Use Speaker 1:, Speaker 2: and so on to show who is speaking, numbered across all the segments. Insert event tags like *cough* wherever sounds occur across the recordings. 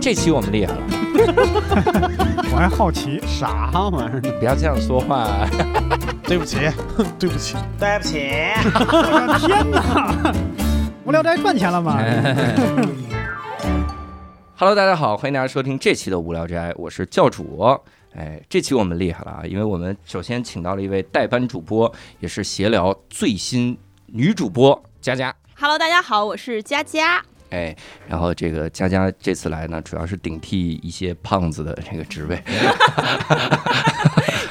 Speaker 1: 这期我们厉害了，
Speaker 2: 我还好奇，
Speaker 3: 啥玩意儿？
Speaker 1: 不要这样说话。
Speaker 4: 对不起，对不起，
Speaker 5: 对不起，
Speaker 2: 我的天哪！无聊斋赚钱了吗？
Speaker 1: *laughs* 哎 Hello，大家好，欢迎大家收听这期的无聊斋，我是教主。哎，这期我们厉害了啊，因为我们首先请到了一位代班主播，也是闲聊最新女主播佳佳。
Speaker 6: Hello，大家好，我是佳
Speaker 1: *laughs*
Speaker 6: 佳。
Speaker 1: 哎，然后这个佳佳这次来呢，主要是顶替一些胖子的这个职位，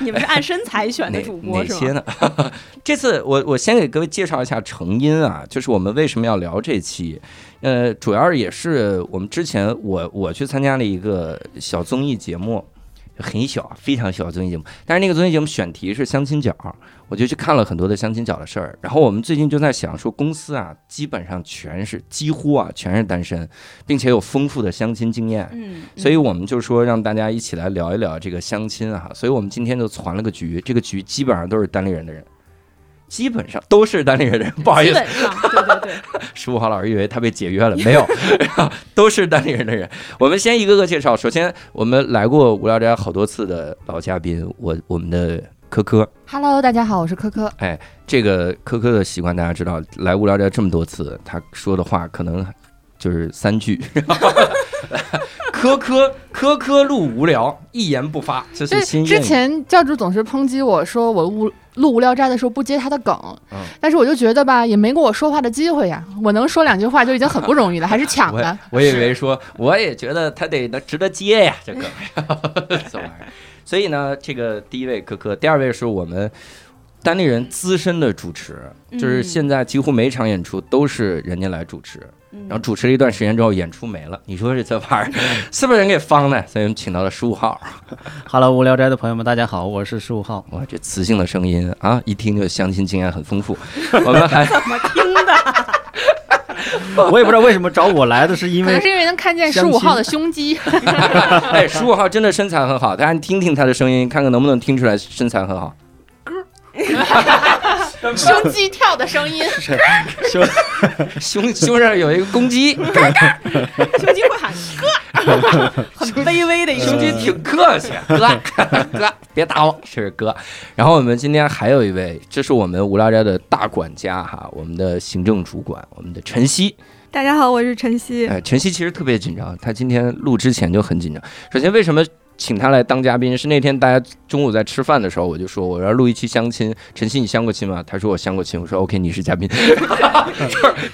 Speaker 6: 你们是按身材选
Speaker 1: 哪
Speaker 6: 的主播
Speaker 1: 哪
Speaker 6: 是
Speaker 1: 些
Speaker 6: 吗？
Speaker 1: 呢？ *laughs* 这次我我先给各位介绍一下成因啊，就是我们为什么要聊这期，呃，主要也是我们之前我我去参加了一个小综艺节目。很小，啊非常小的综艺节目，但是那个综艺节目选题是相亲角，我就去看了很多的相亲角的事儿。然后我们最近就在想说，公司啊，基本上全是几乎啊全是单身，并且有丰富的相亲经验。
Speaker 6: 嗯，
Speaker 1: 所以我们就说让大家一起来聊一聊这个相亲啊，所以我们今天就攒了个局，这个局基本上都是单立人的人，基本上都是单立人的
Speaker 6: *laughs*
Speaker 1: 人，不好
Speaker 6: 基
Speaker 1: 意思，
Speaker 6: 本上对对
Speaker 1: *laughs*
Speaker 6: 对，
Speaker 1: 十五号老师以为他被解约了，
Speaker 6: *laughs*
Speaker 1: 没有，都是单立人的人。我们先一个个介绍，首先我们来过无聊斋好多次的老嘉宾，我我们的科科，
Speaker 7: Hello，大家好，我是科科。
Speaker 1: 这个科科的习惯大家知道，来无聊斋这么多次，他说的话可能就是三句。科科科科录无聊，一言不发，这
Speaker 7: 就是
Speaker 1: 新
Speaker 7: 之
Speaker 1: 谚语。
Speaker 7: 前教主总是抨击我说我无录无聊斋的时候不接他的梗，
Speaker 1: 嗯
Speaker 7: 但是我就觉得吧，也没给我说话的机会呀。我能说两句话就已经很
Speaker 1: *laughs*
Speaker 7: 不容易了，还是抢
Speaker 1: 我
Speaker 7: 的。
Speaker 1: 我以为说，我也觉得他得能值得接呀，这个 *laughs* 什么玩意儿？所以呢，这个第一位科科，第二位是我们单立人资深的主持，就是
Speaker 6: 嗯
Speaker 1: 现在几乎每场演出都是人家来主持，
Speaker 6: 嗯
Speaker 1: 然后主持了一段时间之后，演出没了，你说这这玩意儿是不是人给方的？所以我们请到了十五号，
Speaker 3: Hello，无聊斋的朋友们，大家好，我是十五号。
Speaker 1: 哇，这磁性的声音啊，一听就相亲经验很丰富。我们还
Speaker 6: 怎么听的？
Speaker 3: 我也不知道为什么找我来的是因
Speaker 7: 可能
Speaker 3: 为
Speaker 7: 是因为能看见十
Speaker 3: 相亲
Speaker 7: 五号的胸肌，
Speaker 1: 哎，十五号真的身材很好，大家听听他的声音，看看能不能听出来身材很好。
Speaker 7: *laughs* 胸肌跳的声音，
Speaker 1: 胸胸上有一个公鸡，
Speaker 6: 胸肌会喊哥，
Speaker 1: *laughs*
Speaker 6: 很卑微的一
Speaker 1: 胸
Speaker 6: 个。
Speaker 1: 肌挺客气，哥哥，别打我，这是哥。然后我们今天还有一位，这是我们无聊斋的大管家哈，我们的行政主管，我们的晨曦。
Speaker 8: 大家好，我是晨曦。
Speaker 1: 哎，晨曦其实特别紧张，他今天录之前就很紧张。首先，为什么请他来当嘉宾？是那天大家中午在吃饭的时候，我就说我要录一期相亲。晨曦，你相过亲吗？他说我相过亲。我说 OK，你是嘉宾， *laughs* 就是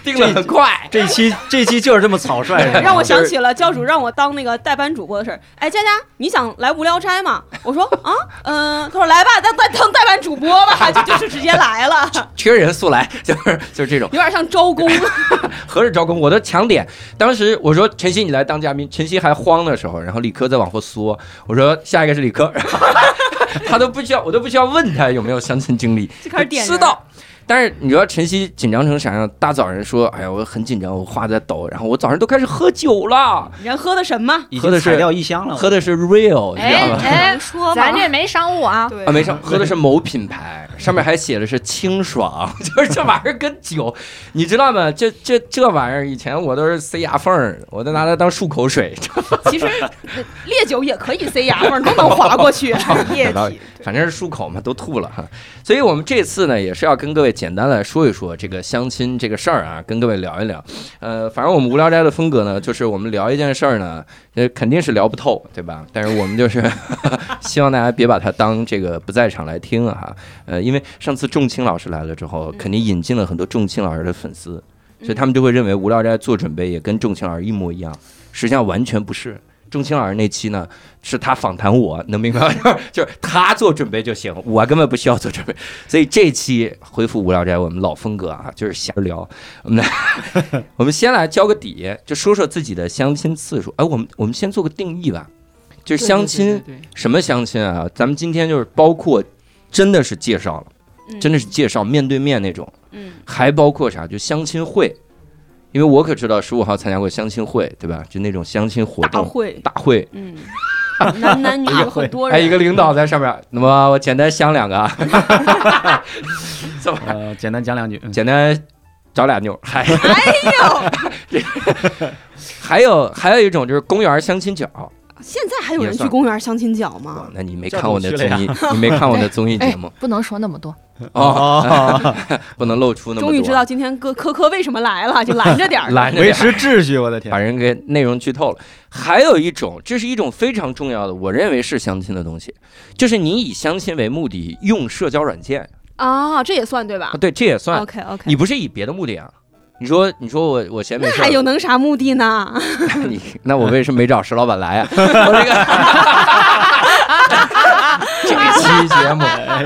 Speaker 1: 定的很快。
Speaker 3: 这期这期就是这么草
Speaker 1: 哎
Speaker 3: 率，啊是吧
Speaker 6: 让我想起了教主让我当那个代班主播的事儿。哎，佳佳，你想来无聊斋吗？我说啊，嗯、他说来吧，当当当代班主播
Speaker 1: *laughs*
Speaker 6: 吧，就就是直接来了，
Speaker 1: 缺人速来，就是就是这种。
Speaker 6: 有点像招工。
Speaker 1: 何日招工？我的强点。当时我说晨曦，你来当嘉宾，晨曦还慌的时候，然后理科在往后缩。我说下一个是理科， *laughs* 他都不需要，我都不需要问他有没有相亲经历，
Speaker 6: 就开始点人
Speaker 1: 知道。但是你知道晨曦紧张成啥样？大早上说：“哎呀，我很紧张，我话在抖，然后我早上都开始喝酒了，
Speaker 6: 人喝的什么？嗯
Speaker 3: 已
Speaker 1: 喝的
Speaker 3: 经
Speaker 1: 是
Speaker 3: 踩掉一箱了。
Speaker 1: 喝的是 real，你知道吗？
Speaker 7: 哎，
Speaker 8: 说吧
Speaker 7: 咱，这没商务啊，
Speaker 8: 对
Speaker 1: 啊，没事，喝的是某品牌，上面还写的是清爽， *laughs* 就是这玩意儿跟酒，你知道吗？这这这玩意儿以前我都是塞牙缝儿，我都拿它当漱口水，
Speaker 6: 其实呃烈酒也可以塞牙缝儿，都能划
Speaker 1: *laughs*
Speaker 6: 过去。
Speaker 8: 液
Speaker 1: 道
Speaker 8: 体，
Speaker 6: 嗯
Speaker 1: 反正是漱口嘛，都吐了哈。所以我们这次呢，也是要跟各位简单来说一说这个相亲这个事儿啊，跟各位聊一聊。呃，反正我们无聊斋的风格呢，就是我们聊一件事儿呢，呃，肯定是聊不透，对吧？但是我们就是 *laughs* 希望大家别把它当这个不在场来听啊哈。呃，因为上次仲青老师来了之后，肯定引进了很多仲青老师的粉丝，所以他们就会认为无聊斋做准备也跟仲青老师一模一样，实际上完全不是。仲青老师那期呢，是他访谈我，能明白吗？ *laughs* 就是他做准备就行，我根本不需要做准备。所以这期恢复无聊斋，我们老风格啊，就是闲聊。 *laughs* 我们来，我们先来交个底，就说说自己的相亲次数。哎，我们我们先做个定义吧，就是相亲什么相亲啊？咱们今天就是包括真的是介绍了，真的是介绍面对面那种，
Speaker 6: 嗯，
Speaker 1: 还包括啥？就相亲会。因为我可知道十五号参加过相亲会，对吧？就那种相亲活
Speaker 6: 大
Speaker 1: 动
Speaker 6: 会，
Speaker 1: 大会，
Speaker 6: *laughs* 嗯，男男女女很多
Speaker 1: 哎，
Speaker 6: 人，
Speaker 1: 一个领导在上面，那么我简单相两个，啊，
Speaker 3: 呃，简单讲两句，嗯
Speaker 1: 简单找俩妞，嗨，
Speaker 6: 哎呦，
Speaker 1: *laughs* 还有还有一种就是公园相亲角，
Speaker 6: 现在还有
Speaker 1: 也
Speaker 6: 人去
Speaker 1: 算
Speaker 6: 公园相亲角吗
Speaker 1: 哇？那你没
Speaker 3: 这
Speaker 1: 看我
Speaker 3: 都
Speaker 1: 的
Speaker 3: 去
Speaker 1: 综
Speaker 3: 了呀
Speaker 1: 艺，你没看我的综艺
Speaker 7: 哎
Speaker 1: 节目，
Speaker 7: 不能说那么多。
Speaker 1: 哦，
Speaker 3: 哦，
Speaker 1: 不能露出那么多。
Speaker 6: 终于知道今天哥科科为什么来了，就拦着点儿。
Speaker 1: 拦着
Speaker 3: 维
Speaker 1: 点儿
Speaker 3: 持秩序，我的天
Speaker 1: 把！人给内容剧透了。还有一种，这是一种非常重要的，我认为是相亲的东西，就是你以相亲为目的用社交软件
Speaker 6: 啊，这也算对吧
Speaker 1: 啊，对，这也 *laughs* 算。
Speaker 6: ？OK OK，
Speaker 1: 你不是以别的目的啊？你说，你说我我闲没
Speaker 6: 那
Speaker 1: 事
Speaker 6: 还有
Speaker 1: 儿，
Speaker 6: 能啥目的呢？
Speaker 1: 你 *laughs* 那我为什么没找石老板
Speaker 6: *laughs*
Speaker 1: 来啊？我这个这期节目，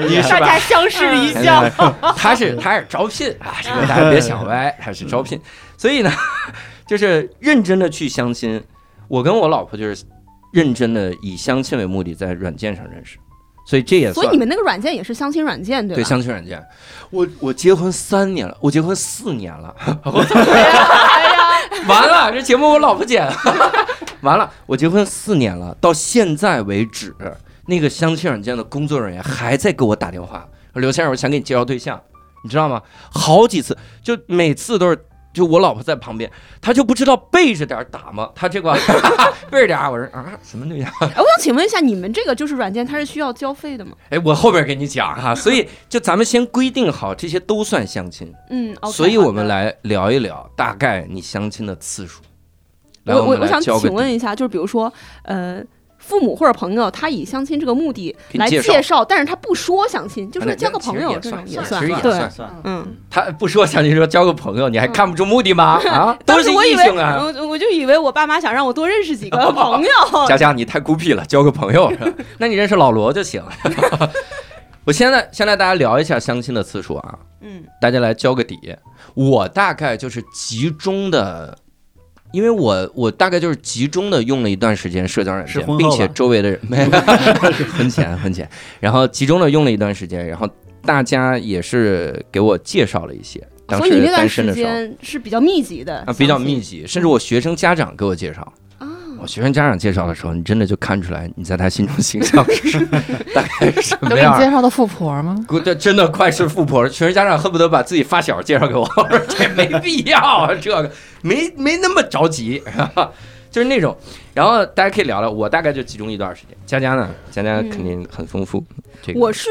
Speaker 1: 你是吧？
Speaker 6: 相视一
Speaker 1: 哎。他是他是招聘啊，这个大家别想歪，他是招聘。所以呢， *laughs* 就是认真的去相亲。我跟我老婆就是认真的以相亲为目的，在软件上认识，所以这也
Speaker 6: 所
Speaker 1: 算
Speaker 6: 以你们那个软件也是相亲软件
Speaker 1: 对
Speaker 6: 吧？
Speaker 1: 相亲软件。我我结婚三年了，我结婚四年了，我怎么完了？这节目我老婆剪， *laughs* 完了，我结婚四年了，到现在为止，那个相亲软件的工作人员还在给我打电话，说刘先生，我想给你介绍对象，你知道吗？好几次，就每次都是。就我老婆在旁边，她就不知道背着点儿打吗？她这个 *laughs* 背着点儿，我说啊，什么对象？
Speaker 6: 哎，我想请问一下，你们这个就是软件，它是需要交费的吗？
Speaker 1: 哎，我后边给你讲哈、所以就咱们先规定好，这些都算相亲。
Speaker 6: 嗯，OK。
Speaker 1: 所以我们，来聊一聊大概你相亲的次数。来，
Speaker 6: 我
Speaker 1: 们
Speaker 6: 我
Speaker 1: 来
Speaker 6: 想
Speaker 1: 交个
Speaker 6: 请问一下，就是比如说，呃。父母或者朋友，他以相亲这个目的
Speaker 1: 给你
Speaker 6: 来
Speaker 1: 介
Speaker 6: 介
Speaker 1: 绍
Speaker 6: 绍，但是他不说相亲，就
Speaker 1: 啊
Speaker 6: 是
Speaker 1: 那
Speaker 6: 交个
Speaker 1: 那其
Speaker 6: 朋
Speaker 1: 实
Speaker 6: 友
Speaker 1: 也
Speaker 6: 这
Speaker 1: 算
Speaker 6: 种也
Speaker 1: 算
Speaker 6: 算
Speaker 1: 其实也
Speaker 6: 对，
Speaker 1: 算
Speaker 3: 算
Speaker 6: 嗯。
Speaker 1: 他不说相亲，说交个朋友，你还看不出目的吗？啊，都
Speaker 6: 当
Speaker 1: 是
Speaker 6: 时嗯我以
Speaker 1: 异
Speaker 6: 为，
Speaker 1: 性啊！
Speaker 6: 我我就以为我爸妈想让我多认
Speaker 1: *laughs*
Speaker 6: 识几个朋友，
Speaker 1: 佳佳，你太孤僻了，交个朋友
Speaker 6: *laughs*
Speaker 1: 是吧？那你认识老罗就行。 *laughs* 我现在先来大家聊一下相亲的次数啊，
Speaker 6: 嗯，
Speaker 1: 大家来交个底。我大概就是集中的，因为我我大概就是集中的用了一段时间社交软
Speaker 3: 是
Speaker 1: 件
Speaker 3: 婚，后
Speaker 1: 并且
Speaker 3: 吧
Speaker 1: 周围的人 *laughs* 没婚前婚前，然后集中的用了一段时间，然后大家也是给我介绍了一些，当
Speaker 6: 所以你
Speaker 1: 时
Speaker 6: 那段
Speaker 1: 单身
Speaker 6: 时
Speaker 1: 的时候
Speaker 6: 间是比较密集的
Speaker 1: 啊比较密集，甚至我学生家长给我介绍。
Speaker 6: 啊，
Speaker 1: 我学生家长介绍的时候，你真的就看出来你在他心中形象是 *laughs* 大概是什
Speaker 7: 都
Speaker 1: 么
Speaker 7: 给
Speaker 1: 样
Speaker 7: 你
Speaker 1: 儿。
Speaker 7: 介绍的富婆吗？
Speaker 1: 我这真的快是富婆，学生家长恨不得把自己发小介绍给我， *laughs* 我说这没必要啊，这个没没那么着急，就是那种。然后大家可以聊聊，我大概就集中一段时间。佳佳呢，佳佳肯定很丰富。这个
Speaker 6: 我是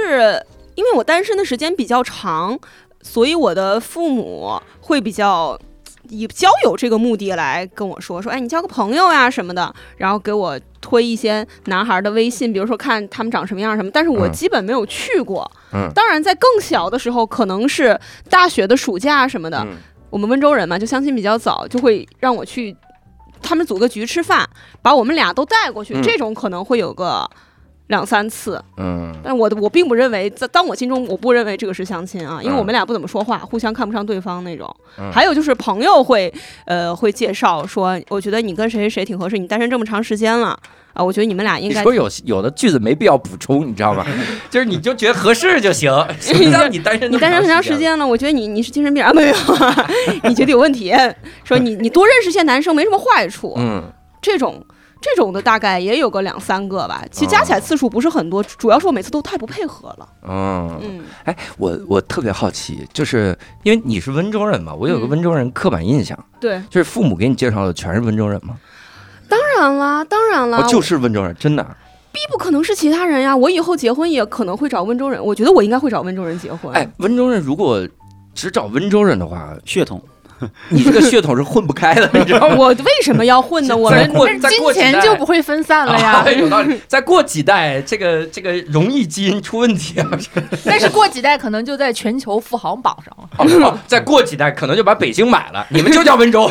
Speaker 6: 因为我单身的时间比较长，所以我的父母会比较以交友这个目的来跟我说说，哎，你交个朋友呀、什么的，然后给我推一些男孩的微信，比如说看他们长什么样什么，但是我
Speaker 1: 嗯
Speaker 6: 基本没有去过。
Speaker 1: 嗯
Speaker 6: 当然在更小的时候，可能是大学的暑假什么的，
Speaker 1: 嗯
Speaker 6: 我们温州人嘛，就相亲比较早，就会让我去他们组个局吃饭，把我们俩都带过去，
Speaker 1: 嗯
Speaker 6: 这种可能会有个两三次。
Speaker 1: 嗯
Speaker 6: 但我的我并不认为，在当我心中，我不认为这个是相亲啊，因为我们俩不怎么说话，互相看不上对方那种。
Speaker 1: 嗯
Speaker 6: 还有就是朋友会，呃，会介绍说，我觉得你跟谁谁谁挺合适，你单身这么长时间了啊，我觉得你们俩应
Speaker 1: 你
Speaker 6: 该
Speaker 1: 是不是有有的句子没必要补充，你知道吗？ *laughs* 就是你就觉得合适就
Speaker 6: *laughs*
Speaker 1: 行，谁知道你单身
Speaker 6: 你单身很长时间了，我觉得你你是精神病啊，
Speaker 1: *laughs*
Speaker 6: 没有，你觉得有问题，说你你多认识些男生没什么坏处，
Speaker 1: 嗯，
Speaker 6: 这种。这种的大概也有个两三个吧，其实加起来次数不是很多，主要是我每次都太不配合了。
Speaker 1: 嗯，
Speaker 6: 嗯，
Speaker 1: 哎，我我特别好奇，就是因为你是温州人嘛，我有个
Speaker 6: 嗯
Speaker 1: 温州人刻板印象，
Speaker 6: 对，
Speaker 1: 就是父母给你介绍的全是温州人吗？
Speaker 6: 当然啦，当然
Speaker 7: 啊
Speaker 6: 啦，
Speaker 1: 哦，就是温州人，真的啊。
Speaker 6: 不可能是其他人呀！我以后结婚也可能会找温州人，我觉得我应该会找温州人结婚。
Speaker 1: 哎，温州人如果只找温州人的话，
Speaker 3: 血统
Speaker 1: 你这个血统是混不开的，
Speaker 7: *laughs*
Speaker 1: 你知道吗？
Speaker 6: 我为什么要
Speaker 1: *laughs*
Speaker 6: 混呢？我
Speaker 1: 再
Speaker 6: 们
Speaker 1: 过
Speaker 7: 但是
Speaker 1: 再
Speaker 7: 金
Speaker 1: 过几
Speaker 7: 钱
Speaker 1: 代
Speaker 7: 就不会分散了
Speaker 1: *laughs*
Speaker 7: 呀
Speaker 1: 啊，。有道理。再过几代，这个这个容易基因出问题啊！ *laughs*
Speaker 7: 但是过几代可能就在全球富豪榜上了。
Speaker 1: 哦哦再过几代可能就把北京买了，你们就叫温
Speaker 7: *laughs*
Speaker 1: 州，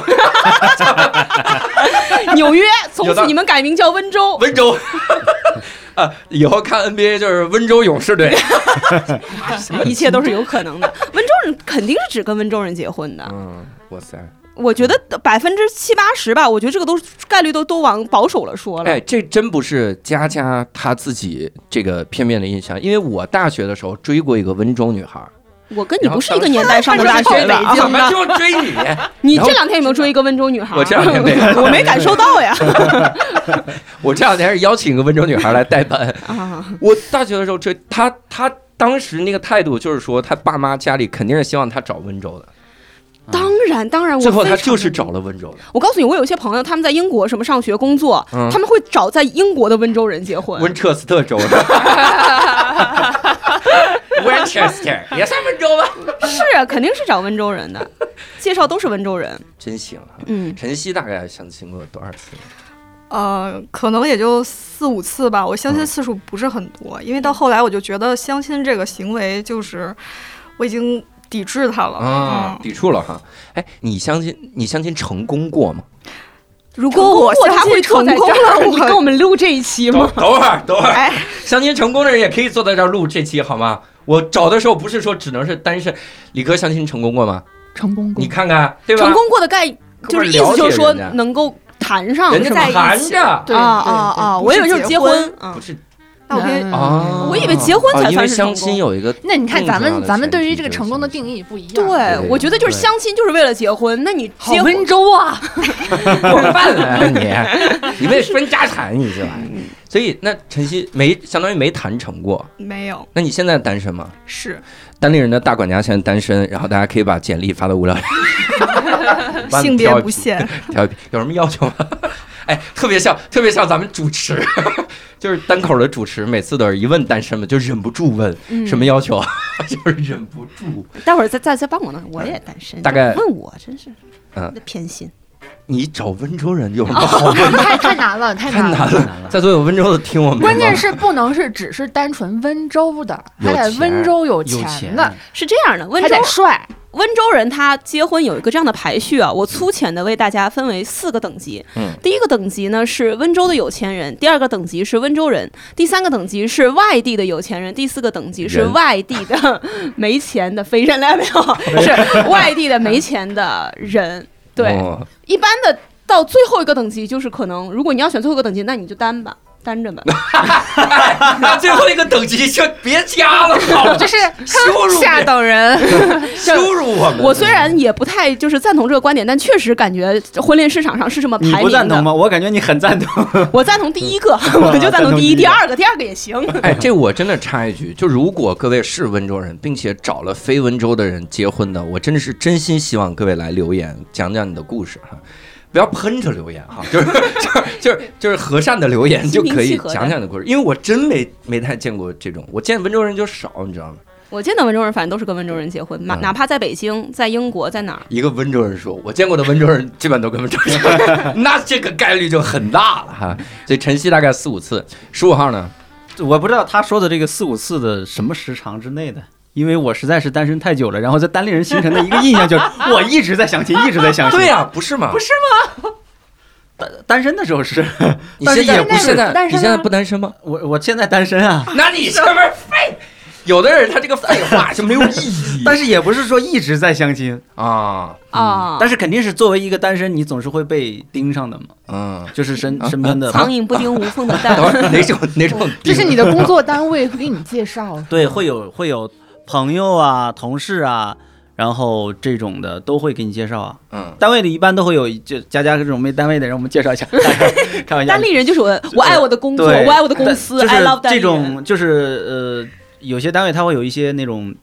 Speaker 1: *laughs*
Speaker 6: 纽约从
Speaker 1: 有道理
Speaker 6: 此你们改名叫温州，
Speaker 1: 温州。 *laughs* 啊，以后看 NBA 就是温州勇士队。
Speaker 6: 一切都是有可能的。温州人肯定是只跟温州人结婚的，
Speaker 1: 嗯，哇塞！
Speaker 6: 我觉得百分之七八十吧，我觉得这个都概率都都往保守了说了。
Speaker 1: 哎，这真不是佳佳她自己这个片面的印象，因为我大学的时候追过一个温州女孩，
Speaker 6: 我跟你不是一个年代上的
Speaker 1: 然
Speaker 6: 大
Speaker 1: 后
Speaker 6: 学的
Speaker 1: 当时怎么
Speaker 6: *laughs* 啊，
Speaker 1: 就追你？
Speaker 6: 你这两天有没有追一个温州女孩？
Speaker 1: 我这两
Speaker 6: *laughs*
Speaker 1: 天没有
Speaker 6: 我没感受
Speaker 1: *laughs*
Speaker 6: 到呀。
Speaker 1: 我这两天是邀请一个温州女孩来代班。
Speaker 6: 啊，
Speaker 1: 我大学的时候追她，她当时那个态度就是说，她爸妈家里肯定是希望她找温州的。
Speaker 6: 当然，当哎然，我
Speaker 1: 最后
Speaker 6: 非
Speaker 1: 他
Speaker 6: 常
Speaker 1: 就是
Speaker 6: 努力
Speaker 1: 找了温州的
Speaker 6: 我告诉你，我有些朋友他们在英国什么上学、工作，
Speaker 1: 嗯
Speaker 6: 他们会找在英国的温州人结婚。
Speaker 1: 温彻斯特州的。温彻斯特也算温州吧？
Speaker 6: 是啊，肯定是找温州人的，介绍都是温州人。
Speaker 1: 真行啊！
Speaker 6: 嗯，
Speaker 1: 晨曦大概相亲过多少次？
Speaker 8: 呃，可能也就四五次吧。我相
Speaker 1: 嗯
Speaker 8: 亲次数不是很多，因为到后来我就觉得相亲这个行为就是我已经抵制它了。
Speaker 6: 哦
Speaker 1: 啊，
Speaker 8: 嗯，
Speaker 1: 抵触了哈。哎，你相亲，你相亲成功过吗？
Speaker 8: 如
Speaker 6: 如
Speaker 8: 果我
Speaker 6: 果他
Speaker 8: 相
Speaker 6: 会
Speaker 8: 亲
Speaker 6: 坐
Speaker 8: 成
Speaker 6: 在
Speaker 8: 功
Speaker 6: 这
Speaker 8: 了，
Speaker 6: 儿你跟
Speaker 1: *laughs*
Speaker 8: 我
Speaker 6: 我们录这一期
Speaker 1: 等
Speaker 6: *laughs* 吗？
Speaker 1: 等会儿，等会儿
Speaker 8: 哎，
Speaker 1: 相亲成功的人也可以坐在这儿录这期好吗？我找的时候不是说只能是单身，李哥相亲成功过吗？
Speaker 7: 成功过
Speaker 1: 你。看看，对吧？
Speaker 6: 嗯成功过的概就是意思就是说
Speaker 1: 哥们儿了
Speaker 6: 能够谈上，
Speaker 1: 解人家，人
Speaker 6: 在
Speaker 1: 家
Speaker 6: 一
Speaker 1: 谈
Speaker 6: 起。
Speaker 1: 着，
Speaker 7: 对
Speaker 6: 啊啊啊！
Speaker 8: 对
Speaker 6: 我以为就是
Speaker 8: 结
Speaker 6: 婚
Speaker 8: 婚
Speaker 6: 啊
Speaker 1: 不，是
Speaker 8: 那我跟
Speaker 1: 啊？
Speaker 6: 嗯我以为结婚才
Speaker 1: 哦因为
Speaker 6: 算是成
Speaker 1: 相
Speaker 6: 功
Speaker 1: 亲有一个
Speaker 7: 那你看咱
Speaker 1: 更重要
Speaker 7: 们
Speaker 1: 的
Speaker 7: 咱们
Speaker 1: 前提
Speaker 7: 对于这个
Speaker 1: 就是
Speaker 7: 成功的
Speaker 1: 相亲
Speaker 7: 定义不一样。
Speaker 6: 对
Speaker 1: 对
Speaker 6: 我觉得就是
Speaker 1: 对
Speaker 6: 相亲就是为了结婚，那你
Speaker 7: 好
Speaker 6: 结婚
Speaker 7: 温州啊！
Speaker 1: 过分了， *laughs* 你你被分家产，你这玩意
Speaker 6: 嗯
Speaker 1: 儿。所以那晨曦没相当于没谈成过，
Speaker 8: 没有
Speaker 1: 那你现在单身吗？
Speaker 8: 是，
Speaker 1: 单立人的大管家现在单身，然后大家可以把简历发到无聊斋
Speaker 6: *laughs*
Speaker 1: 帮你
Speaker 8: 性别
Speaker 1: 挑一
Speaker 8: 不限，
Speaker 1: 调皮，有什么要求吗？ *laughs* 哎，特别像，特别像咱们主持，就是单口的主持，每次都是一问单身嘛，就忍不住问、
Speaker 7: 嗯
Speaker 6: 嗯
Speaker 1: 什么要求啊， *laughs* 就是忍不住。
Speaker 6: 待会儿再再再帮我弄，我也单身。
Speaker 1: 嗯大概
Speaker 6: 问我真是，
Speaker 1: 嗯，
Speaker 6: 偏心。
Speaker 1: 你找温州人有什么
Speaker 7: 哦
Speaker 1: 好问？
Speaker 7: 太 *laughs* 太
Speaker 1: *laughs*
Speaker 7: 难了，太
Speaker 1: 太
Speaker 7: 难了。
Speaker 1: 难
Speaker 3: 难
Speaker 1: 了，
Speaker 3: 了
Speaker 1: 在座有温州的听我们吗，
Speaker 7: 关键是不能是只是单纯温州的，
Speaker 1: 有
Speaker 7: 还得
Speaker 1: 钱
Speaker 7: 温州有
Speaker 3: 有
Speaker 7: 钱
Speaker 3: 钱啊
Speaker 7: 的，
Speaker 6: 是这样的，温
Speaker 7: 还
Speaker 6: 州
Speaker 7: 得帅。 *laughs*
Speaker 6: 温州人他结婚有一个这样的排序啊，我粗浅的为大家分为四个等级。
Speaker 1: 嗯，
Speaker 6: 第一个等级呢是温州的有钱人，第二个等级是温州人，第三个等级是外地的有钱人，第四个等级是
Speaker 1: 人
Speaker 6: 外地的没钱的非人类没
Speaker 1: *laughs*
Speaker 6: 有，是外地的没钱的人。对，
Speaker 7: *laughs*
Speaker 1: 哦
Speaker 6: 一般的到最后一个等级就是可能，如果你要选最后一个等级，那你就单吧，单
Speaker 1: *laughs*
Speaker 6: 着吧。
Speaker 1: 那最后一个等级就别加了，好吗
Speaker 7: 就是
Speaker 1: 羞
Speaker 7: *laughs*
Speaker 1: 辱
Speaker 7: 下等人，
Speaker 1: 羞辱我们。
Speaker 6: 我虽然也不太就是赞同这个观点，但确实感觉婚恋市场上是这么
Speaker 3: 你
Speaker 6: 排
Speaker 3: 不
Speaker 6: 名
Speaker 3: 赞同
Speaker 6: 的。
Speaker 3: 吗？我感觉你很赞同。
Speaker 6: 我赞同第一个， *laughs* 我就赞同第一、
Speaker 3: 赞同第
Speaker 6: 第
Speaker 3: 一个
Speaker 6: 二个，第二个也行。
Speaker 1: *laughs* 哎，这我真的插一句，就如果各位是温州人，并且找了非温州的人结婚的，我真的是真心希望各位来留言，讲讲你的故事哈。不要喷着留言哈，就是 *laughs* 就是就是就是和善的留言就
Speaker 6: 心平
Speaker 1: 可以
Speaker 6: 气和的
Speaker 1: 讲讲你的故事，因为我真没没太见过这种，我见温州人就少，你知道吗？
Speaker 6: *laughs* 我见的温州人，反正都是跟温州人结婚，哪
Speaker 1: 嗯
Speaker 6: 哪怕在北京、在英国、在哪儿，
Speaker 1: 一个温州人说，我见过的温州人基本都跟温州人， *laughs* 那这个概率就很大了哈。所以晨曦大概四五次，十五号呢，
Speaker 3: 我不知道他说的这个四五次的什么时长之内的，因为我实在是单身太久了，然后在单立人形成的一个印象就是我一直在相亲，一直在相亲。
Speaker 1: 对
Speaker 6: 啊
Speaker 1: 呀、啊不是吗？不是，
Speaker 3: 单身的时候是，
Speaker 1: 你
Speaker 3: 但是
Speaker 1: 现在
Speaker 3: 也不
Speaker 1: 你现
Speaker 3: 是
Speaker 1: 在
Speaker 7: 单
Speaker 1: 你
Speaker 7: 身
Speaker 1: 现在
Speaker 7: 吗
Speaker 1: 不单身吗？
Speaker 3: 我我现在单身啊，
Speaker 1: 那你是不是废？有的人他这个废话就没有意义
Speaker 3: 但是也不是说一直在相亲，
Speaker 1: 啊，
Speaker 6: 啊，
Speaker 3: 嗯但是肯定是作为一个单身，你总是会被盯上
Speaker 6: *laughs*
Speaker 3: 的嘛，
Speaker 1: 嗯，
Speaker 3: 就是身
Speaker 6: 啊
Speaker 3: 身边的
Speaker 6: 苍蝇不叮无缝的
Speaker 1: *laughs* 等会
Speaker 6: 蛋。
Speaker 1: 儿哪种哪种
Speaker 7: 这
Speaker 1: 病？
Speaker 7: 是你的
Speaker 1: *laughs*
Speaker 7: 工作单位会给你介绍。
Speaker 3: 对，会有会有朋友啊、同事啊，然后这种的都会给你介绍啊。
Speaker 1: 嗯，
Speaker 3: 单位里一般都会有就佳佳这种没单位的人，我们
Speaker 6: *laughs*
Speaker 3: 介绍一下。开玩笑
Speaker 6: 单，立人就是我，我爱我的工作，
Speaker 3: 对
Speaker 6: 我爱我的公司
Speaker 3: 就
Speaker 6: ，I
Speaker 3: 是
Speaker 6: love 单
Speaker 3: 这
Speaker 6: 立人。
Speaker 3: 种就是呃，有些单位他会有一些那种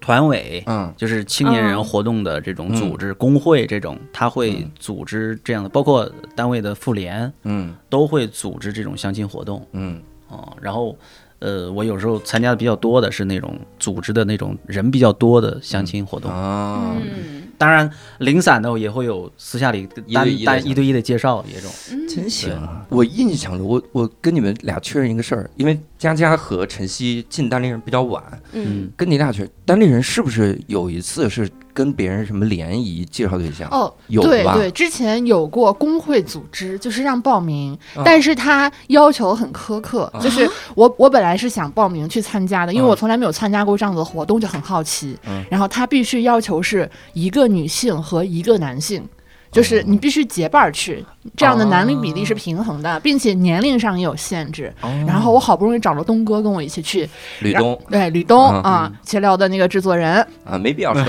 Speaker 3: 团委。
Speaker 1: 嗯
Speaker 3: 就是青年人
Speaker 6: 嗯
Speaker 3: 活动的这种组织、工会这种，他会
Speaker 1: 嗯
Speaker 3: 组织这样的，包括单位的妇联
Speaker 1: 嗯
Speaker 3: 都会组织这种相亲活动。
Speaker 1: 嗯
Speaker 3: 哦，然后呃，我有时候参加的比较多的是那种组织的那种人比较多的相亲活动，
Speaker 1: 啊，
Speaker 6: 嗯，
Speaker 3: 当然零散的也会有私下里
Speaker 1: 一对
Speaker 3: 单
Speaker 1: 一的相
Speaker 3: 单
Speaker 1: 亲
Speaker 3: 一对一的介绍也种。
Speaker 1: 真行啊！我印象中，我我跟你们俩确认一个事儿，因为佳佳和晨曦进单立人比较晚，
Speaker 6: 嗯，
Speaker 1: 跟你俩确单立人是不是有一次是跟别人什么联谊介绍对象？
Speaker 7: 哦，
Speaker 1: 有
Speaker 7: 对
Speaker 1: 吧
Speaker 7: 对，之前有过工会组织，就是让报名，
Speaker 1: 嗯
Speaker 7: 但是他要求很苛刻，
Speaker 1: 啊
Speaker 7: 就是我我本来是想报名去参加的，因
Speaker 1: 嗯
Speaker 7: 为我从来没有参加过这样子的活动，就很好奇。
Speaker 1: 嗯
Speaker 7: 然后他必须要求是一个女性和一个男性。就是
Speaker 1: 嗯
Speaker 7: 你必须结伴儿去，这样的男女比例是平衡
Speaker 1: 嗯
Speaker 7: 的，并且年龄上也有限制。然后我好不容易找了东哥跟我一起去，
Speaker 1: 哦吕东
Speaker 7: 对吕东
Speaker 1: 嗯
Speaker 7: 啊，闲聊的那个制作人，
Speaker 1: 啊，没必
Speaker 7: *laughs*
Speaker 1: 要说，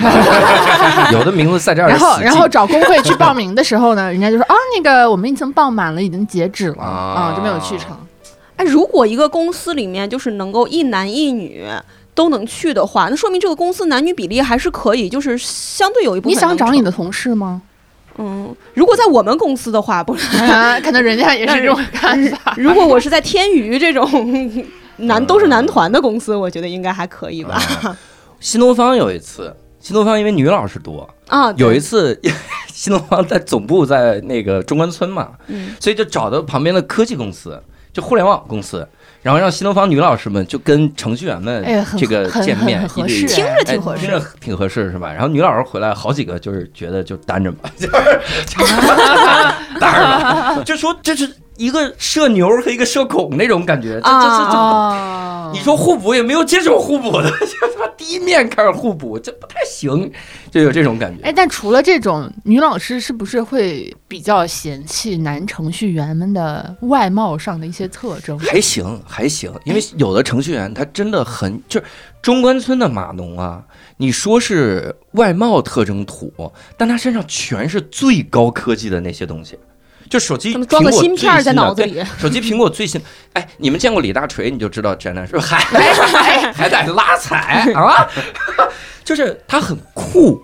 Speaker 1: 有的名字在这儿
Speaker 7: 然后
Speaker 1: 死，记
Speaker 7: 然后找工会去报名的时候
Speaker 1: *laughs*
Speaker 7: 呢，人家就说啊，那个我们已经报满了，已经截止了
Speaker 1: 啊
Speaker 7: 啊，就没有去成。
Speaker 6: 哎，如果一个公司里面就是能够一男一女都能去的话，那说明这个公司男女比例还是可以，就是相对有一部
Speaker 7: 你
Speaker 6: 分。
Speaker 7: 想找你的？同事吗？
Speaker 6: 嗯，如果在我们公司的话，不，
Speaker 7: 啊，可能人家也是这种看法。
Speaker 1: *laughs*
Speaker 6: 如果我是在天娱这种男都
Speaker 1: 嗯
Speaker 6: 是男团的公司，我觉得应该还可以吧。
Speaker 1: 啊新东方有一次，新东方因为女老师多，
Speaker 6: 啊，
Speaker 1: 嗯
Speaker 6: 对
Speaker 1: 有一次 *laughs* 新东方在总部在那个中关村嘛，
Speaker 6: 嗯
Speaker 1: 所以就找到旁边的科技公司，就互联网公司，然后让新东方女老师们就跟程序员们
Speaker 7: 哎，很
Speaker 1: 嗯这个
Speaker 7: 很
Speaker 1: 见
Speaker 7: 很
Speaker 1: 面
Speaker 7: 很合
Speaker 1: 一对
Speaker 7: 适
Speaker 1: 一
Speaker 6: 听着
Speaker 7: 哎，
Speaker 6: 挺合适
Speaker 1: 哎听着挺合适是吧？然后女老师回来，好几个就是觉得就单着吧， *laughs* 就是就是单着吧，就说这是一个社牛和一个社恐那种感觉，这这这
Speaker 6: 啊
Speaker 1: 这。
Speaker 6: 嗯
Speaker 7: 哦，
Speaker 1: 你说互补也没有接受互补的， *laughs* 就他妈第一面开始互补，这不太行，就有这种感觉。
Speaker 7: 哎，但除了这种，女老师是不是会比较嫌弃男程序员们的外貌上的一些特征？
Speaker 1: 还行还行，因为有的程序员他真的很就是中关村的码农啊，你说是外貌特征土，但他身上全是最高科技的那些东西，就手机
Speaker 6: 他们装个
Speaker 1: 苹果
Speaker 6: 芯片
Speaker 1: 最
Speaker 6: 在
Speaker 1: 新的
Speaker 6: 脑子
Speaker 1: 对
Speaker 6: 里，
Speaker 1: 手机苹果最新， *laughs* 哎，你们见过李大锤，你就知道宅男是不是 *laughs* 还还在拉踩啊？ *laughs* 就是他很酷，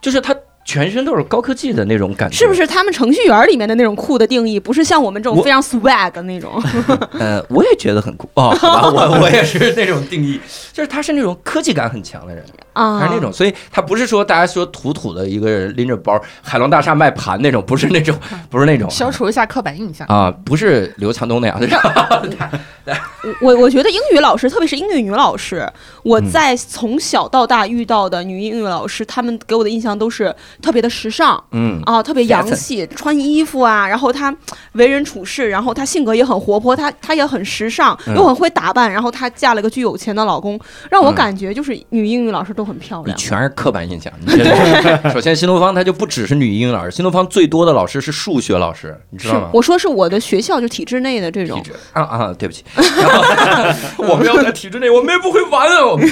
Speaker 1: 就是他全身都是高科技的那种感觉，
Speaker 6: 是不？是他们程序员里面的那种酷的定义，不是像我们这种
Speaker 1: 我
Speaker 6: 非常 swag 的
Speaker 1: *laughs*
Speaker 6: 那种？
Speaker 1: 呃，我也觉得很酷哦，好吧， *laughs* 我我也是那种定义，就是他是那种科技感很强的人，
Speaker 6: 啊，
Speaker 1: 他是那种，所以他不是说大家说土土的一个人拎着包海龙大厦卖盘那种，不是那种，不是那种。
Speaker 7: 消除一下刻板印象。
Speaker 1: 啊，不是刘强东那样 *laughs* 的人，
Speaker 6: 我我觉得英语老师，特别是英语女老师，我
Speaker 1: 嗯
Speaker 6: 在从小到大遇到的女英语老师，她们给我的印象都是特别的时尚
Speaker 1: 嗯，
Speaker 6: 啊，特别洋
Speaker 1: Fashion
Speaker 6: 气，穿衣服啊，然后她为人处事，然后她性格也很活泼，她她也很时尚，
Speaker 1: 嗯
Speaker 6: 又很会打扮，然后她嫁了个具有钱的老公，让我
Speaker 1: 嗯
Speaker 6: 感觉就是女英语老师都很漂
Speaker 1: 你
Speaker 6: 亮。
Speaker 1: 全是刻板印象。你这个首先，新东方它就不只是女英语老师，新东方最多的老师是数学老师，你知
Speaker 6: 是
Speaker 1: 道吗？
Speaker 6: 我说是我的学校就体制内的这种
Speaker 1: 体，制啊啊，对不起，然后我们要在体制内，我们也不会玩啊。我们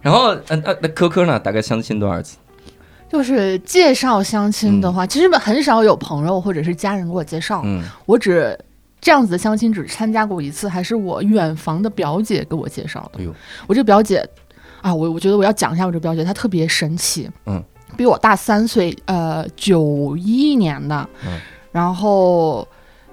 Speaker 1: 然后，呃那那科科呢？大概相亲多少次？
Speaker 7: 就是介绍相亲的话，其实很少有朋友或者是家人给我介绍，
Speaker 1: 嗯，
Speaker 7: 我只。这样子的相亲只参加过一次，还是我远房的表姐给我介绍的。
Speaker 1: 哎呦
Speaker 7: 我这表姐啊，我我觉得我要讲一下我这表姐，她特别神奇。
Speaker 1: 嗯，
Speaker 7: 比我大三岁，呃，九一年的，
Speaker 1: 嗯
Speaker 7: 然后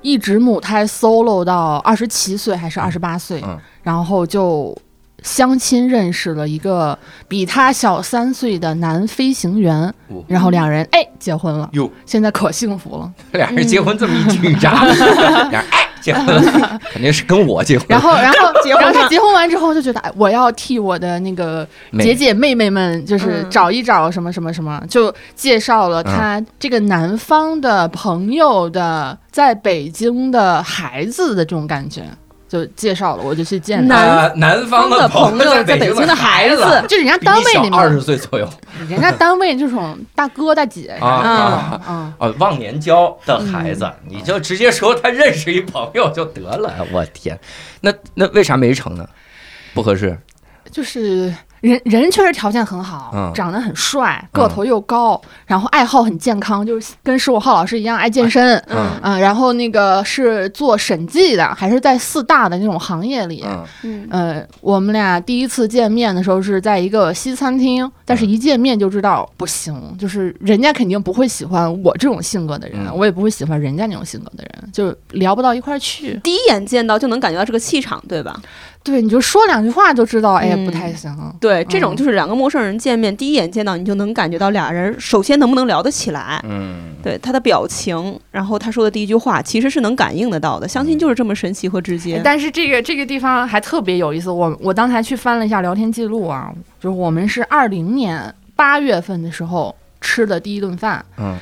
Speaker 7: 一直母胎 solo 到二十七岁还是二十八岁，
Speaker 1: 嗯
Speaker 7: 然后就相亲认识了一个比她小三岁的男飞行员，
Speaker 1: 哦
Speaker 7: 然后两人哎结婚了，
Speaker 1: 哟，
Speaker 7: 现在可幸福了。
Speaker 1: 俩人结婚这么一句渣，俩人哎结婚了，肯定是跟我 *laughs* 结婚。
Speaker 7: 然后，然后
Speaker 6: 结婚
Speaker 7: 然后他
Speaker 6: 了
Speaker 7: 结婚完之后就觉得，哎，我要替我的那个
Speaker 1: 妹
Speaker 7: 姐姐妹妹们，就是
Speaker 6: 嗯
Speaker 7: 找一找什么什么什么，就介绍
Speaker 1: 嗯
Speaker 7: 了他这个南方的朋友的在北京的孩子的这种感觉，就介绍了，我就去见他。
Speaker 6: 南
Speaker 1: 呃南方的
Speaker 6: 朋
Speaker 1: 友
Speaker 6: 友在
Speaker 1: 北
Speaker 6: 北京
Speaker 1: 的
Speaker 6: 的孩
Speaker 1: 子，
Speaker 6: 子，
Speaker 7: 就是人家
Speaker 1: 比
Speaker 7: 单
Speaker 1: 你
Speaker 7: 位
Speaker 1: 小
Speaker 7: 里
Speaker 1: 二十
Speaker 7: 面，
Speaker 1: 岁左右
Speaker 7: 人家单位这种大哥大姐
Speaker 1: *laughs* 啊
Speaker 7: 啥的
Speaker 1: 啊
Speaker 7: 嗯，
Speaker 1: 哦，忘年交的孩子，你就直接说他认识一朋友就得了。哎我天，那那为啥没成呢？不合适，
Speaker 7: 就是人人确实条件很好，
Speaker 1: 嗯
Speaker 7: 长得很帅，个头又高，然后爱好很健康，就是跟十五号老师一样爱健身。
Speaker 1: 嗯
Speaker 7: 嗯，然后那个是做审计的，还是在四大的那种行业里。
Speaker 1: 嗯
Speaker 6: 嗯
Speaker 7: 呃，我们俩第一次见面的时候是在一个西餐厅，
Speaker 1: 嗯
Speaker 7: 但是一见面就知道不行，就是人家肯定不会喜欢我这种性格的人，
Speaker 1: 嗯
Speaker 7: 我也不会喜欢人家那种性格的人，就聊不到一块儿去。
Speaker 6: 第一眼见到就能感觉到这个气场，对吧？
Speaker 7: 对，你就说两句话就知道，哎呀，
Speaker 6: 嗯
Speaker 7: 不太行。
Speaker 6: 对，这种
Speaker 7: 嗯
Speaker 6: 就是两个陌生人见面，第一眼见到你就能感觉到俩人首先能不能聊得起来，
Speaker 1: 嗯，
Speaker 6: 对他的表情，然后他说的第一句话，其实是能感应得到的。相
Speaker 1: 嗯
Speaker 6: 亲就是这么神奇和直接。
Speaker 7: 但是这个这个地方还特别有意思，我我刚才去翻了一下聊天记录啊，就是我们是二零年八月份的时候吃的第一顿饭，
Speaker 1: 嗯，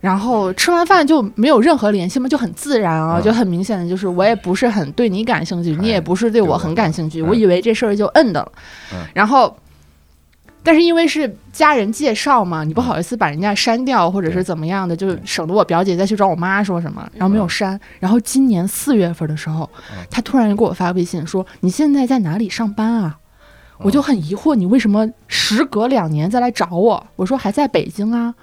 Speaker 7: 然后吃完饭就没有任何联系嘛，就很自然啊，
Speaker 1: 嗯哎
Speaker 7: 就很明显的就是我也不是很对你感兴趣，你也不是对我很感兴趣，
Speaker 1: 对我
Speaker 7: 我以为这事儿就摁的了，
Speaker 1: 嗯
Speaker 7: 然后。但是因为是家人介绍嘛，你不好意思把人家删掉或者是
Speaker 1: 嗯对
Speaker 7: 怎么样的，就
Speaker 1: 对嗯
Speaker 7: 省得我表姐再去找我妈说什么，然后没有删。然后今年四月份的时候，他突然给我发微信说：“你现在在哪里上班啊？”我
Speaker 1: 嗯
Speaker 7: 就很疑惑，你为什么时隔两年再来找我？我说还在北京啊。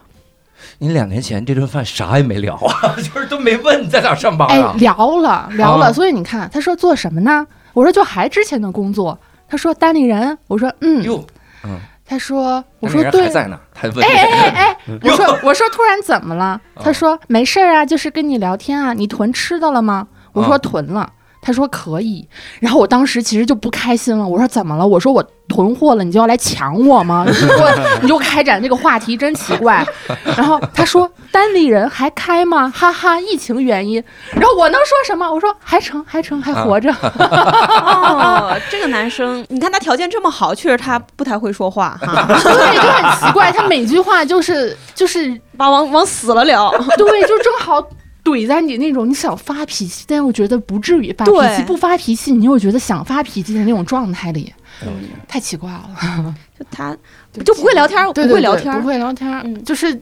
Speaker 1: 你两年前这顿饭啥也没聊啊， *laughs* 就是都没问你在哪儿上班
Speaker 7: 哎
Speaker 1: 啊，。
Speaker 7: 聊了聊了，
Speaker 1: 啊
Speaker 7: 所以你看，他说做什么呢？我说就还之前的工作。他说单立人，我说嗯，
Speaker 1: 哟，
Speaker 7: 他说我
Speaker 1: 那
Speaker 7: 说
Speaker 1: 人
Speaker 7: 对
Speaker 1: 还，在嗯呢，他问这
Speaker 7: 哎
Speaker 1: 个
Speaker 7: 哎哎哎，我说我说突然怎么了？
Speaker 1: 嗯
Speaker 7: 他说没事儿啊，就是跟你聊天啊。你囤吃的了吗？我说
Speaker 1: 啊
Speaker 7: 囤了。他说可以，然后我当时其实就不开心了。我说怎么了？我说我囤货了，你就要来抢我吗？
Speaker 1: *laughs*
Speaker 7: 你就给我你就开展这个话题，真奇怪。然后他说单立人还开吗？哈哈，疫情原因。然后我能说什么？我说还成，还成，还
Speaker 1: 啊
Speaker 7: 活着。 *laughs* 哎
Speaker 6: 哦，这 *laughs* 个男生，你看他条件这么好，确实他不太会说话哈，
Speaker 7: 对，就很奇怪。他每句话就是就是
Speaker 6: *laughs* 把往往死了聊。
Speaker 7: *laughs* 对，就正好怼在你那种你想发脾气，但又觉得不至于发
Speaker 6: 对
Speaker 7: 脾气，不发脾气你又觉得想发脾气的那种状态里，太奇怪了。
Speaker 6: *laughs* 就他就不会聊天，
Speaker 7: 对
Speaker 6: 不
Speaker 7: 对
Speaker 6: 会聊
Speaker 7: 对
Speaker 6: 天，
Speaker 7: 不会聊天儿，
Speaker 6: 嗯
Speaker 7: 就是。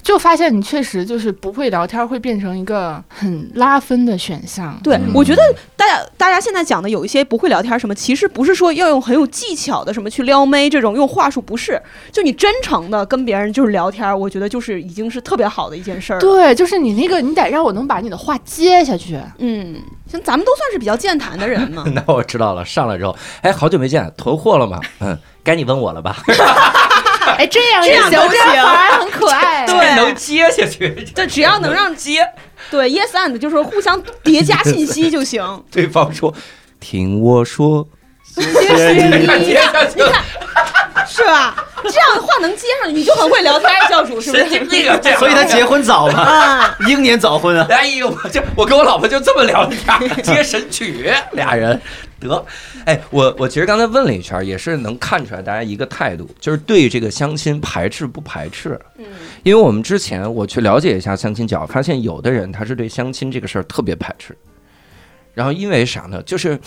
Speaker 7: 就发现你确实就是不会聊天，会变成一个很拉分的选项。
Speaker 6: 对，
Speaker 1: 嗯
Speaker 6: 我觉得大家大家现在讲的有一些不会聊天什么，其实不是说要用很有技巧的什么去撩妹这种用话术，不是，就你真诚的跟别人就是聊天，我觉得就是已经是特别好的一件事儿了。
Speaker 7: 对，就是你那个，你得让我能把你的话接下去。
Speaker 6: 嗯，像咱们都算是比较健谈的人 *laughs* 嘛
Speaker 1: *laughs* ，那我知道了，上来之后，哎，好久没见，囤货了吗？嗯，该你问我了吧？
Speaker 7: 哎，这样
Speaker 6: 这
Speaker 7: 也
Speaker 6: 样
Speaker 7: 行，
Speaker 6: 都
Speaker 7: 这样
Speaker 6: 行
Speaker 7: 反而很可
Speaker 6: *laughs*
Speaker 7: 爱。
Speaker 1: *laughs*
Speaker 6: 对
Speaker 1: 能接下去， *laughs*
Speaker 6: 这只要能让接对 yes and *laughs* 就是互相叠加信息就行。
Speaker 1: 对方说，听我说，
Speaker 7: 谢谢你。
Speaker 1: 接下去了，
Speaker 6: 是吧？这样的话能接上，你就很会聊天，教主是
Speaker 1: *laughs*
Speaker 6: 不
Speaker 1: 神经
Speaker 6: 是？ *laughs*
Speaker 1: 病啊！这样
Speaker 3: 所以他结婚早嘛，
Speaker 6: 啊，
Speaker 1: 嗯
Speaker 3: 英年早婚啊。
Speaker 1: *laughs* 哎呦，我就我跟我老婆就这么聊的天儿，接神曲，俩人得。哎，我我其实刚才问了一圈儿，也是能看出来大家一个态度，就是对这个相亲排斥不排斥。
Speaker 6: 嗯，
Speaker 1: 因为我们之前我去了解一下相亲角，发现有的人他是对相亲这个事儿特别排斥，然后因为啥呢？就是。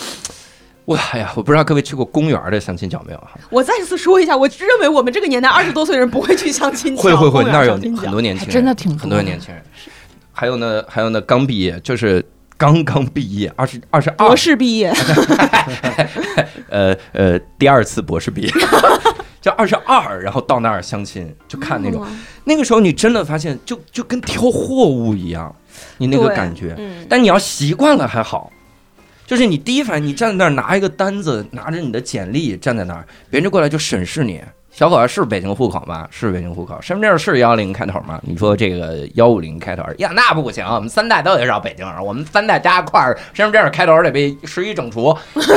Speaker 1: 我哎呀，我不知道各位去过公园儿的相亲角没有啊？
Speaker 6: 我再次说一下，我认为我们这个年代二十多岁的人不会去相亲角，
Speaker 1: 哎会会会，
Speaker 6: 公园
Speaker 1: 那儿有
Speaker 6: 相亲角
Speaker 1: 很多年
Speaker 7: 还
Speaker 1: 轻人，
Speaker 7: 真的挺
Speaker 1: 很
Speaker 7: 多
Speaker 1: 多
Speaker 7: 的
Speaker 1: 年轻人。还有呢，还有呢，刚毕业，就是刚刚毕业，二十二十二
Speaker 6: 博，士毕业，
Speaker 1: 呃呃，第二次博士毕业， *laughs* 就二十二，然后到那儿相亲，就看那种，
Speaker 7: 哦
Speaker 1: 那个时候你真的发现就，就跟挑货物一样，你那个
Speaker 6: 对
Speaker 1: 感觉。
Speaker 6: 嗯，
Speaker 1: 但你要习惯了还好，就是你第一反应，你站在那儿拿一个单子，拿着你的简历站在那儿，别人就过来就审视你。小伙子是北京户口吗？是北京户口，身份证是幺零开头吗？你说这个幺五零开头，呀，那不行，我们三代都得绕北京人，我们三代加一块儿，身份证开头得被十一整除。 *laughs* 这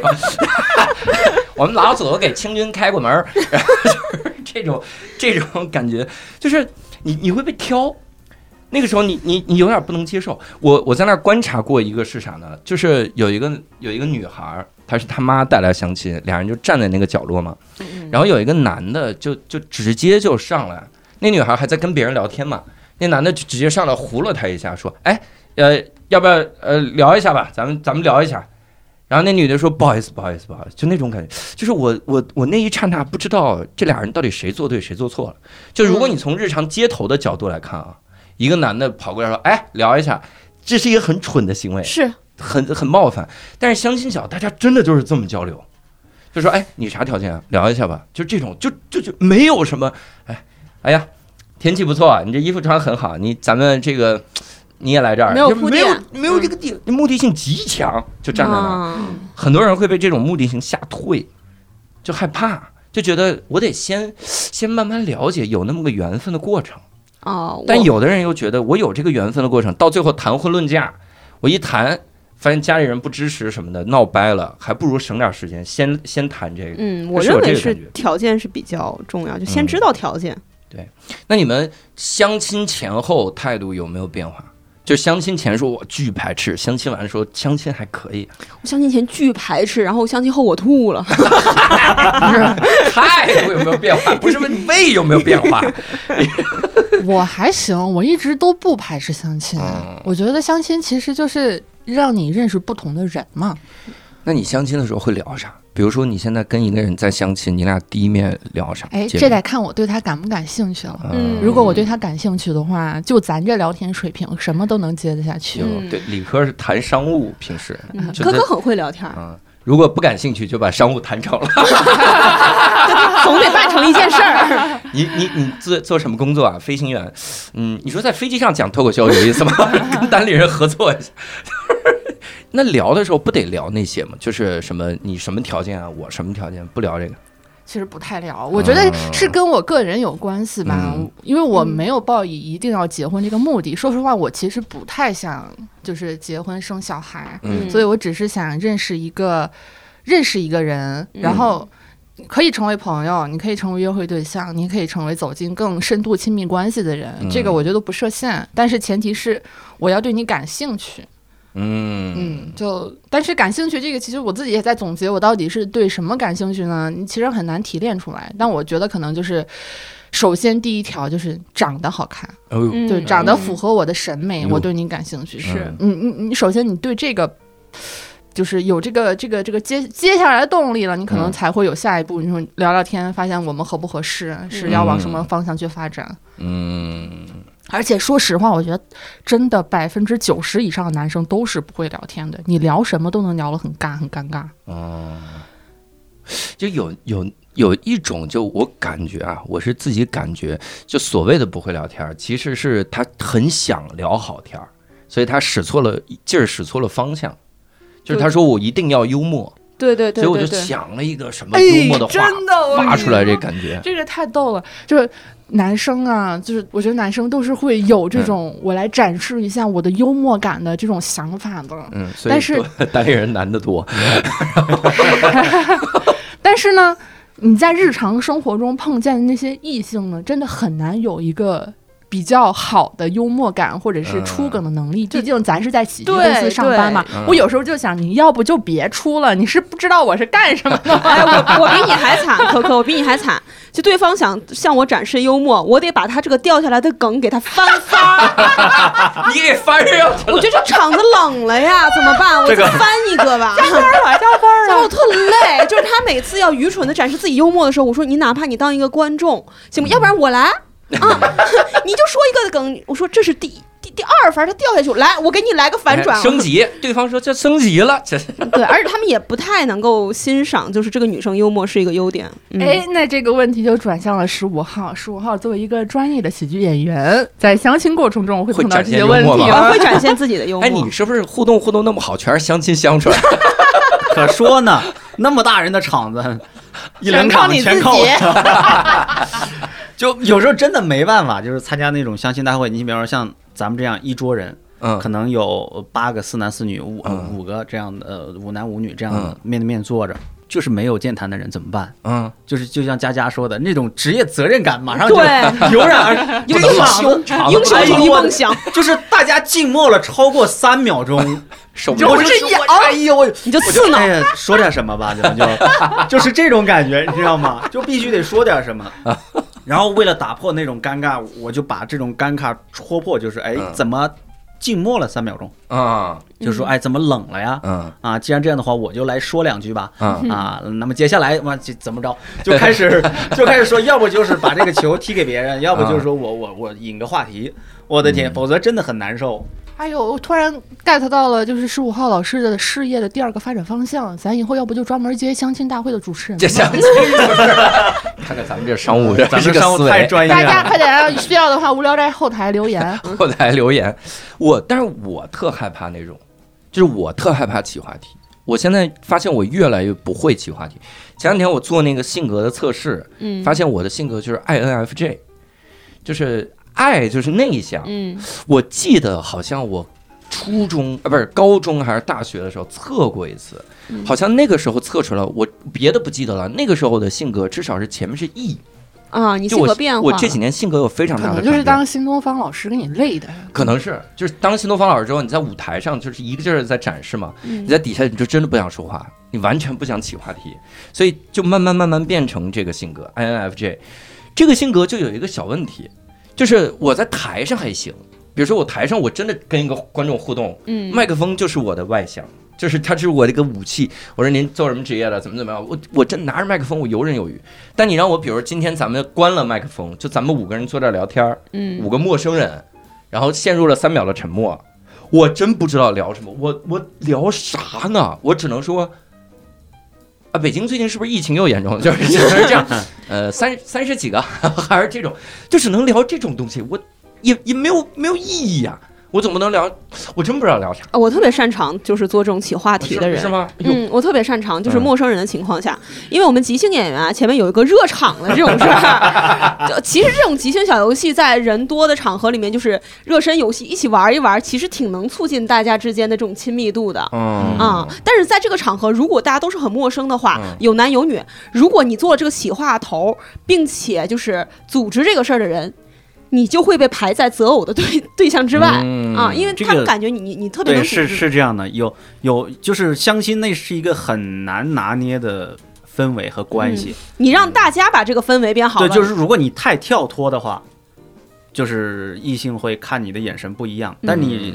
Speaker 1: 个我们老祖宗给清军开过门儿， *laughs* 然后就是这种这种感觉，就是你你会被挑，那个时候你你你有点不能接受。我我在那儿观察过一个是啥呢？就是有一个有一个女孩儿，她是她妈带来相亲，俩人就站在那个角落嘛。然后有一个男的就就直接就上来，那女孩还在跟别人聊天嘛，那男的就直接上来糊了她一下，说：“哎，呃，要不要呃聊一下吧？咱们咱们聊一下。”然后那女的说：“不好意思，不好意思，不好意思。”就那种感觉，就是我我我那一刹那不知道这俩人到底谁做对谁做错了。就如果你从日常街头的角度来看啊，一个男的跑过来说：“哎，聊一下。”这是一个很蠢的行为，
Speaker 6: 是
Speaker 1: 很很冒犯。但是相亲角大家真的就是这么交流，就说哎，你啥条件啊？聊一下吧，就这种，就就就没有什么，哎，哎呀，天气不错，啊你这衣服穿得很好，你咱们这个你也来这儿，
Speaker 6: 没有
Speaker 1: 就
Speaker 6: 铺
Speaker 1: 没有
Speaker 6: 垫
Speaker 1: 没有这个地，目的性极强，就站在那儿。
Speaker 6: 嗯
Speaker 1: 很多人会被这种目的性吓退，就害怕，就觉得我得先先慢慢了解，有那么个缘分的过程。
Speaker 6: 哦，
Speaker 1: 但
Speaker 6: 我
Speaker 1: 有的人又觉得，我有这个缘分的过程，到最后谈婚论嫁，我一谈，发现家里人不支持什么的，闹掰了，还不如省点时间，先先谈这个。
Speaker 6: 嗯，我
Speaker 1: 是有
Speaker 6: 认
Speaker 1: 这
Speaker 6: 为
Speaker 1: 个感
Speaker 6: 是
Speaker 1: 觉
Speaker 6: 条件是比较重要，就先
Speaker 1: 嗯
Speaker 6: 知道条件。
Speaker 1: 那你们相亲前后态度有没有变化？就相亲前说我巨排斥，相亲完说相亲还可以，
Speaker 6: 我相亲前巨排斥，然后相亲后我吐了。
Speaker 1: 态度有没有变化？不是问胃有没有变化。 *laughs*
Speaker 7: *laughs* 我还行，我一直都不排斥相亲。
Speaker 1: 嗯
Speaker 7: 我觉得相亲其实就是让你认识不同的人嘛。
Speaker 1: 那你相亲的时候会聊啥？比如说你现在跟一个人在相亲，你俩第一面聊啥？
Speaker 7: 哎，
Speaker 1: 见
Speaker 7: 这
Speaker 1: 面
Speaker 7: 得看我对他感不感兴趣了。
Speaker 6: *laughs* 嗯
Speaker 7: 如果我对他感兴趣的话，就咱这聊天水平，什么都能接得下去。
Speaker 1: 有对理科是谈商务，平时
Speaker 6: 嗯
Speaker 1: 就
Speaker 6: 哥
Speaker 1: 在
Speaker 6: 哥很会聊天儿，
Speaker 1: 嗯，如果不感兴趣，就把商务谈成了。
Speaker 6: 总得办成一件事儿。
Speaker 1: 你你你做做什么工作啊？飞行员。嗯，你说在飞机上讲脱口秀有意思吗？跟单立人合作一下。 *laughs* 那聊的时候不得聊那些吗？就是什么你什么条件啊，我什么条件，不聊这个。
Speaker 7: 其实不太聊，我觉得是跟我个人有关系吧，
Speaker 1: 嗯
Speaker 7: 因为我没有抱以一定要结婚这个目的。说实话，我其实不太想就是结婚生小孩，
Speaker 1: *laughs* 嗯
Speaker 7: 所以我只是想认识一个认识一个人，然后可以成为朋友，你可以成为约会对象，你可以成为走进更深度亲密关系的人。
Speaker 1: 嗯
Speaker 7: 这个我觉得不设限，但是前提是我要对你感兴趣。
Speaker 1: 嗯
Speaker 7: 嗯，就但是感兴趣这个，其实我自己也在总结，我到底是对什么感兴趣呢？你其实很难提炼出来。但我觉得可能就是，首先第一条就是长得好看，
Speaker 1: 哎呦，
Speaker 6: 嗯
Speaker 7: 对，长得符合我的审美，
Speaker 1: 嗯
Speaker 7: 我对你感兴趣。
Speaker 1: 是
Speaker 7: 嗯，你你首先你对这个。就是有这个这个这个接接下来的动力了，你可能
Speaker 1: 嗯
Speaker 7: 才会有下一步。你说聊聊天，发现我们合不合适，是要往什么方向去发展？
Speaker 1: 嗯，
Speaker 7: 而且说实话，我觉得真的百分之九十以上的男生都是不会聊天的，你聊什么都能聊得很尬，很尴尬。
Speaker 1: 哦，就有有有一种，就我感觉啊，我是自己感觉，就所谓的不会聊天儿，其实是他很想聊好天儿，所以他使错了劲儿，使错了方向。就是他说我一定要幽默，
Speaker 7: 对对
Speaker 1: 所以我就想了一个什么幽默的话
Speaker 8: 真的我
Speaker 1: 发出来，这感觉。
Speaker 7: 这个太逗了，就是男生啊，就是我觉得男生都是会有这种、我来展示一下我的幽默感的这种想法的。
Speaker 1: 嗯，所以
Speaker 7: 但是
Speaker 1: 多 *laughs* 单立人男的多，
Speaker 7: 但是呢，你在日常生活中碰见的那些异性呢，真的很难有一个。比较好的幽默感或者是出梗的能力，毕竟咱是在喜剧公司
Speaker 6: 对
Speaker 7: 上班嘛
Speaker 1: 对嗯。
Speaker 7: 我有时候就想，你要不就别出了，你是不知道我是干什么的
Speaker 1: *laughs*
Speaker 7: 吗？
Speaker 6: 哎，我我比你还惨，可可，我比你还惨。就对方想向我展示幽默，我得把他这个掉下来的梗给他翻翻儿，
Speaker 1: 你给翻上 *laughs* 去
Speaker 6: 我
Speaker 1: 了。
Speaker 6: 觉得这场子冷
Speaker 1: *laughs*
Speaker 6: 了呀，怎么办？我
Speaker 1: 这
Speaker 6: 再
Speaker 1: 个
Speaker 6: 翻一个吧。 *laughs*
Speaker 7: 玩加班
Speaker 1: 啊
Speaker 6: 然后我特累，就是他每次要愚蠢的展示自己幽默的时候，我说你哪怕你当一个观众行
Speaker 1: 嗯
Speaker 6: 吗？要不然我来啊， *laughs* 你就说一个梗，我说这是第第第二番，他掉下去，来我给你来个反转，啊
Speaker 1: 升级，对方说这升级了，这
Speaker 6: 对，而且他们也不太能够欣赏，就是这个女生幽默是一个优点。嗯、
Speaker 7: 哎，那这个问题就转向了十五号。十五号作为一个专业的喜剧演员，在相亲过程中会
Speaker 1: 会
Speaker 7: 碰到
Speaker 1: 展
Speaker 7: 这
Speaker 1: 现
Speaker 7: 些
Speaker 1: 幽
Speaker 7: 问
Speaker 1: 默
Speaker 7: 题
Speaker 1: 吗
Speaker 7: 吗
Speaker 6: 我？会展现自己的幽默。
Speaker 1: 哎，你是不是互动互动那么好，全是相亲相出来？
Speaker 3: 可说呢，那么大人的
Speaker 1: *laughs*
Speaker 3: 场子，一
Speaker 7: 全
Speaker 3: 轮
Speaker 7: 靠
Speaker 3: 岗
Speaker 7: 你
Speaker 3: 全
Speaker 7: 自
Speaker 3: 靠我
Speaker 7: 己。
Speaker 3: *laughs* 就有时候真的没办法，就是参加那种相亲大会，你比方说像咱们这样一桌人，
Speaker 1: 嗯
Speaker 3: 可能有八个四男四女，五、
Speaker 1: 嗯
Speaker 3: 五个这样的，呃，五男五女这样的、
Speaker 1: 嗯
Speaker 3: 面对面坐着，就是没有健谈的人怎么办？
Speaker 1: 嗯，
Speaker 3: 就是就像佳佳说的那种职业责任感，马上就
Speaker 6: 对
Speaker 3: *laughs* 油然而生，
Speaker 6: *laughs* 有
Speaker 3: 这个
Speaker 6: 英
Speaker 3: 场
Speaker 6: 雄
Speaker 3: 子场子
Speaker 6: 英雄主义
Speaker 3: 哎呦
Speaker 6: 梦想，
Speaker 3: 我就是大家静默了超过三
Speaker 6: *laughs*
Speaker 3: 秒钟，
Speaker 1: 手
Speaker 3: 就我这一哎呦我。
Speaker 6: 啊你就
Speaker 3: 我就
Speaker 6: 刺挠
Speaker 3: 哎。呀，说点什么吧，咱们就 *laughs* 就是这种感觉，你知道吗？就必须得说
Speaker 1: *laughs*
Speaker 3: 点什么。然后为了打破那种尴尬，我就把这种尴尬戳破，就是哎，
Speaker 1: 嗯
Speaker 3: 怎么静默了三秒钟？
Speaker 1: 啊
Speaker 3: 就
Speaker 7: 嗯
Speaker 3: 说哎，怎么冷了呀？
Speaker 1: 嗯
Speaker 3: 啊，既然这样的话，我就来说两句吧。
Speaker 1: 嗯
Speaker 3: 啊，那么接下来嘛，就怎么着，就
Speaker 1: *laughs*
Speaker 3: 开始就开始说，要不就是把这个球踢给别人，要不就是说我我我引个话题。我的天，
Speaker 1: 嗯
Speaker 3: 否则真的很难受。
Speaker 7: 哎呦，我突然 get 到了，就是十五号老师的事业的第二个发展方向。咱以后要不就专门接相亲大会的主持人吧？
Speaker 1: 这相亲是不是？看看咱们这商务，
Speaker 3: 咱
Speaker 1: 这
Speaker 3: 们
Speaker 1: 个
Speaker 3: 商
Speaker 1: 思
Speaker 3: 务太
Speaker 1: 维。
Speaker 3: 专业
Speaker 7: 大家
Speaker 3: 了。
Speaker 7: 快点啊！需要的话，无聊斋后台留言。
Speaker 1: 后台留言，我但是我特害怕那种，就是我特害怕起话题。我现在发现我越来越不会起话题。前两天我做那个性格的测试，
Speaker 6: 嗯
Speaker 1: 发现我的性格就是 INFJ，就是爱就是内向，
Speaker 6: 嗯，
Speaker 1: 我记得好像我初中啊，不是高中还是大学的时候测过一次，
Speaker 6: 嗯
Speaker 1: 好像那个时候测出来，我别的不记得了。那个时候的性格至少是前面是 E，
Speaker 6: 啊，你
Speaker 1: 就
Speaker 6: 性
Speaker 1: 我
Speaker 6: 格变化
Speaker 1: 我
Speaker 6: 了，
Speaker 1: 这几年性格有 *laughs* 非常
Speaker 7: 可
Speaker 1: 大的
Speaker 7: 能就是
Speaker 1: 转变
Speaker 7: 当新东方老师给你累的，
Speaker 1: 可能是就是当新东方老师之后，你在舞台上就是一个劲儿地在展示嘛，
Speaker 6: 嗯
Speaker 1: 你在底下你就真的不想说话，你完全不想起话题，所以就慢慢慢慢变成这个性格 INFJ。这个性格就有一个小问题，就是我在台上还行，比如说我台上我真的跟一个观众互动，
Speaker 6: 嗯
Speaker 1: 麦克风就是我的外向，就是它是我的一个武器。我说您做什么职业的，怎么怎么样，我我真拿着麦克风我游刃有余。但你让我，比如今天咱们关了麦克风，就咱们五个人坐这儿聊天儿，
Speaker 6: 嗯
Speaker 1: 五个陌生人，然后陷入了三秒的沉默，我真不知道聊什么，我我聊啥呢？我只能说。啊，北京最近是不是疫情又严重？就是就是这样，呃，三三十几个还是这种，就只能聊这种东西，我也也没有没有意义啊。我总不能聊我真不知道聊啥。
Speaker 6: 啊我特别擅长就是做这种企话题的人
Speaker 1: 是是。吗？哟，
Speaker 6: 嗯，我特别擅长，就是
Speaker 1: 嗯
Speaker 6: 陌生人的情况下，因为我们即兴演员啊，前面有一个热场的这种事儿。
Speaker 3: *laughs*
Speaker 6: 就其实这种即兴小游戏在人多的场合里面，就是热身游戏，一起玩一玩，其实挺能促进大家之间的这种亲密度的。
Speaker 1: 嗯
Speaker 6: 啊、但是在这个场合，如果大家都是很陌生的话，
Speaker 1: 嗯
Speaker 6: 有男有女，如果你做了这个企划头，并且就是组织这个事儿的人，你就会被排在择偶的对对象之外、
Speaker 1: 嗯
Speaker 6: 啊，因为
Speaker 3: 这
Speaker 6: 他们
Speaker 3: 个
Speaker 6: 感觉你你你特别能
Speaker 3: 对，
Speaker 6: 组织
Speaker 3: 是是这样的，有有就是相亲，那是一个很难拿捏的氛围和关系。
Speaker 7: 嗯
Speaker 6: 你让大家把这个氛围变好了，
Speaker 3: 对，就是如果你太跳脱的话，就是异性会看你的眼神不一样，但
Speaker 7: 嗯
Speaker 3: 你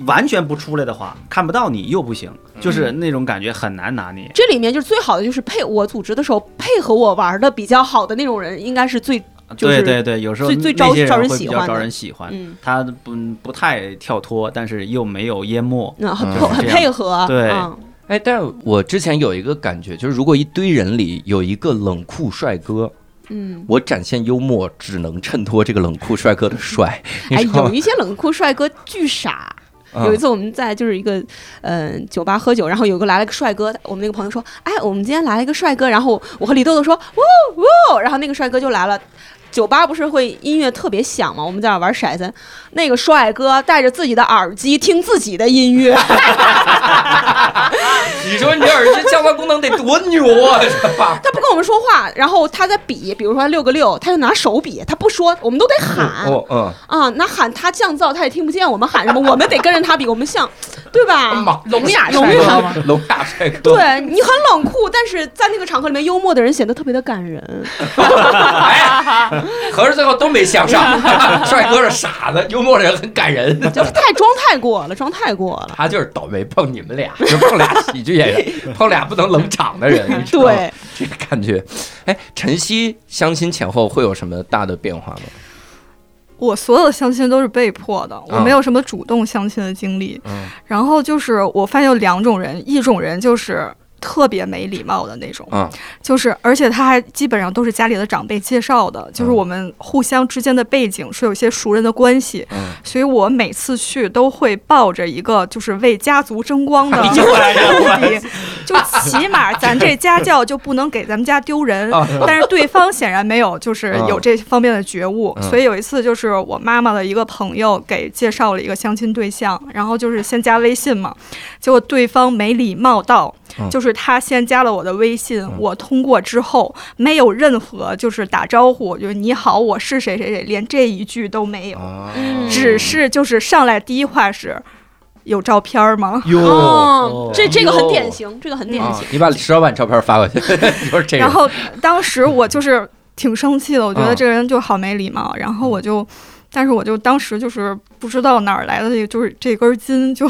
Speaker 1: 嗯
Speaker 3: 完全不出来的话，看不到你又不行，
Speaker 6: 嗯
Speaker 3: 就是那种感觉很难拿捏。
Speaker 6: 这里面就是最好的，就是配我组织的时候配合我玩的比较好的那种人，应该是最就是
Speaker 3: 对对对，有时候
Speaker 6: 最最招
Speaker 3: 那些
Speaker 6: 招人
Speaker 3: 会
Speaker 6: 喜
Speaker 3: 比较
Speaker 6: 欢
Speaker 3: 招
Speaker 6: 的
Speaker 3: 人喜欢，
Speaker 6: 嗯，
Speaker 3: 他不不太跳脱，但是又没有淹没。
Speaker 6: 那啊很
Speaker 1: 嗯
Speaker 6: 配很
Speaker 3: 这样
Speaker 6: 配合，
Speaker 3: 对
Speaker 6: 嗯
Speaker 1: 哎，但我之前有一个感觉，就是如果一堆人里有一个冷酷帅哥，
Speaker 6: 嗯，
Speaker 1: 我展现幽默只能衬托这个冷酷帅哥的帅。你
Speaker 6: 哎，
Speaker 1: 知道
Speaker 6: 有
Speaker 1: 吗
Speaker 6: 一些冷酷帅哥巨傻。
Speaker 1: 嗯
Speaker 6: 有一次我们在就是一个嗯、呃酒吧喝酒，然后有个来了个帅哥，我们那个朋友说，哎，我们今天来了一个帅哥，然后我和李豆豆说，哇哇，然后那个帅哥就来了。酒吧不是会音乐特别响吗？我们在那玩骰子，那个帅哥戴着自己的耳机听自己的音乐，
Speaker 1: 你说你这耳机降噪功能得多牛啊！这吧
Speaker 6: 他不跟我们说话，然后他在比，比如说他六个六，他就拿手比，他不说，我们都得喊。
Speaker 1: 哦嗯，
Speaker 6: 啊，那喊他降噪，他也听不见我们喊什么，我们得跟着他比，我们像，对
Speaker 1: 哎
Speaker 6: 吧？
Speaker 7: 聋哑
Speaker 6: 聋
Speaker 7: 帅
Speaker 6: 哑
Speaker 7: 哥吗？
Speaker 1: 啊聋哑帅哥。
Speaker 6: 对你很冷酷，但是在那个场合里面，幽默的人显得特别的感人。
Speaker 1: 哎，合着最后都没相上。帅哥是傻子，幽默的人很感人。
Speaker 6: 就是太装太过了，装太过了。
Speaker 1: 他就是倒霉碰你们俩，就碰俩喜剧演员，碰俩不能冷场的人。你知道吗，
Speaker 6: 对，
Speaker 1: 这个感觉。哎，晨曦相亲前后会有什么大的变化吗？
Speaker 8: 我所有的相亲都是被迫的，我
Speaker 1: 嗯
Speaker 8: 没有什么主动相亲的经历。
Speaker 1: 嗯
Speaker 8: 然后就是我发现有两种人，一种人就是特别没礼貌的那种，
Speaker 1: 嗯
Speaker 8: 就是而且他还基本上都是家里的长辈介绍的，就是
Speaker 1: 嗯
Speaker 8: 我们互相之间的背景是有一些熟人的关系，
Speaker 1: 嗯，
Speaker 8: 所以我每次去都会抱着一个就是为家族争光
Speaker 1: *laughs*
Speaker 8: 的目
Speaker 3: 又来
Speaker 8: 的，就起码咱这家教就不能给咱们家丢人。
Speaker 1: 哦
Speaker 8: 但是对方显然没有，就是有这方面的觉悟，
Speaker 1: 嗯
Speaker 8: 所以有一次就是我妈妈的一个朋友给介绍了一个相亲对象，然后就是先加微信嘛，结果对方没礼貌到
Speaker 1: 嗯，
Speaker 8: 就是他先加了我的微信，我通过之后没有任何就是打招呼，就是你好，我是谁谁谁，连这一句都没有，
Speaker 1: 啊
Speaker 6: 嗯
Speaker 8: 只是就是上来第一话是有照片儿吗？
Speaker 6: 哦，这这个很典型，这个很典
Speaker 1: 啊
Speaker 6: 型。！
Speaker 1: 你把石老板照片发过去， *laughs* 你说这个
Speaker 8: 然后当时我就是挺
Speaker 1: *laughs*
Speaker 8: 生气的，我觉
Speaker 1: 嗯
Speaker 8: 得这个人就好没礼貌。然后我就，但是我就当时就是不知道哪儿来的这个，就是这根筋就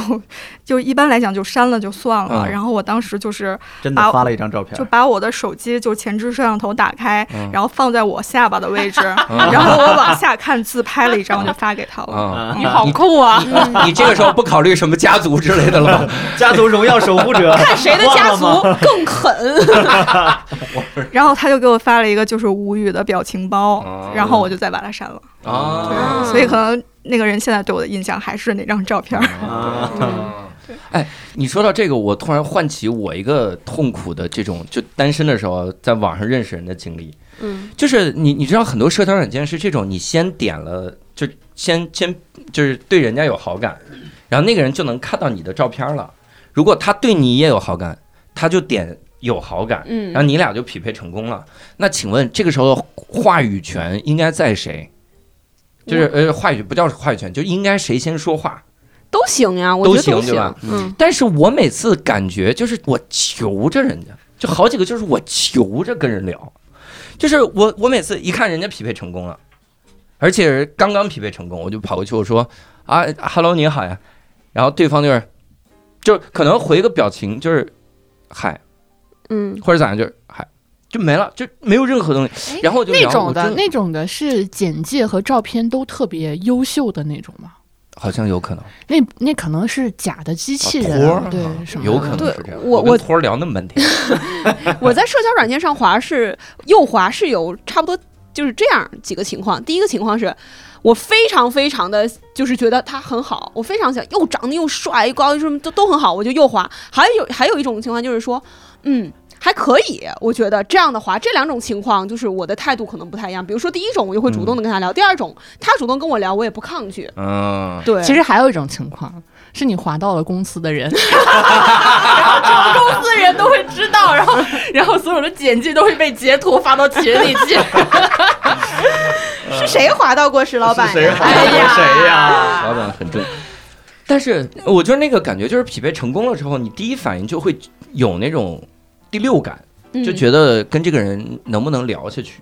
Speaker 8: 就一般来讲就删了就算了。
Speaker 1: 嗯
Speaker 8: 然后我当时就是
Speaker 3: 真的发了一张照片
Speaker 8: 就，把我的手机就前置摄像头打开，
Speaker 1: 嗯
Speaker 8: 然后放在我下巴的位
Speaker 1: *laughs*
Speaker 8: 置，然后我往下看自拍了一张，我就发给他了。
Speaker 1: 啊，
Speaker 7: 你好酷啊！
Speaker 1: 你 *laughs* 这个时候不考虑什么家族之类的了吗？
Speaker 3: 家族荣耀守护者，
Speaker 6: 看 *laughs* 谁的家族
Speaker 3: 嗯忘了吗
Speaker 6: 更狠？
Speaker 8: 然后他就给我发了一个就是无语的表情包，
Speaker 1: 哦
Speaker 8: 然后我就再把它删了。
Speaker 1: 啊，
Speaker 8: 所以可能那个人现在对我的印象还是那张照
Speaker 1: 嗯
Speaker 8: 片儿。
Speaker 3: 啊
Speaker 8: 嗯
Speaker 1: 哎，你说到这个，我突然唤起我一个痛苦的这种就单身的时候啊在网上认识人的经历。
Speaker 6: 嗯，
Speaker 1: 就是你你知道很多社交软件是这种，你先点了就先先就是对人家有好感，然后那个人就能看到你的照片了。如果他对你也有好感，他就点有好感，
Speaker 6: 嗯
Speaker 1: 然后你俩就匹配成功了。那请问这个时候话语权应该在谁？就是呃，话语不叫话语权，就应该谁先说话。
Speaker 6: 都行呀，我觉得
Speaker 1: 都
Speaker 6: 都
Speaker 1: 行对吧
Speaker 6: 行。嗯，
Speaker 1: 但是我每次感觉就是我求着人家，就好几个就是我求着跟人聊，就是我我每次一看人家匹配成功了，而且刚刚匹配成功，我就跑过去我说啊，hello 你好呀，然后对方就是就可能回个表情就是嗨，
Speaker 6: 嗯，
Speaker 1: 或者咋样就是嗨。就没了，就没有任何东西
Speaker 7: 哎，
Speaker 1: 然后我就
Speaker 7: 那
Speaker 1: 聊
Speaker 7: 种
Speaker 1: 我
Speaker 7: 的
Speaker 1: 真
Speaker 7: 那种的是简介和照片都特别优秀的那种吗？
Speaker 1: 好像有可能，
Speaker 7: 那那可能是假的机器人，
Speaker 1: 托儿
Speaker 7: 对
Speaker 1: 啊，
Speaker 7: 什么的
Speaker 1: 有可能
Speaker 6: 对
Speaker 1: 是这样。
Speaker 6: 我
Speaker 1: 跟
Speaker 6: 我
Speaker 1: 托儿聊那么半
Speaker 7: *laughs*
Speaker 1: 天，
Speaker 6: 我在社交软件上滑是右滑是有差不多就是这样几个情况。第一个情况是我非常非常的就是觉得他很好，我非常想又长得又帅又高又什么都都很好，我就又滑。还有还有一种情况就是说，嗯。还可以，我觉得这样的话，这两种情况就是我的态度可能不太一样。比如说，第一种我就会主动的跟他聊，第二种他主动跟我聊，我也不抗拒。
Speaker 1: 嗯，
Speaker 6: 对，
Speaker 7: 其实还有一种情况，是你划到了公司的
Speaker 1: *laughs*
Speaker 7: 人，然后公司人都会知道，然后然后所有的简介都会被截图发到群里去。
Speaker 6: 是谁划到过石老板呀？
Speaker 3: 是谁划到过谁呀
Speaker 1: 老板很正。但是我觉得那个感觉就是匹配成功了之后，你第一反应就会有那种第六感，
Speaker 6: 嗯
Speaker 1: 就觉得跟这个人能不能聊下去。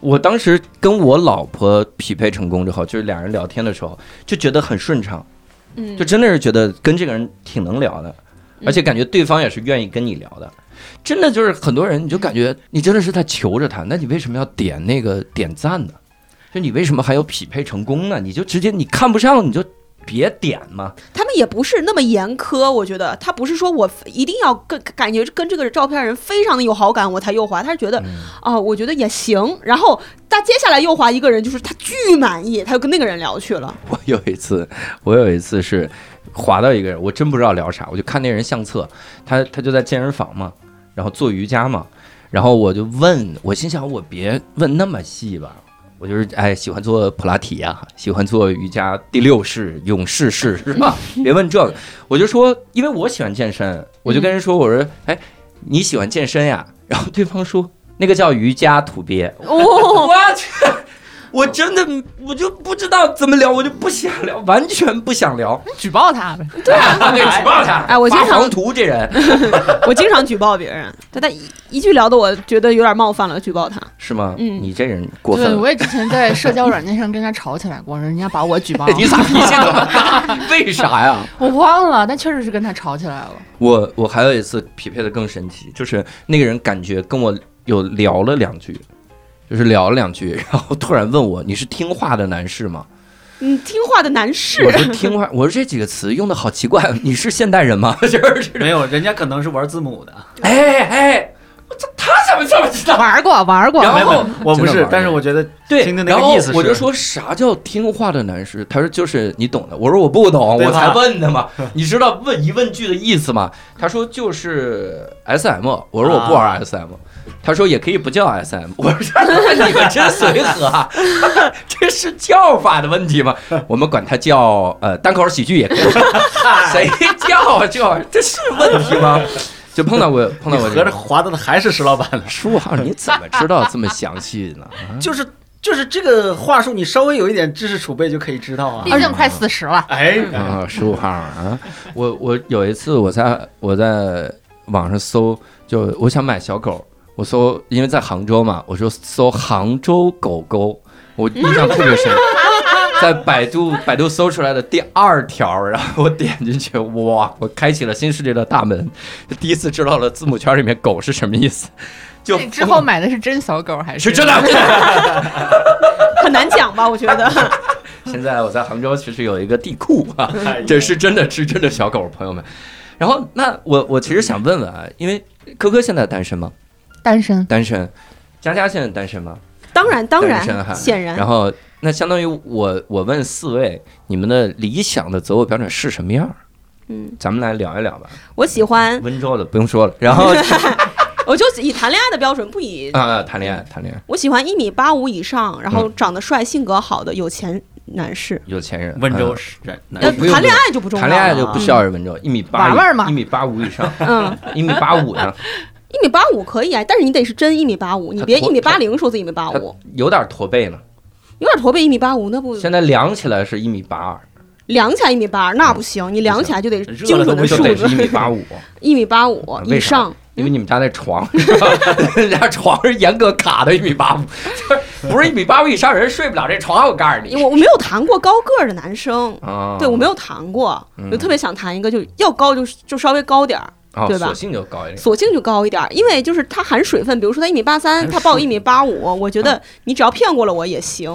Speaker 1: 我当时跟我老婆匹配成功之后，就是俩人聊天的时候，就觉得很顺畅，
Speaker 6: 嗯
Speaker 1: 就真的是觉得跟这个人挺能聊的，而且感觉对方也是愿意跟你聊的。真的就是很多人，你就感觉你真的是在求着他，那你为什么要点那个点赞呢？就你为什么还要匹配成功呢？你就直接你看不上你就别点嘛。
Speaker 6: 他们也不是那么严苛，我觉得他不是说我一定要跟感觉跟这个照片人非常的有好感我才右滑，他是
Speaker 1: 嗯
Speaker 6: 觉得啊、我觉得也行。然后他接下来右滑一个人，就是他巨满意，他就跟那个人聊去了。
Speaker 1: *laughs* 我有一次，我有一次是滑到一个人，我真不知道聊啥，我就看那人相册，他他就在健身房嘛，然后做瑜伽嘛，然后我就问，我心想我别问那么细吧，我就是哎喜欢做普拉提呀、喜欢做瑜伽第六式、勇士式是吧？ *laughs* 别问这个，我就说因为我喜欢健身，我就跟人说我说哎你喜欢健身呀，然后对方说那个叫瑜伽土鳖，*laughs*
Speaker 6: 哦，
Speaker 1: 我去，我真的我就不知道怎么聊，我就不想聊，完全不想聊。
Speaker 7: *laughs* 举报他呗，
Speaker 1: 对啊，对，举报他！
Speaker 6: 哎我经
Speaker 1: 发
Speaker 6: 常
Speaker 1: 黄图这人
Speaker 6: 我经常举报别人，但他一一句聊的我觉得有点冒犯了，举报他。
Speaker 1: 是吗？
Speaker 6: 嗯
Speaker 1: 你这人过
Speaker 7: 对，
Speaker 1: 分了。
Speaker 7: 我也之前在社交软件上跟人家吵起来过，人家把我举报了，
Speaker 1: *laughs* 你咋脾气这么大？ *laughs* 为啥呀？
Speaker 7: 我忘了，但确实是跟他吵起来了。
Speaker 1: 我我还有一次匹配的更神奇，就是那个人感觉跟我有聊了两句，就是聊了两句，然后突然问我你是听话的男士
Speaker 6: *laughs*
Speaker 1: 吗？
Speaker 6: 嗯，听话的男士
Speaker 1: 我，说听话，我说这几个词用的好奇怪，你是现代人吗？ *laughs* 就是这种，
Speaker 3: 没有，人家可能是玩字母的。
Speaker 1: 哎哎，我这他怎么这么知道？
Speaker 7: 玩过，玩过，
Speaker 1: 然
Speaker 3: 没有没有
Speaker 1: 后
Speaker 3: 我
Speaker 1: 真
Speaker 3: 不
Speaker 1: 的
Speaker 3: 是
Speaker 1: 吗，
Speaker 3: 但是我觉得
Speaker 1: 对，
Speaker 3: 听听那
Speaker 1: 然
Speaker 3: 个
Speaker 1: 后
Speaker 3: 意思是
Speaker 1: 我就说啥叫听话的男士？他说就是你懂的。我说我不懂，
Speaker 3: 对
Speaker 1: 我才
Speaker 3: 吧
Speaker 1: 问的嘛。你知道问疑问句的意思吗？他说就是 S M。我说我不
Speaker 3: 啊
Speaker 1: 玩 S M。他说也可以不叫 S M。我说你们真随和啊， *laughs* 这是叫法的问题吗？我们管它叫呃单口喜剧也可以，谁叫叫这是问题吗？就碰到过碰
Speaker 3: 你
Speaker 1: 到过这
Speaker 3: 合着
Speaker 1: 种。
Speaker 3: 划到的还是石老板了。
Speaker 1: 叔啊，你怎么知道这么详细呢？
Speaker 3: 就是就是这个话术，你稍微有一点知识储备就可以知道啊
Speaker 6: 嗯
Speaker 7: 毕。竟快四十了。
Speaker 3: 哎，
Speaker 1: 啊， *laughs* 十五号啊！我我有一次我在我在网上搜，就我想买小狗，我搜，因为在杭州嘛，我就搜杭州狗狗，我印象特别深，在百度百度搜出来的第二条，然后我点进去，哇，我开启了新世界的大门，第一次知道了字母圈里面狗是什么意思，就
Speaker 7: 你之后买的是真小狗还
Speaker 1: 是真
Speaker 7: *laughs*
Speaker 1: 的。
Speaker 6: *laughs* 很难讲吧？我觉
Speaker 1: *laughs*
Speaker 6: 得
Speaker 1: 现在我在杭州其实有一个地库
Speaker 3: *laughs*
Speaker 1: 啊，
Speaker 3: 哎
Speaker 1: 这是真的是真的小狗，朋友们。然后那我我其实想问问啊，因为科科现在单身吗？
Speaker 7: 单身？
Speaker 1: 单身，佳佳现在单身吗？
Speaker 6: 当然当
Speaker 1: 单身哈
Speaker 6: 然，显然
Speaker 1: 然后那相当于我我问四位，你们的理想的择偶标准是什么样儿？
Speaker 6: 嗯，
Speaker 1: 咱们来聊一聊吧。
Speaker 6: 我喜欢，
Speaker 1: 温州的不用说了，然
Speaker 6: *laughs*
Speaker 1: 后
Speaker 6: 我就以谈恋爱的标准，不以
Speaker 1: 啊谈恋爱谈恋爱，
Speaker 6: 我喜欢一米八五以上，然后
Speaker 1: 嗯
Speaker 6: 长得帅、性格好的有钱男士。
Speaker 1: 有钱人
Speaker 3: 温州
Speaker 1: 嗯
Speaker 3: 市人，那
Speaker 6: 呃
Speaker 1: 不用
Speaker 6: 谈恋爱就不重要
Speaker 1: 谈
Speaker 6: 了，
Speaker 1: 恋爱就不需要是温州，一米八
Speaker 7: 玩玩嘛
Speaker 1: 一米八五以上，
Speaker 6: 嗯，
Speaker 1: 一米八五
Speaker 6: *laughs*
Speaker 1: 呢，
Speaker 6: 一米八五可以啊，但是你得是真一米八五，你别
Speaker 1: 他
Speaker 6: 一
Speaker 1: 驼
Speaker 6: 米八零说自己一米八
Speaker 1: 他
Speaker 6: 五，
Speaker 1: 有点驼背呢。
Speaker 6: 有点驼背一米八五，那不
Speaker 1: 现在量起来是一米八二，
Speaker 6: 量起来一米八那不行，你量起来就得
Speaker 3: 热
Speaker 6: 精
Speaker 3: 了
Speaker 6: 准
Speaker 3: 都
Speaker 6: 的
Speaker 3: 不
Speaker 1: 就
Speaker 6: 数
Speaker 1: 得
Speaker 6: 字
Speaker 1: 是一米八
Speaker 6: *laughs*
Speaker 1: 五，
Speaker 6: 一米八五以
Speaker 1: 啊为啥
Speaker 6: 上。
Speaker 1: 因为你们家那床， *laughs* 是吧人家床是严格卡的一米八五， *laughs* 就是不是一米八五以上人睡不了这床，我告诉你。
Speaker 6: 我我没有谈过高个儿的男生，
Speaker 1: 啊，
Speaker 6: 对我没有谈过，
Speaker 1: 嗯
Speaker 6: 我特别想谈一个就要高就就稍微高点儿，
Speaker 1: 哦，
Speaker 6: 对吧
Speaker 1: 索性就高一点。
Speaker 6: 索性就高一点儿，因为就是他含水分，比如说他一米八三，他报一米八五，我觉
Speaker 1: 啊
Speaker 6: 得你只要骗过了我也行。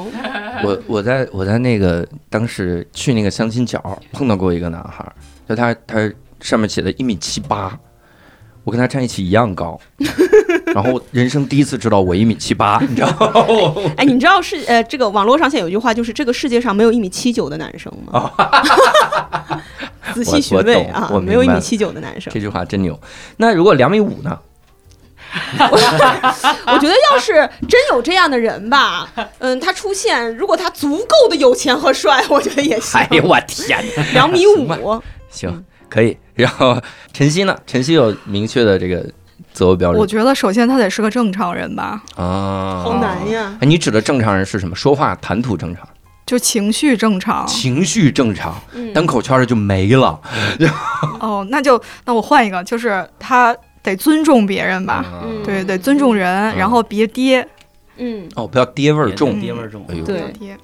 Speaker 1: 我我在我在那个当时去那个相亲角碰到过一个男孩儿，就他他上面写的一米七八，我跟他站一起一样
Speaker 6: *laughs*
Speaker 1: 高，然后人生第一次知道我一米七八，你知道吗？
Speaker 6: 哎，你知道是呃，这个网络上现在有一句话，就是这个世界上没有一米七九的男生吗？
Speaker 1: *laughs*
Speaker 6: 仔细询
Speaker 1: 我
Speaker 6: 问
Speaker 1: 懂
Speaker 6: 啊
Speaker 1: 哦我，明
Speaker 6: 没有一
Speaker 1: 白
Speaker 6: 米
Speaker 1: 了
Speaker 6: 七九的男生
Speaker 1: 这。句话真牛。那如果两米五
Speaker 6: *laughs*
Speaker 1: 呢？
Speaker 6: 我觉得要是真有这样的人吧，嗯，他出现，如果他足够的有钱和帅，我觉得也行
Speaker 1: 哎。呦我天哪！
Speaker 6: 两米
Speaker 1: 行吧
Speaker 6: 五，
Speaker 1: 行，可以。 *laughs* 然后晨曦呢？晨曦有明确的这个择偶标
Speaker 8: 我
Speaker 1: 准
Speaker 8: 觉得首先他得是个正常人吧，
Speaker 1: 啊，
Speaker 6: 好难呀！
Speaker 1: 哎。你指的正常人是什么？说话谈吐正常，
Speaker 8: 就情绪正常。
Speaker 1: 情绪正常，
Speaker 6: 嗯
Speaker 1: 单口圈儿就没了。
Speaker 8: 哦，那就那我换一个，就是他得尊重别人吧，
Speaker 1: 嗯
Speaker 8: 对，得尊重人，然后别爹，
Speaker 6: 嗯，
Speaker 1: 哦，不要爹味儿重。
Speaker 3: 爹味儿重
Speaker 1: 哎。呦，
Speaker 8: 别
Speaker 6: 对
Speaker 8: 爹。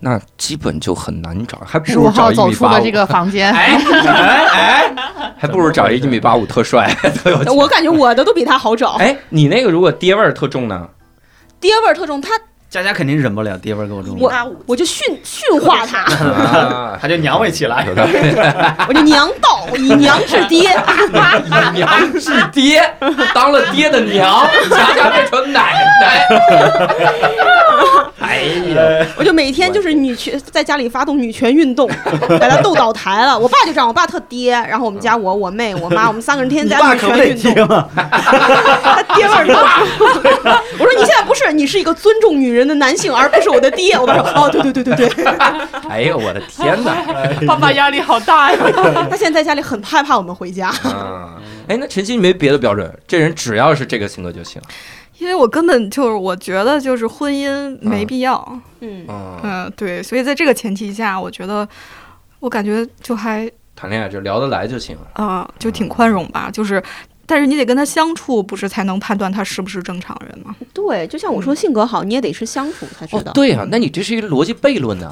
Speaker 1: 那基本就很难找，还不
Speaker 7: 十
Speaker 1: 如
Speaker 7: 五
Speaker 1: 找
Speaker 7: 号
Speaker 1: 一
Speaker 7: 走
Speaker 1: 米
Speaker 7: 出
Speaker 1: 八
Speaker 7: 了
Speaker 1: 五
Speaker 7: 这。个房间，
Speaker 1: 哎哎哎，还不如找一米八五特帅特有钱。
Speaker 6: 我感觉我的都比他好找，
Speaker 1: 哎，你那个如果爹味儿特重呢？
Speaker 6: 爹味儿特重，他
Speaker 3: 佳佳肯定忍不了爹味儿给我重，
Speaker 6: 我我就驯驯化他，
Speaker 1: 啊
Speaker 3: 他就娘味起来
Speaker 1: 有。道理
Speaker 6: 我就娘道，我以娘治爹，
Speaker 1: 以娘治爹，当了爹的娘，佳佳变成奶奶。 *laughs* 哎呀，
Speaker 6: *laughs* 我就每天就是女权，在家里发动女权
Speaker 3: *laughs*
Speaker 6: 运动，把他斗倒台了。我爸就这样，我爸特爹，然后我们家我、我妹、我
Speaker 3: *laughs*
Speaker 6: 妈，我们三个人天
Speaker 3: 嗯你
Speaker 6: 天在
Speaker 3: 爸
Speaker 6: 女
Speaker 3: 可不
Speaker 6: 权
Speaker 3: 得啊
Speaker 6: 运动。
Speaker 3: 爹吗？
Speaker 6: 他 *laughs* 爹味儿重。我说你现在不是，你是一个尊重女人的男性，而不是我的爹。我爸
Speaker 3: *laughs*
Speaker 6: 说哦，对对对对对。 *laughs*
Speaker 1: *laughs* 哎呦，我的天 *laughs* 哪！
Speaker 7: *laughs* 爸爸压力好大呀。
Speaker 6: 他现在在家里很害怕我们回家。
Speaker 1: 啊，哎，那晨曦没别的标准，这人只要是这个性格就行。
Speaker 8: 因为我根本就是我觉得就是婚姻没
Speaker 1: 嗯
Speaker 8: 必要，
Speaker 6: 嗯，
Speaker 1: 嗯，
Speaker 8: 嗯、对，所以在这个前提下，我觉得我感觉就还
Speaker 1: 谈恋爱就聊得来就行。
Speaker 8: 啊、就挺宽容吧，就是。但是你得跟他相处，不是才能判断他是不是正常人嘛？
Speaker 6: 对，就像我说，性格好，你也得是相处才知
Speaker 1: 哦
Speaker 6: 道。，
Speaker 1: 对呀、那你这是一个逻辑悖论呐、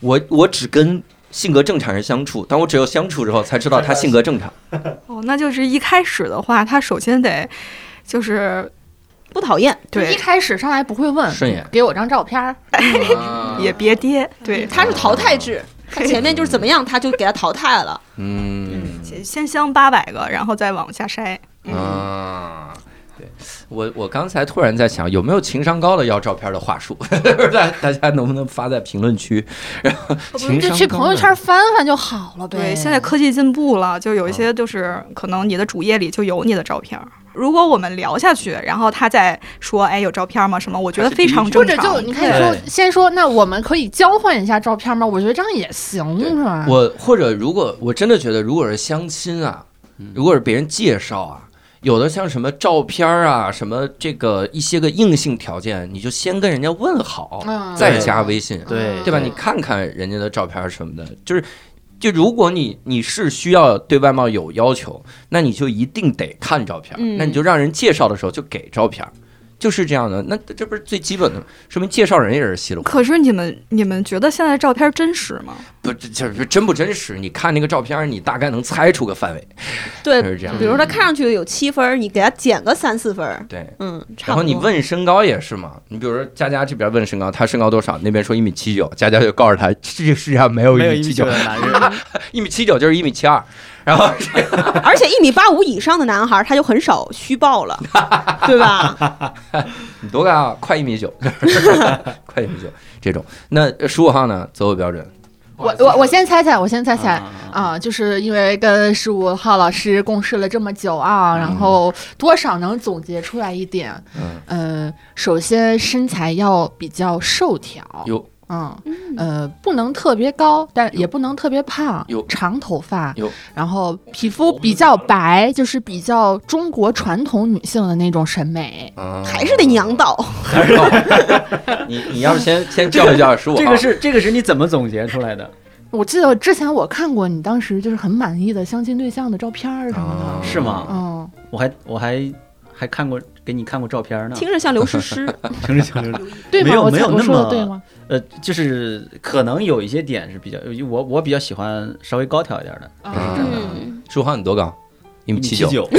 Speaker 1: 我我只跟性格正常人相处，但我只有相处之后才知道他性格正常。
Speaker 8: 哦，那就是一开始的话，他首先得就是
Speaker 6: 不讨厌。
Speaker 7: 一 *laughs*
Speaker 8: 对，
Speaker 7: 开始上来不会问，
Speaker 1: 顺眼
Speaker 7: 给我张照片儿，
Speaker 1: 啊
Speaker 8: 也别跌，
Speaker 7: 嗯
Speaker 8: 对，
Speaker 6: 他
Speaker 3: 哦
Speaker 6: 是淘汰制，他前面就是怎么样，他就给他淘汰了。
Speaker 1: 嗯
Speaker 8: 先先相八百个，然后再往下筛。
Speaker 1: 啊，对我我刚才突然在想，有没有情商高的要照片的话术？ *laughs* 大大家能不能发在评论区？然后情
Speaker 7: 就
Speaker 1: 商
Speaker 7: 去
Speaker 1: 高
Speaker 7: 朋友
Speaker 1: 的
Speaker 7: 圈翻翻就好了呗。
Speaker 8: 对，现在科技进步了，就有一些就是可能你的主页里就有你的照片儿。如果我们聊下去，然后他再说，哎，有照片吗？什么？我觉得非常
Speaker 7: 或
Speaker 8: 正
Speaker 7: 者
Speaker 8: 常。
Speaker 7: 就你可以说，先说那我们可以交换一下照片吗？我觉得这样也行，
Speaker 1: 对
Speaker 7: 是吧？
Speaker 1: 我或者如果我真的觉得，如果是相亲啊，如果是别人介绍啊，有的像什么照片啊，什么这个一些个硬性条件，你就先跟人家问好，
Speaker 7: 嗯
Speaker 1: 再加微信，
Speaker 3: 对
Speaker 1: 对吧？你看看人家的照片什么的，就是。就如果你你是需要对外貌有要求，那你就一定得看照片，
Speaker 6: 嗯
Speaker 1: 那你就让人介绍的时候就给照片，就是这样的。那这不是最基本的吗，说明介绍人也是稀里糊涂。
Speaker 8: 可是你们你们觉得现在照片真实吗？
Speaker 1: 不，这这真不真实？你看那个照片，你大概能猜出个范围。
Speaker 6: 对
Speaker 3: 哎
Speaker 1: 就，是这样
Speaker 6: 比。如说他看上去有七分儿，你给他减个三四分儿。
Speaker 1: 对，
Speaker 6: 嗯，差
Speaker 1: 然后
Speaker 6: 不多。
Speaker 1: 你问身高也是嘛？你比如说佳佳这边问身高，她身高多少？那边说一米七九，佳佳就告诉他，这个世界上没有一
Speaker 3: 没有
Speaker 1: 米
Speaker 3: 一
Speaker 1: 七
Speaker 3: 米九
Speaker 1: 九
Speaker 3: 的，男人，
Speaker 1: 一米七九就是一米七二。然后
Speaker 6: 而且一米八五以上的男孩儿，他就很少虚报了，对吧？
Speaker 1: 你多高啊？快一米九，快一米九这种。那十五号呢？择偶标准
Speaker 7: 我我我先猜猜，我先猜猜
Speaker 3: 啊啊
Speaker 7: 啊，就是因为跟十五号老师共事了这么久啊，
Speaker 3: 嗯
Speaker 7: 然后多少能总结出来一点。嗯，首先身材要比较瘦条，
Speaker 1: 哟
Speaker 7: 嗯呃，不能特别高，但也不能特别胖
Speaker 1: 哟，
Speaker 7: 长头发
Speaker 1: 哟，
Speaker 7: 然后皮肤比较白，就是比较中国传统女性的那种审美。
Speaker 1: 啊，
Speaker 6: 还是得娘道。
Speaker 1: 还是要你你要不先先教一教十五
Speaker 3: 这
Speaker 1: 号
Speaker 3: 个？是这个是你怎么总结出来的？
Speaker 7: 我记得之前我看过你当时就是很满意的相亲对象的照片儿什么
Speaker 1: 啊
Speaker 7: 的，
Speaker 3: 是吗？
Speaker 7: 嗯，
Speaker 3: 我还我还还看过给你看过照片呢。
Speaker 6: 听着像刘诗诗，
Speaker 3: 听着听着，
Speaker 7: 对
Speaker 3: 没
Speaker 7: 吗？
Speaker 3: 有
Speaker 7: 我
Speaker 3: 没有
Speaker 7: 我
Speaker 3: 那
Speaker 7: 说的
Speaker 3: 么
Speaker 7: 对吗？
Speaker 3: *laughs* 呃，就是可能有一些点是比较，我我比较喜欢稍微高挑一点的，
Speaker 1: 啊
Speaker 6: 嗯，
Speaker 1: 十五号你多高？一米七
Speaker 3: 九
Speaker 1: 九。，
Speaker 7: *laughs*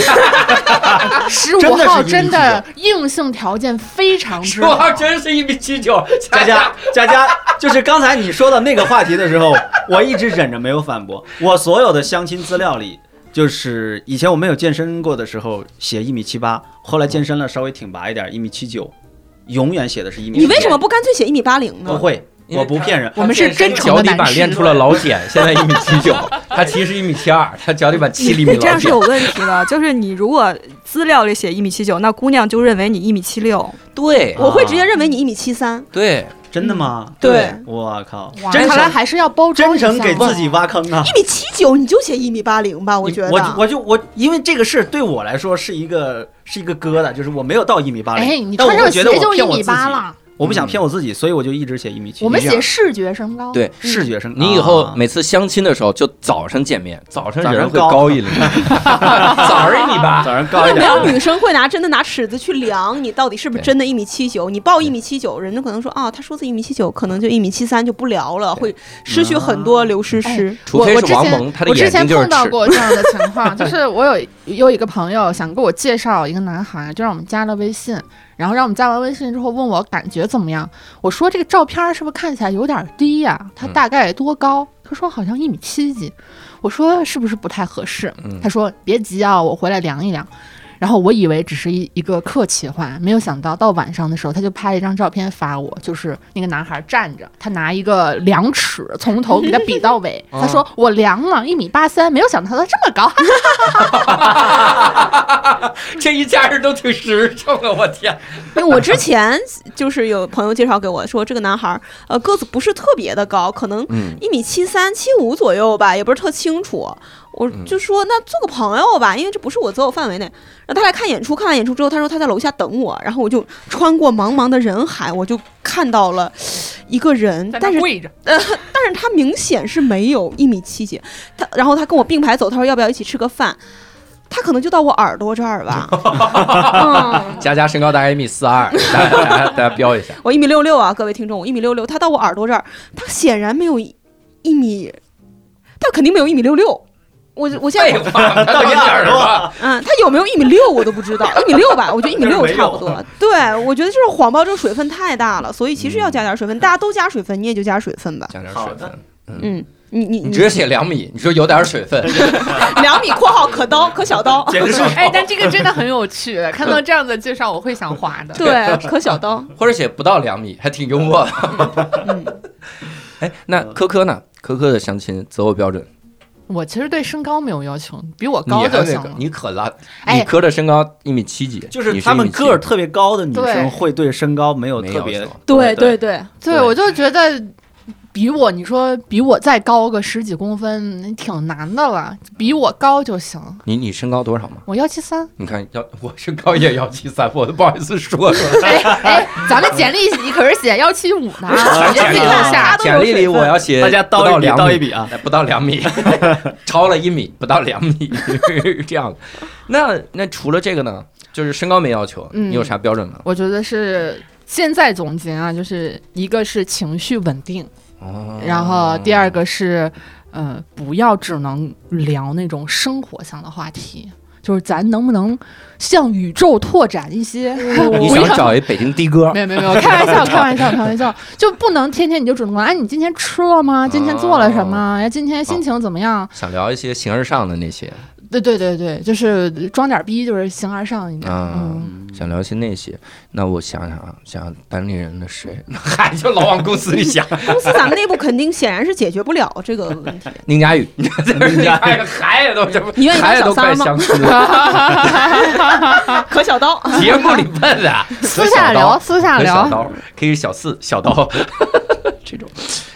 Speaker 7: 十
Speaker 3: 真
Speaker 7: 五
Speaker 3: 的是
Speaker 7: 号
Speaker 3: 一米
Speaker 7: 真
Speaker 3: 七
Speaker 7: 的硬性条件非常之
Speaker 1: 十五号
Speaker 7: 好，
Speaker 1: 真是一米七九，
Speaker 3: 佳佳，佳佳，就是刚才你说到那个话题的时候，我一直忍着没有反驳。我所有的相亲资料里，就是以前我没有健身过的时候写一米七八，后来健身了稍微挺拔一点，一米七九，永远写的是一米。
Speaker 6: 你为什么不干脆写一米八零
Speaker 3: 不
Speaker 6: 呢？
Speaker 3: 会？我不骗人，
Speaker 7: 我们是真诚
Speaker 1: 脚
Speaker 7: 的
Speaker 1: 底
Speaker 7: 男
Speaker 1: 板练
Speaker 7: 士。
Speaker 1: 出了
Speaker 7: *laughs*
Speaker 1: 老茧，现在一米七九，他其实一米七二，他脚底板七厘米
Speaker 8: 你这
Speaker 1: 老
Speaker 8: 样是
Speaker 1: 茧
Speaker 8: 有。问
Speaker 1: *laughs*
Speaker 8: 题的，就是你如果资料里写一米七九，那姑娘就认为你一米七六。
Speaker 1: 对
Speaker 6: 我会直接认为你一米七三。
Speaker 1: 对，
Speaker 3: 真的吗？
Speaker 1: 对，
Speaker 3: 我靠，
Speaker 7: 嗯哇
Speaker 3: 真
Speaker 7: 看来
Speaker 3: 诚
Speaker 7: 还是要包装
Speaker 3: 真
Speaker 7: 一下
Speaker 3: 诚给自己挖坑啊！
Speaker 6: 一米七九你就写一米八零吧，我
Speaker 3: 你
Speaker 6: 觉得。
Speaker 3: 我就我就我，因为这个事儿对我来说是一个是一个疙瘩，就是我没有到一米八零，
Speaker 7: 哎，你
Speaker 3: 但
Speaker 7: 穿
Speaker 3: 我
Speaker 7: 上
Speaker 3: 觉
Speaker 7: 鞋
Speaker 3: 得
Speaker 7: 就
Speaker 3: 我
Speaker 7: 一
Speaker 3: 骗我
Speaker 7: 米
Speaker 3: 自己
Speaker 7: 八，了，
Speaker 3: 我不想
Speaker 1: 嗯
Speaker 3: 骗我自己，所以我就一直写一米七。
Speaker 7: 我们
Speaker 3: 一样
Speaker 7: 写视觉身高。
Speaker 1: 对
Speaker 3: 视觉身高，
Speaker 1: 你以后
Speaker 3: 啊
Speaker 1: 每次相亲的时候就早上见面，早上人会
Speaker 3: 早上高
Speaker 1: 高一厘 *laughs* 米，早上一米八，
Speaker 3: *laughs* 早上
Speaker 6: 因
Speaker 3: 高
Speaker 6: 为
Speaker 3: 一
Speaker 6: 没
Speaker 3: 点，
Speaker 6: 有
Speaker 1: *laughs*
Speaker 7: *laughs*
Speaker 6: 女生会拿真的拿尺子去量你到底是不是
Speaker 1: 对
Speaker 6: 真的一米七九，你报一米七九，人家可能说啊，他说自己一米七九，可能就一米七三就不聊了，会失去很多流失师。
Speaker 1: 除非
Speaker 7: 我我
Speaker 1: 是
Speaker 7: 之
Speaker 1: 王
Speaker 7: 前
Speaker 1: 蒙，他的
Speaker 7: 我之
Speaker 1: 眼
Speaker 7: 前
Speaker 1: 睛就是
Speaker 7: 碰到
Speaker 1: 尺。
Speaker 7: 过这样的情况，
Speaker 1: *laughs*
Speaker 7: 就是我有有一个朋友想给我介绍一个男孩，就让我们加了微信，然后让我们加完微信之后问我感觉怎么样，我说这个照片儿是不是看起来有点低呀、
Speaker 1: 嗯
Speaker 7: 他大概多高？他说好像一米七几，我说是不是不太合适？
Speaker 1: 嗯
Speaker 7: 他说别急啊，我回来量一量。然后我以为只是一一个客气话，没有想到到晚上的时候，他就拍了一张照片发我，就是那个男孩站着，他拿一个量尺从头给他比到
Speaker 1: *laughs*
Speaker 7: 尾，
Speaker 1: 哦
Speaker 7: 他说我量了一米八三，没有想到他这么高，
Speaker 1: 这一家人都挺实诚的，我天！
Speaker 6: *laughs* 因为我之前就是有朋友介绍给我说，这个男孩儿呃个子不是特别的高，可能
Speaker 1: 嗯，
Speaker 6: 一米七三、七五左右吧，也不是特清楚。我就说那做个朋友吧，因为这不是我择偶范围内。然后他来看演出，看完演出之后，他说他在楼下等我，然后我就穿过茫茫的人海，我就看到了一个人，但是呃
Speaker 7: 跪着，
Speaker 6: 但是他明显是没有一米七几，他然后他跟我并排走，他说要不要一起吃个饭？他可能就到我耳朵这儿
Speaker 7: *laughs*
Speaker 6: 吧，嗯，
Speaker 1: 佳佳身高大概一米四二，大家大家大家标一下。
Speaker 6: 我一米六六啊，各位听众，我一米六六，他到我耳朵这儿，他显然没有一一米，他肯定没有一米六六。我我现在
Speaker 1: *laughs* 废话，他 *laughs* 到你耳朵，
Speaker 6: 嗯，他有没有一米六我都不
Speaker 1: *laughs*
Speaker 6: 知道，一米六吧，我觉得一米六
Speaker 3: 就是没有
Speaker 6: 差不多。对，我觉得就是谎报这个水分太大了，所以其实要加点水分，大家都加水分，你也就加水分吧。
Speaker 1: 加点
Speaker 3: 好
Speaker 1: 水
Speaker 3: 的
Speaker 1: 分。
Speaker 6: 嗯，你你
Speaker 1: 你直接写两米，你说有点水分，
Speaker 6: 两米（括号可刀可
Speaker 1: *laughs*
Speaker 6: 小刀
Speaker 3: 简直是
Speaker 7: *laughs* 哎，但这个真的很有趣，看到这样的介绍我会想滑），的。
Speaker 6: 对，可
Speaker 1: *laughs*
Speaker 6: 小刀。
Speaker 1: 或者写不到两米，还挺幽默的。
Speaker 6: 嗯，
Speaker 1: *laughs* 哎，那
Speaker 3: 嗯
Speaker 1: 科科呢？科科的相亲择偶标准，
Speaker 7: *laughs* 我其实对身高没有要求，比我
Speaker 1: 你
Speaker 7: 高
Speaker 1: 还
Speaker 7: 就
Speaker 1: 那
Speaker 7: 行
Speaker 1: 个
Speaker 7: 了，。
Speaker 1: 你可拉，
Speaker 7: 哎
Speaker 1: 你科的身高一米七几，
Speaker 3: 就是
Speaker 1: 你
Speaker 3: 他们
Speaker 1: 1.7
Speaker 3: 个儿特别高的女
Speaker 7: 对
Speaker 3: 生会对身高没有
Speaker 1: 没
Speaker 3: 特
Speaker 1: 要
Speaker 3: 别
Speaker 1: 求，
Speaker 6: 对对
Speaker 3: 对
Speaker 6: 对，
Speaker 7: 对，
Speaker 3: 对
Speaker 7: 我就觉得比我你说比我再高个十几公分挺难的了，比我高就行。
Speaker 1: 你你身高多少吗？
Speaker 7: 我幺七三，
Speaker 1: 你看要 *laughs* 我身高也幺七三，我都不好意思
Speaker 3: *laughs*
Speaker 1: 说出来。
Speaker 7: *laughs* 哎哎，咱们简历你可是写幺七五
Speaker 1: *laughs*
Speaker 7: 呢，你别
Speaker 1: 啊简历
Speaker 7: 自己往
Speaker 6: 大
Speaker 7: 下
Speaker 6: 家。都有
Speaker 1: 简历里
Speaker 6: 水分
Speaker 1: 我要写
Speaker 3: 大家
Speaker 1: 不到
Speaker 3: 刀一笔
Speaker 1: 两
Speaker 3: 刀
Speaker 1: 米
Speaker 3: 一笔啊！
Speaker 1: 哎，不到两米，
Speaker 3: *laughs*
Speaker 1: 超了一米，不到两米， *laughs* 这样的。那那除了这个呢，就是身高没要求，
Speaker 7: 嗯
Speaker 1: 你有啥标准吗？
Speaker 7: 我觉得是现在总结啊，就是一个是情绪稳定，
Speaker 1: 哦
Speaker 7: 然后第二个是，呃，不要只能聊那种生活上的话题。就是咱能不能向宇宙拓展一些？
Speaker 1: *laughs* 你
Speaker 7: 不
Speaker 1: 想
Speaker 7: 要
Speaker 1: 找一北京的哥
Speaker 7: *laughs* 没有没有没有，开玩笑，开玩笑，开玩笑，就不能天天你就主动问，哎，你今天吃了吗？今天做了什
Speaker 1: 啊
Speaker 7: 么？哎，今天心情怎么样？
Speaker 1: 想聊一些形而上的那些，
Speaker 7: 对对对对，就是装点逼，就是形而上一点。
Speaker 1: 啊
Speaker 7: 嗯，
Speaker 1: 想聊一些那些。那我想想啊，想单立人的谁？ *laughs* 嗨，就老往公司里 *laughs* 想。
Speaker 6: 公司咱们内部肯定显然是解决不了这个
Speaker 1: *laughs*
Speaker 6: 问题。
Speaker 1: 宁佳宇，宁佳宇，孩子都这么，
Speaker 6: 你愿意
Speaker 1: 孩
Speaker 6: 当
Speaker 1: 子都
Speaker 6: 小
Speaker 1: 快
Speaker 6: 三吗？
Speaker 1: 相亲
Speaker 6: *laughs*
Speaker 1: 了，
Speaker 6: 可小刀，
Speaker 1: 节目里问的，
Speaker 6: *laughs*
Speaker 7: 私下聊，私下
Speaker 1: 和小
Speaker 7: 聊。
Speaker 1: 刀，可以是小四、小刀 *laughs* 这种。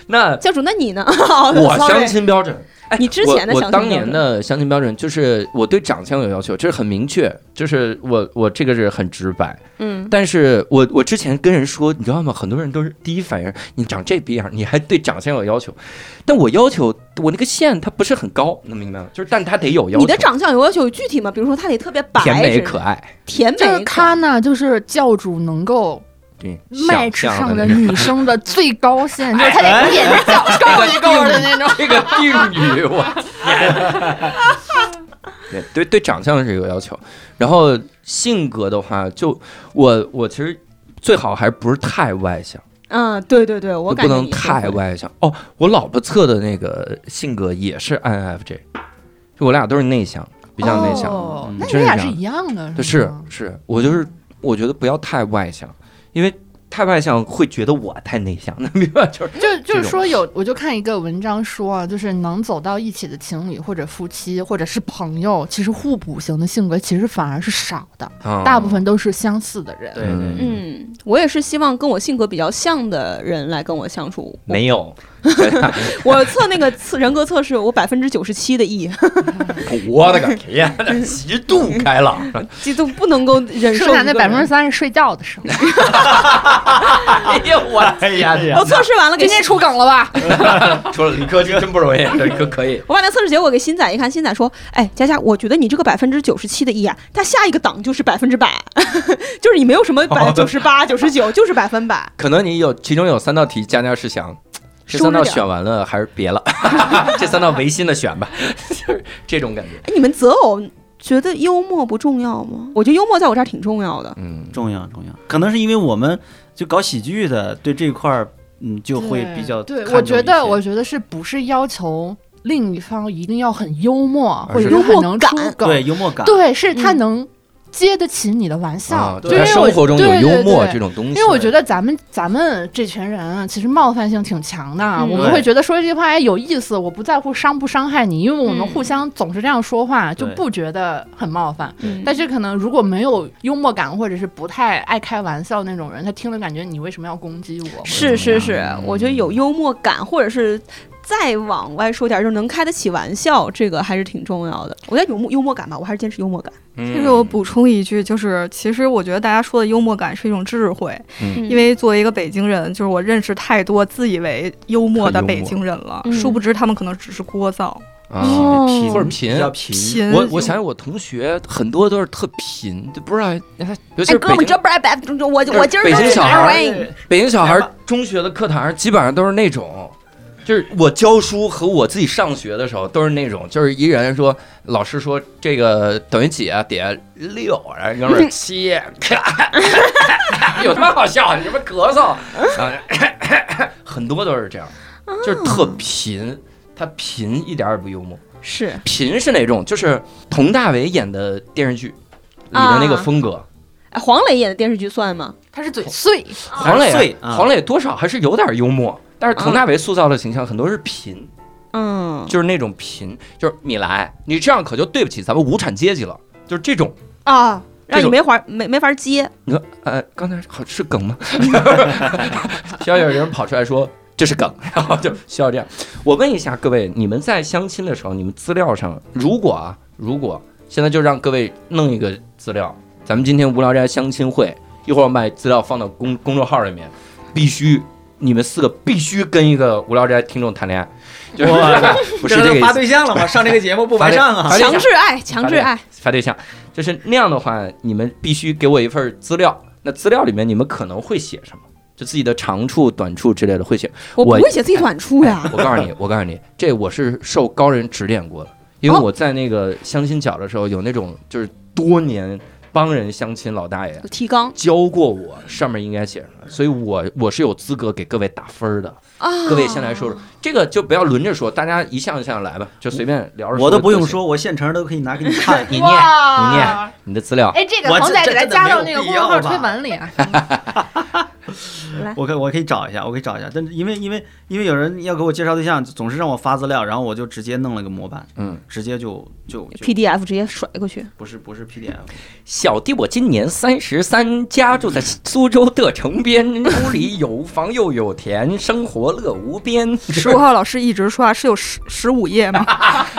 Speaker 1: 那
Speaker 6: 教主，那你呢？ *laughs*
Speaker 1: 我
Speaker 6: Sorry
Speaker 1: 相亲标准，哎
Speaker 6: 你之前的
Speaker 1: 我
Speaker 6: 相
Speaker 1: 我
Speaker 6: 亲
Speaker 1: 当
Speaker 6: 标
Speaker 1: 年
Speaker 6: 准
Speaker 1: 的相亲标准就是我对长相有要求，这是很明确，就是我我这个是很直白。
Speaker 6: 嗯，
Speaker 1: 但是我我之前跟人说，你知道吗？很多人都是第一反应，你长这逼样，你还对长相有要求？但我要求我那个线它不是很高，能明白吗？就是，但它得有要求。
Speaker 6: 你的长相有要求有具体吗？比如说他得特别白，
Speaker 1: 甜美
Speaker 6: 是
Speaker 1: 可爱，
Speaker 6: 甜
Speaker 7: 就
Speaker 6: 美可
Speaker 7: 是
Speaker 6: 爱
Speaker 7: 他呢，就是教主能够
Speaker 1: 对，想
Speaker 7: match
Speaker 1: 象
Speaker 7: 上的
Speaker 1: 那哎种。
Speaker 7: 女生的最高线，就是他得眼睛角高一勾的那种。
Speaker 1: *laughs* 这个定语，
Speaker 6: *laughs*
Speaker 1: 我天！对对对，长相是有要求，然后性格的话，就我我其实最好还不是太外向，
Speaker 6: 嗯，对对对，我
Speaker 1: 就不
Speaker 6: 感觉
Speaker 1: 能
Speaker 6: 你
Speaker 1: 太
Speaker 6: 会
Speaker 1: 外向。哦，我老婆测的那个性格也是 INFJ，就我俩都是内向， *laughs* 比较内向。
Speaker 7: 哦嗯
Speaker 3: 嗯
Speaker 7: 那你
Speaker 1: 真是
Speaker 7: 俩
Speaker 1: 这
Speaker 7: 是
Speaker 1: 样
Speaker 7: 一样的，
Speaker 1: 对，是
Speaker 7: 吗
Speaker 1: 是，我就是我觉得不要太外向，因为太外向会觉得我太内向， *laughs* 那明白就是
Speaker 7: 就就
Speaker 1: 这
Speaker 7: 是
Speaker 1: 种
Speaker 7: 说有，我就看一个文章说啊，就是能走到一起的情侣或者夫妻或者是朋友，其实互补型的性格其实反而是少的，
Speaker 1: 啊
Speaker 7: 大部分都是相似的人。
Speaker 3: 对对对，
Speaker 6: 嗯，我也是希望跟我性格比较像的人来跟我相处。我
Speaker 1: 没有，
Speaker 6: 我测那个测人格测试，我百分之九十七的 E， *laughs*
Speaker 1: 我的个天呐，极度开朗，
Speaker 6: 这都不能够忍受。
Speaker 7: 剩下那百分之三是睡觉
Speaker 1: *laughs*
Speaker 7: 的时候。
Speaker 1: 哎呀我哎呀
Speaker 6: 我测试完了，给
Speaker 7: 今
Speaker 6: 欣
Speaker 7: 天出梗了吧？
Speaker 1: 除了理科就真不容易，理科可以。
Speaker 6: 我把那测试结果给新仔一看，新仔说：“哎，佳佳，我觉得你这个百分之九十七的 E 啊，它下一个档就是百分之百， *laughs* 就是你没有什么百九十八、九十九，就是百分百。
Speaker 1: 可能你有其中有三道题，佳佳是想 *laughs* 这
Speaker 6: 收
Speaker 1: 三
Speaker 6: 着
Speaker 1: 道
Speaker 6: 点儿
Speaker 1: 选完了还是别了， *laughs* 这三道违心的选吧， *laughs* 就是这种感觉。
Speaker 6: 哎，你们择偶觉得幽默不重要吗？我觉得幽默在我这儿挺重要的。
Speaker 1: 嗯，
Speaker 3: 重要重要，可能是因为我们就搞喜剧的，对这块儿嗯就会比较
Speaker 7: 对，
Speaker 3: 看
Speaker 7: 我
Speaker 3: 重
Speaker 7: 觉
Speaker 3: 一
Speaker 7: 得
Speaker 3: 些
Speaker 7: 我觉得是不是要求另一方一定要很幽默
Speaker 1: 而
Speaker 7: 或
Speaker 1: 是
Speaker 7: 者是很能出
Speaker 6: 幽
Speaker 7: 梗？
Speaker 3: 对幽默感，
Speaker 7: 对，是他
Speaker 6: 嗯
Speaker 7: 能接得起你的玩笑
Speaker 1: 啊，，
Speaker 7: 对，因
Speaker 1: 在
Speaker 7: 为我
Speaker 1: 生活中有
Speaker 7: 对
Speaker 1: 幽
Speaker 7: 对
Speaker 1: 默
Speaker 7: 对
Speaker 1: 这种东西，
Speaker 7: 因为我觉得咱们咱们这群人啊其实冒犯性挺强的，啊
Speaker 6: 嗯
Speaker 7: 我们会觉得说这句话哎有意思，我不在乎伤不伤害你，因为我们
Speaker 6: 嗯
Speaker 7: 互相总是这样说话，就
Speaker 3: 对
Speaker 7: 不觉得很冒犯。
Speaker 6: 嗯
Speaker 7: 但是可能如果没有幽默感或者是不太爱开玩笑那种人，他听了感觉你为什么要攻击我？
Speaker 6: 是是是，我觉得有幽默感，或者是再往外说点儿，就是能开得起玩笑，这个还是挺重要的。我觉得幽默幽默感吧，我还是坚持幽默感。
Speaker 1: 嗯
Speaker 8: 这个我补充一句，就是其实我觉得大家说的幽默感是一种智慧，
Speaker 1: 嗯
Speaker 8: 因为作为一个北京人，就是我认识太多自以为幽默的北京人了
Speaker 6: 很幽，默
Speaker 8: 殊不知他们可能只是聒噪、
Speaker 7: 哦
Speaker 1: 啊，
Speaker 3: 贫
Speaker 1: 或者贫
Speaker 3: 比较贫，
Speaker 8: 贫。
Speaker 1: 我我想想，我同学很多都是特贫，就不知道，尤其
Speaker 6: 哎，
Speaker 1: 是
Speaker 6: 哥
Speaker 1: 北京
Speaker 6: 们，这不是百分之我
Speaker 1: 就是
Speaker 6: 我今儿
Speaker 1: 北
Speaker 6: 就
Speaker 1: 京
Speaker 6: 去
Speaker 1: 小
Speaker 6: 哪
Speaker 1: 孩
Speaker 6: 儿
Speaker 1: 儿
Speaker 6: 玩？
Speaker 1: 北京小孩儿中学的课堂上基本上都是那种，就是我教书和我自己上学的时候都是那种，就是一人说老师说这个等于几啊，点六，然后一哥们儿七， *laughs* 咔有他妈好笑，你什么咳嗽啊， *laughs* 很多都是这样，就是特贫，他贫一点儿也不幽默。
Speaker 6: 是
Speaker 1: 贫是哪种？就是佟大为演的电视剧里的那个风格。
Speaker 6: 哎黄磊演的电视剧算吗？
Speaker 7: 他是嘴碎，
Speaker 1: 黄
Speaker 3: 还是
Speaker 1: 磊
Speaker 3: 碎，啊
Speaker 1: 黄磊多少还是有点幽默，但是佟大为塑造的形象很多是贫，
Speaker 6: 嗯，
Speaker 1: 就是那种贫，就是你来，你这样可就对不起咱们无产阶级了，就是这种。
Speaker 6: 啊，让
Speaker 1: 这
Speaker 6: 你
Speaker 1: 种
Speaker 6: 没法没没法接。
Speaker 1: 你说，呃，刚才好是梗吗？ *laughs* 需要有人跑出来说这是梗，然后就需要这样。我问一下各位，你们在相亲的时候，你们资料上如果啊，如果现在就让各位弄一个资料，咱们今天无聊斋相亲会，一会儿我把资料放到公公众号里面，必须你们四个必须跟一个无聊斋听众谈恋爱，就是
Speaker 3: 哇
Speaker 1: 不是这个
Speaker 3: 都
Speaker 1: 意
Speaker 3: *laughs* 发
Speaker 1: 思，
Speaker 3: 对象了吗？上这个节目不白上
Speaker 1: *laughs*
Speaker 3: 啊！
Speaker 1: 反正
Speaker 6: 强制爱，强制
Speaker 1: 反正
Speaker 6: 爱，
Speaker 1: 发对象，就是那样的话，你们必须给我一份资料，那资料里面你们可能会写什么？就自己的长处、短处之类的会写。
Speaker 6: 我不
Speaker 1: 我
Speaker 6: 会写自己短处呀。
Speaker 1: 我告
Speaker 7: *laughs*
Speaker 1: 诉你，我告诉你，这我是受高人指点过的，因
Speaker 7: 哦
Speaker 1: 为我在那个相亲角的时候，有那种就是多年帮人相亲老大爷
Speaker 6: 提纲
Speaker 1: 教过我上面应该写什么，所以我我是有资格给各位打分儿的。
Speaker 6: 啊，
Speaker 1: 各位先来说说这个，就不要轮着说，大家一项一项来吧，就随便聊着
Speaker 3: 我都不用
Speaker 1: 就行，。
Speaker 3: 说，我现成都可以拿给
Speaker 7: *laughs*
Speaker 3: 你看
Speaker 1: 你念
Speaker 7: 哇
Speaker 1: 你念你的资料。
Speaker 7: 哎，这个
Speaker 3: 我
Speaker 7: 黄
Speaker 3: 这
Speaker 7: 仔给
Speaker 3: 这
Speaker 7: 他
Speaker 3: 真的
Speaker 7: 加
Speaker 3: 没
Speaker 7: 到
Speaker 3: 有
Speaker 7: 那个
Speaker 3: 必
Speaker 7: 公众
Speaker 3: 要
Speaker 7: 号
Speaker 3: 吧
Speaker 7: 推文里啊。
Speaker 3: 我可我可以找一下，我可以找一下，但是因为因为因为有人要给我介绍对象，总是让我发资料，然后我就直接弄了个模板，
Speaker 1: 嗯，
Speaker 3: 直接就就就
Speaker 6: PDF 直接甩过去。
Speaker 3: 不是不是 PDF，
Speaker 1: 小弟我今年三十三，家住在苏州的城边， *laughs* 屋里有房又有田，生活乐无边。
Speaker 8: 十五号老师一直说啊，是有十十五页吗？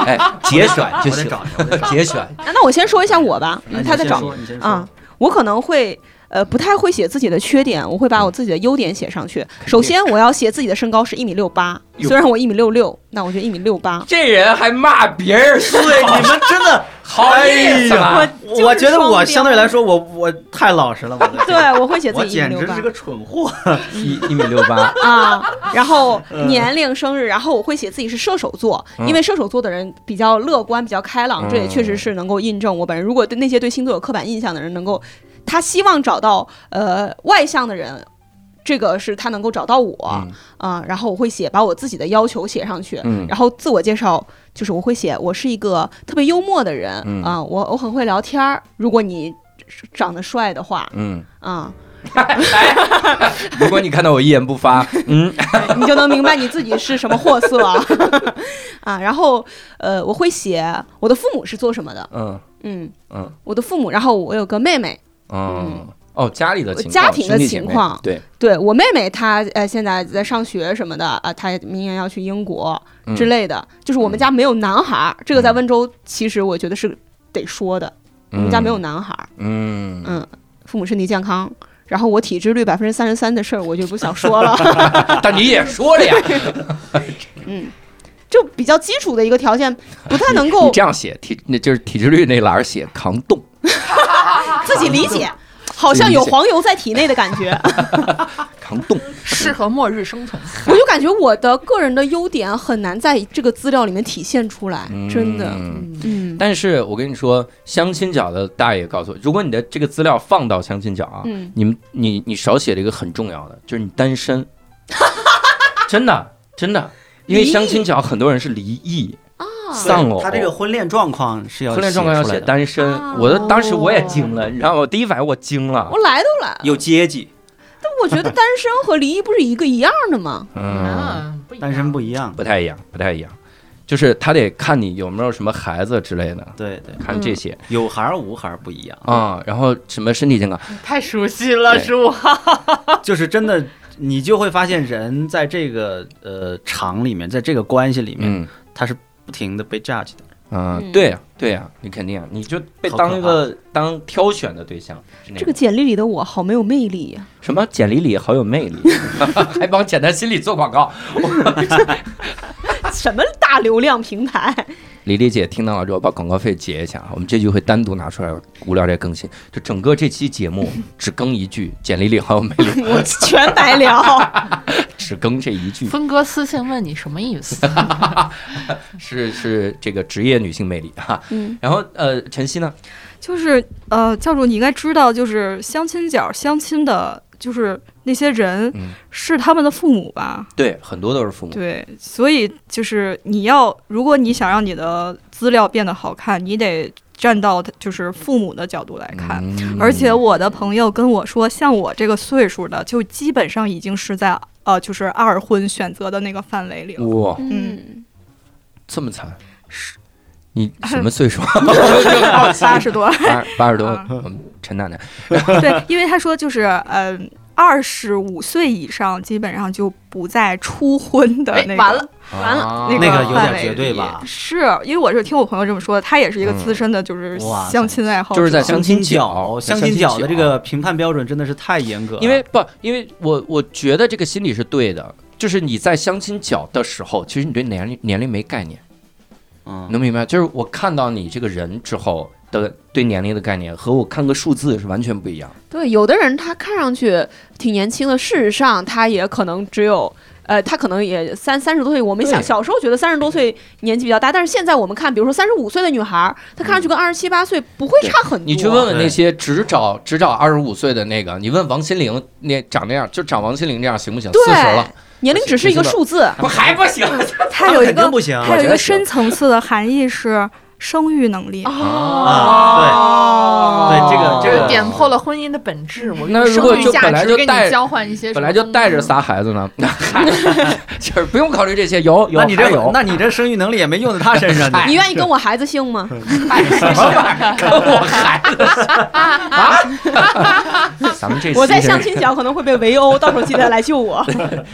Speaker 1: 哎，节选就
Speaker 3: 我得
Speaker 1: 行，
Speaker 3: 找一下，我得找一下。
Speaker 1: 节选。
Speaker 6: 啊那我先说一下我吧，
Speaker 3: 哎
Speaker 6: 嗯他在找
Speaker 3: 你先说，你先说
Speaker 6: 啊。，我可能会呃不太会写自己的缺点，我会把我自己的优点写上去。首先，我要写自己的身高是一米六八，
Speaker 1: 哟
Speaker 6: 虽然我一米六六，那我觉得一米六
Speaker 3: *laughs*
Speaker 6: 八。
Speaker 1: *laughs* 这人还骂别人，
Speaker 3: 对，你们真的
Speaker 1: 好意思吗？
Speaker 3: 呀！
Speaker 6: 就是
Speaker 3: 啊我觉得
Speaker 6: 双
Speaker 3: 我
Speaker 6: 标
Speaker 3: 相对来说，我我太老实了，我
Speaker 6: *laughs*
Speaker 3: 的
Speaker 6: 对
Speaker 3: 天，
Speaker 6: 我会写自
Speaker 3: 我
Speaker 6: 己一
Speaker 3: 简
Speaker 6: 米
Speaker 3: 直
Speaker 6: 六
Speaker 3: 是
Speaker 6: 八
Speaker 3: 个蠢货。
Speaker 1: 一一米六 *laughs* 八，
Speaker 6: 啊，
Speaker 3: *laughs*
Speaker 6: 然后
Speaker 3: 嗯
Speaker 6: 年龄、生日，然后我会写自己是射手座，
Speaker 1: 嗯
Speaker 6: 因为射手座的人比较乐观、比较开朗，这也确
Speaker 1: 嗯
Speaker 6: 实是能够印证我本人。如果对那些对星座有刻板印象的人，能够他希望找到呃外向的人。这个是他能够找到我
Speaker 3: 嗯
Speaker 6: 啊、然后我会写把我自己的要求写上去，
Speaker 1: 嗯
Speaker 6: 然后自我介绍就是我会写我是一个特别幽默的人啊、
Speaker 1: 嗯
Speaker 6: 我我很会聊天儿，如果你长得帅的话
Speaker 1: 嗯，
Speaker 6: 啊、
Speaker 1: 如果你看到我一言不发， *laughs* 嗯，
Speaker 6: 你就能明白你自己是什么货色 *laughs* 啊。然后呃，我会写我的父母是做什么的，
Speaker 1: 嗯
Speaker 6: 嗯
Speaker 1: 嗯
Speaker 6: 我的父母，然后我有个妹妹，
Speaker 1: 嗯，哦，家里的情况，
Speaker 6: 家庭的
Speaker 1: 兄弟姐妹
Speaker 6: 情况
Speaker 1: 对，
Speaker 6: 对我妹妹她呃现在在上学什么的啊、她明年要去英国
Speaker 1: 嗯
Speaker 6: 之类的，就是我们家没有男孩儿，这个在温州其实我觉得是得说的，我们家没有男孩儿，
Speaker 1: 嗯，嗯，
Speaker 6: 嗯，父母身体健康。然后我体脂率百分之三十三的事儿，我就不想说了。
Speaker 1: 但你也说了呀，
Speaker 6: 嗯，就比较基础的一个条件， *laughs* 不太能够
Speaker 1: *laughs* 你这样写体，那就是体脂率那栏儿写扛冻，
Speaker 6: 自己理解，好像有黄油在体内的感觉。 *laughs*
Speaker 1: 扛冻，
Speaker 7: 适合末日生存。
Speaker 6: 我就感觉我的个人的优点很难在这个资料里面体现出来，真的。
Speaker 1: 嗯
Speaker 6: 嗯
Speaker 1: 但是我跟你说，相亲角的大爷告诉我，如果你的这个资料放到相亲角啊，
Speaker 6: 嗯
Speaker 1: 你们你你少写了一个很重要的，就是你单身， *laughs* 真的真的，因为
Speaker 6: 离异
Speaker 1: 相亲角很多人是离异、
Speaker 7: 哦
Speaker 1: 丧偶，
Speaker 3: 他这个婚恋状况是要
Speaker 1: 婚恋状况要
Speaker 3: 出来
Speaker 1: 写
Speaker 3: 的
Speaker 1: 单身
Speaker 6: 啊，
Speaker 1: 我的当时我也惊了，你知道吗？我第一反应我惊了
Speaker 7: 哦
Speaker 6: 我，来都来了，
Speaker 3: 有
Speaker 1: 嗯
Speaker 3: 阶级，
Speaker 6: 但我觉得单身和离异不是一个一样的吗？
Speaker 1: 嗯，
Speaker 7: 不一样
Speaker 3: 单身不一样。
Speaker 1: 不太一样，不太一样，就是他得看你有没有什么孩子之类的，
Speaker 3: 对对，
Speaker 1: 看
Speaker 7: 嗯
Speaker 1: 这些
Speaker 3: 有孩儿无孩儿不一样，
Speaker 1: 啊，然后什么身体健康，
Speaker 7: 太熟悉了，
Speaker 1: 对
Speaker 7: 是我。
Speaker 3: 就是真的，你就会发现人在这个呃场里面，在这个关系里面，
Speaker 1: 嗯。
Speaker 3: 他是不停的被 judge 的。
Speaker 1: 啊
Speaker 6: 嗯，
Speaker 1: 对呀，对呀，你肯定，啊你就被
Speaker 3: 好
Speaker 1: 当
Speaker 3: 可
Speaker 1: 一个当挑选的对象。是那
Speaker 6: 这
Speaker 1: 种
Speaker 6: 个简历里的我好没有魅力呀、
Speaker 1: 什么简历里好有魅
Speaker 8: *laughs*
Speaker 1: 力，还帮简单心理做广告。
Speaker 6: 什么大流量平台？ *laughs*
Speaker 1: 李丽姐听到了之后，把广告费结一下啊，我们这句会单独拿出来无聊再更新。就整个这期节
Speaker 8: *laughs*
Speaker 1: 目只更一句，简历里好有魅力，
Speaker 6: 我全白聊。
Speaker 1: 只更这一
Speaker 8: *laughs*
Speaker 1: 句，
Speaker 7: 峰哥私信问你什么意思？
Speaker 1: 是是这个职业女性魅力哈。
Speaker 6: 嗯
Speaker 1: 然后呃，晨曦呢？
Speaker 8: 就是呃，教主你应该知道，就是相亲角相亲的，就是那些人
Speaker 1: 嗯
Speaker 8: 是他们的父母吧？
Speaker 1: 对，很多都是父母。
Speaker 8: 对，所以就是你要，如果你想让你的资料变得好看，你得站到就是父母的角度来看。
Speaker 1: 嗯
Speaker 8: 而且我的朋友跟我说，像我这个岁数的，就基本上已经是在呃，就是二婚选择的那个范围里了。
Speaker 1: 哇，
Speaker 6: 嗯，
Speaker 1: 这么惨，
Speaker 8: 是
Speaker 1: 你什么
Speaker 8: *laughs*
Speaker 1: 岁数？
Speaker 8: 八嗯十多，
Speaker 1: 八八十多
Speaker 8: 啊，
Speaker 1: 我们陈奶奶，
Speaker 8: *laughs* 对，因为他说就是呃，二十五岁以上基本上就不再初婚的
Speaker 7: 哎
Speaker 8: 呃那个。
Speaker 7: 完了，
Speaker 1: 完了
Speaker 8: 那
Speaker 3: 那个有点
Speaker 8: 范围
Speaker 3: 绝对
Speaker 8: 里
Speaker 3: 吧
Speaker 8: 是因为我是听我朋友这么说的，他也是一个资深的，就是
Speaker 3: 嗯哇塞
Speaker 8: 相亲爱好者，
Speaker 1: 就是在相
Speaker 3: 相
Speaker 1: 亲角
Speaker 3: 角，相亲
Speaker 1: 角
Speaker 3: 角的这个评判标准真的是太严格了，
Speaker 1: 因为不，因为我我觉得这个心理是对的，就是你在相亲角的时候，其实你对年龄年龄没概念，
Speaker 3: 嗯，
Speaker 1: 能明白？就是我看到你这个人之后的对年龄的概念，和我看个数字是完全不一样。
Speaker 6: 对，有的人他看上去挺年轻的，事实上他也可能只有。呃，他可能也三三十多岁，我们想
Speaker 1: 对
Speaker 6: 小时候觉得三十多岁年纪比较大，但是现在我们看，比如说三十五岁的女孩儿，她看上去跟二十七八岁不会
Speaker 1: 嗯对
Speaker 6: 差很多。
Speaker 1: 你去问问
Speaker 3: 对
Speaker 1: 那些只找只找二十五岁的那个，你问王心凌，那长那样就长王心凌这样行不行？
Speaker 6: 对
Speaker 1: 四十了，
Speaker 6: 年龄只是一个数字，
Speaker 1: 不还不行？
Speaker 8: 他有一
Speaker 3: 肯定
Speaker 8: 个
Speaker 3: 不行，
Speaker 8: 他有一
Speaker 1: 我觉得
Speaker 8: 个
Speaker 1: 是
Speaker 8: 深层次的含义是生育能
Speaker 6: 哦
Speaker 8: 力。
Speaker 3: 啊 *laughs* 对对这个
Speaker 7: 哦就
Speaker 3: 这
Speaker 7: 是
Speaker 3: 个
Speaker 7: 点破了婚姻的本质。我
Speaker 1: 那
Speaker 7: 用
Speaker 1: 如果
Speaker 7: 生育
Speaker 1: 就
Speaker 7: 价
Speaker 1: 本来
Speaker 7: 值
Speaker 1: 就
Speaker 7: 跟
Speaker 1: 带
Speaker 7: 你交换一些什么，嗯
Speaker 1: 本来就带着仨孩子呢， *laughs* 就是不用考虑这些，有有
Speaker 3: 那你
Speaker 1: 还有
Speaker 3: 这那你这生育能力也没用在他身上 *laughs*
Speaker 1: 哎
Speaker 3: 呢
Speaker 6: 你愿意跟我孩子姓吗？
Speaker 1: 嗯
Speaker 6: 哎
Speaker 1: 跟 *laughs* 我孩子啊！ *laughs* 咱们这
Speaker 6: 我在相亲角可能会被围殴，到时候记得来救我。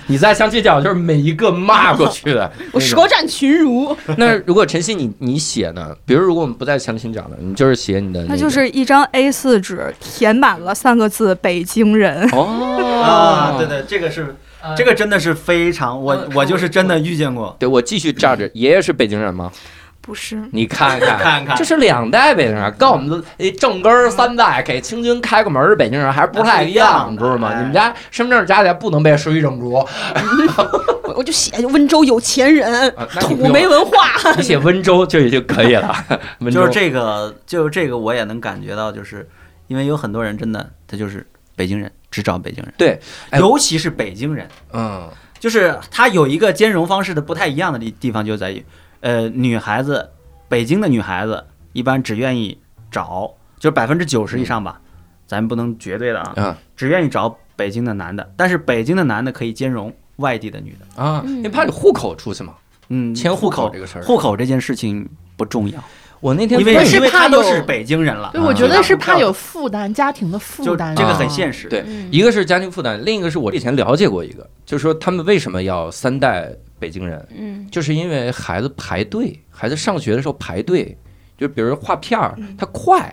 Speaker 1: 你在相亲角就是每一个骂过去的
Speaker 6: *laughs* 我舌战群儒，
Speaker 1: 那如果晨曦你你写呢？比如如果我们不在相亲角呢，你就是写你的个，
Speaker 8: 那就是一张 A 4纸填满了三个字“北京人
Speaker 1: 哦
Speaker 3: 啊，对。对，这个是
Speaker 7: 呃
Speaker 3: 这个真的是非常，我
Speaker 7: 呃
Speaker 3: 我就是真的遇见过，
Speaker 1: 对，我继续炸着。爷爷是北京人吗？”， *laughs*
Speaker 8: 不是。
Speaker 1: 你看看，
Speaker 3: 看看
Speaker 1: 这是两代北京人，跟我们的诶正根儿三代给清军开过门儿的北京人还是不太一样，你知道吗？
Speaker 3: 哎
Speaker 1: 你们家身份证加起来不能被税整啊除，
Speaker 6: 我我就写温州有钱人
Speaker 1: 啊，那你
Speaker 6: 土
Speaker 1: 不用
Speaker 6: 没文化。
Speaker 1: 你写温州就已经可以了。 *laughs* 温州
Speaker 3: 就是这个，就是这个，我也能感觉到，就是因为有很多人真的他就是北京人，只找北京人，
Speaker 1: 对，哎
Speaker 3: 尤其是北京人，
Speaker 1: 嗯
Speaker 3: 就是他有一个兼容方式的不太一样的地地方就在于，呃，女孩子，北京的女孩子一般只愿意找，就是百分之九十以上吧，咱不能绝对的啊，
Speaker 1: 啊
Speaker 3: 只愿意找北京的男的，但是北京的男的可以兼容外地的女的，
Speaker 1: 啊，
Speaker 6: 嗯
Speaker 1: 因为怕你户口出去嘛，
Speaker 3: 嗯，
Speaker 1: 迁
Speaker 3: 户
Speaker 1: 口
Speaker 3: 口
Speaker 1: 这个事儿。
Speaker 3: 户口这件事情不重要，
Speaker 1: 我那天
Speaker 3: 因为
Speaker 1: 问
Speaker 7: 是
Speaker 3: 因为
Speaker 7: 怕
Speaker 3: 他都
Speaker 7: 有
Speaker 3: 是北京人了啊
Speaker 7: 对，，我觉得是怕有负担，家庭的负
Speaker 3: 就
Speaker 7: 担，
Speaker 3: 这个
Speaker 1: 啊
Speaker 3: 很现实，
Speaker 1: 对
Speaker 6: 嗯
Speaker 1: 一个是家庭负担，另一个是我以前了解过一个，就是说他们为什么要三代北京人，
Speaker 6: 嗯
Speaker 1: 就是因为孩子排队，孩子上学的时候排队，就比如画片儿，他快。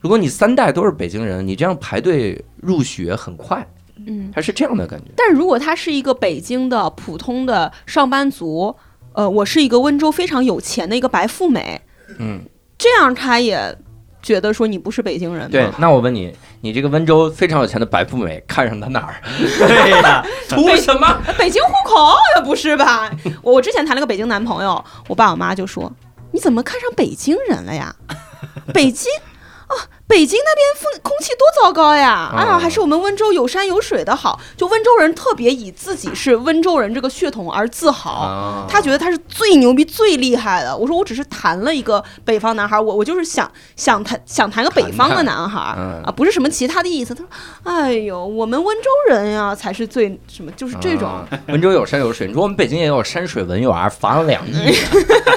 Speaker 1: 如果你三代都是北京人，你这样排队入学很快，
Speaker 6: 嗯。
Speaker 1: 还是这样的感觉。
Speaker 6: 但如果他是一个北京的普通的上班族，呃，我是一个温州非常有钱的一个白富美，
Speaker 1: 嗯，
Speaker 6: 这样他也觉得说你不是北京人嘛
Speaker 1: 对。那我问你，你这个温州非常有钱的白富美看上他哪儿？
Speaker 3: *laughs* 对
Speaker 1: *laughs*
Speaker 3: 呀，
Speaker 1: 图什么？
Speaker 6: 北京户口也不是吧？ *laughs* 我我之前谈了个北京男朋友，我爸我妈就说：“你怎么看上北京人了呀？北京啊，北京那边风空气多糟糕呀！哎呀，还是我们温州有山有水的好。就温州人特别以自己是温州人这个血统而自豪。
Speaker 1: 啊
Speaker 6: 他觉得他是最牛逼、最厉害的。我说我只是谈了一个北方男孩，我我就是想想谈想谈个北方的男孩
Speaker 1: 嗯
Speaker 6: 啊，不是什么其他的意思。他说：“哎呦，我们温州人呀才是最什么，就是这种。
Speaker 1: 啊温州有山有水，你说我们北京也有山水文园，房两亿
Speaker 6: *laughs*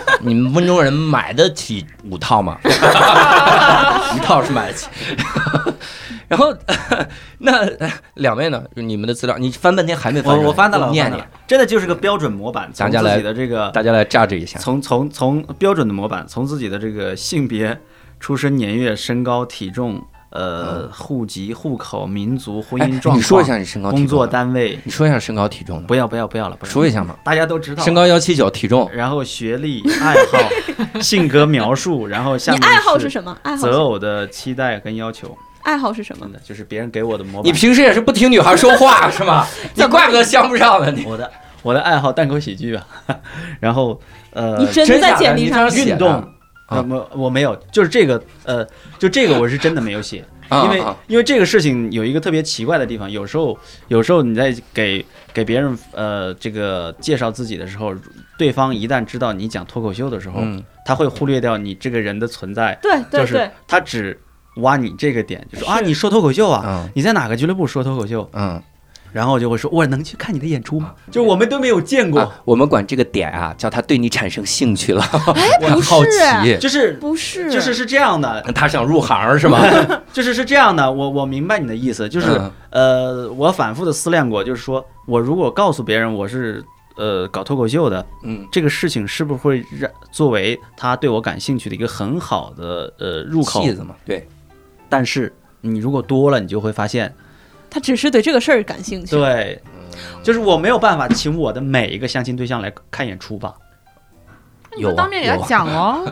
Speaker 1: 啊，你们温州人买得起五套
Speaker 6: *laughs*
Speaker 1: 吗？一套是买得起。 *laughs* 然后 *laughs* 那两位呢？就你们的资料，你翻半天还没翻
Speaker 3: 我
Speaker 1: 出来，
Speaker 3: 我翻到了，我
Speaker 1: 念
Speaker 3: 翻到了
Speaker 1: 念，，
Speaker 3: 真的就是个标准模板，
Speaker 1: 大
Speaker 3: 从
Speaker 1: 家
Speaker 3: 自
Speaker 1: 来
Speaker 3: 己的这个
Speaker 1: 大家来榨制一下。
Speaker 3: 从从从标准的模板，从自己的这个性别、出生年月、身高、体重、呃，户籍、户口、民族、婚姻状
Speaker 1: 嗯
Speaker 3: 况，
Speaker 1: 哎你说一下你身高、体重
Speaker 3: 工作，单位，
Speaker 1: 你说一下身高体重呢？
Speaker 3: 不要不要不要了，不要了
Speaker 1: 说一下嘛，
Speaker 3: 大家都知道
Speaker 1: 身，高幺七九，体重
Speaker 3: 然后学历、爱
Speaker 1: *laughs*
Speaker 3: 好、性格描述，然后下
Speaker 6: 你
Speaker 3: 面
Speaker 6: 爱好是什么？爱好
Speaker 3: 择
Speaker 6: 是
Speaker 3: 偶的期待跟要求，
Speaker 6: 爱好是什么
Speaker 3: 真？的就是别人给我的模
Speaker 1: 你
Speaker 3: 板。
Speaker 1: 平时也是不听女孩说话是
Speaker 3: *laughs*
Speaker 1: 吗？你怪不得相不上呢。你
Speaker 3: 我的我的爱好单口喜剧啊， *laughs* 然后呃，
Speaker 6: 你真的在简历
Speaker 1: 你这
Speaker 6: 上
Speaker 1: 样写
Speaker 3: 运
Speaker 1: 的
Speaker 3: 动。
Speaker 1: 啊
Speaker 3: 呃，我我没有，就是这个，呃，就这个我是真的没有写，
Speaker 1: 啊
Speaker 3: 因为
Speaker 1: 啊啊
Speaker 3: 因为这个事情有一个特别奇怪的地方，有时候有时候你在给给别人呃这个介绍自己的时候，对方一旦知道你讲脱口秀的时候，
Speaker 1: 嗯
Speaker 3: 他会忽略掉你这个人的存在，
Speaker 6: 对对
Speaker 3: 就是
Speaker 6: 对，
Speaker 3: 他只挖你这个点，就说啊你说脱口秀啊，
Speaker 1: 嗯
Speaker 3: 你在哪个俱乐部说脱口秀？
Speaker 1: 嗯，
Speaker 3: 然后我就会说我能去看你的演出吗
Speaker 1: 啊？
Speaker 3: 就是我们都没有见过，
Speaker 1: 啊，我们管这个点啊，叫他对你产生兴趣了， *laughs*
Speaker 6: 哎，不
Speaker 1: 好
Speaker 6: 是，
Speaker 1: 奇，
Speaker 3: 就是
Speaker 6: 不是，
Speaker 3: 就是是这样的，
Speaker 1: 他想入行是吗？
Speaker 3: 就是是这样的，我我明白你的意思，就是、
Speaker 1: 嗯
Speaker 3: 呃，我反复的思量过，就是说我如果告诉别人我是呃搞脱口秀的，
Speaker 1: 嗯，
Speaker 3: 这个事情是不是会让作为他对我感兴趣的一个很好的呃入口？
Speaker 1: 戏子嘛，对，
Speaker 3: 但是你如果多了，你就会发现，
Speaker 6: 他只是对这个事儿感兴趣。
Speaker 3: 对，
Speaker 1: 嗯
Speaker 3: 就是我没有办法请我的每一个相亲对象来看演出吧？
Speaker 7: 你就当面给他
Speaker 1: 有啊
Speaker 7: 讲哦。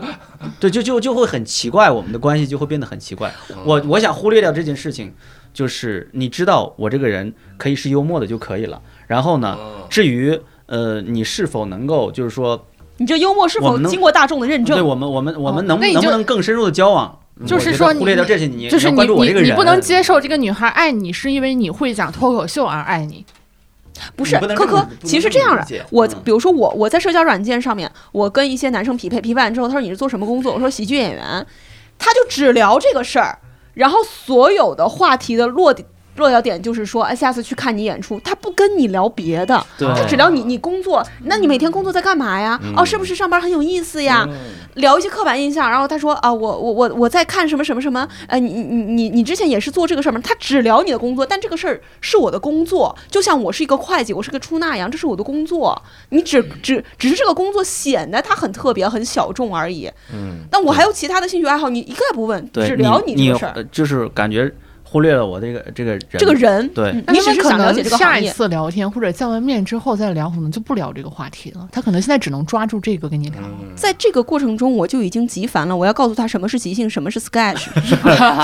Speaker 3: 对，就就就会很奇怪，我们的关系就会变得很奇怪。我我想忽略掉这件事情，就是你知道我这个人可以是幽默的就可以了。然后
Speaker 1: 嗯
Speaker 3: 呢，至于呃你是否能够就是说，
Speaker 6: 你这幽默是
Speaker 3: 我
Speaker 6: 否
Speaker 3: 们能
Speaker 6: 经过大众的认
Speaker 3: 对
Speaker 6: 证？
Speaker 3: 我们我们
Speaker 6: 哦
Speaker 3: 我们能
Speaker 7: 那你就
Speaker 3: 能不能更深入的交往？
Speaker 7: 就是
Speaker 3: 我觉得
Speaker 7: 说你
Speaker 3: 忽略掉这些，你
Speaker 7: 就是
Speaker 3: 要
Speaker 7: 你
Speaker 3: 关注我
Speaker 7: 你
Speaker 3: 这个
Speaker 7: 你
Speaker 3: 人，啊
Speaker 7: 不能接受这个女孩爱你，是因为你会讲脱口秀而爱你。
Speaker 6: 不是，
Speaker 3: 你不能
Speaker 6: 科
Speaker 3: 这么
Speaker 6: 科
Speaker 3: 不能，
Speaker 6: 其实
Speaker 3: 这
Speaker 6: 这
Speaker 3: 么
Speaker 6: 样
Speaker 3: 理解
Speaker 6: 的，我
Speaker 3: 嗯
Speaker 6: 比如说我我在社交软件上面，我跟一些男生匹配，匹配完之后，他说你是做什么工作？我说喜剧演员，他就只聊这个事儿，然后所有的话题的落点落脚点就是说，哎，下次去看你演出，他不跟你聊别的，
Speaker 3: 对
Speaker 6: 他只聊你你工作，那你每天工作在干嘛呀？哦，是不是上班很有意思呀？聊一些刻板印象，然后他说啊，我我我我在看什么什么什么，呃，你你你你之前也是做这个事儿吗？他只聊你的工作，但这个事儿是我的工作，就像我是一个会计，我是个出纳一样，这是我的工作。你只
Speaker 3: 嗯
Speaker 6: 只只是这个工作显得它很特别、很小众而已。
Speaker 1: 嗯，
Speaker 6: 但我还有其他的兴趣爱好，你一概不问，
Speaker 3: 对
Speaker 6: 只聊
Speaker 3: 你
Speaker 6: 这个事儿，
Speaker 3: 呃就是感觉忽略了我这个这个人
Speaker 6: 这个人，
Speaker 3: 对
Speaker 6: 嗯
Speaker 7: 那
Speaker 6: 你
Speaker 7: 他
Speaker 6: 只
Speaker 7: 们
Speaker 6: 是
Speaker 7: 可
Speaker 6: 想了解
Speaker 7: 能
Speaker 6: 这个
Speaker 7: 下
Speaker 6: 行
Speaker 7: 一
Speaker 6: 业。
Speaker 7: 次聊天或者见完面之后再聊，可能就不聊这个话题了。他可能现在只能抓住这个跟你聊。
Speaker 3: 嗯
Speaker 6: 在这个过程中，我就已经极烦了。我要告诉他什么是即兴，什么是
Speaker 7: *laughs*
Speaker 6: sketch，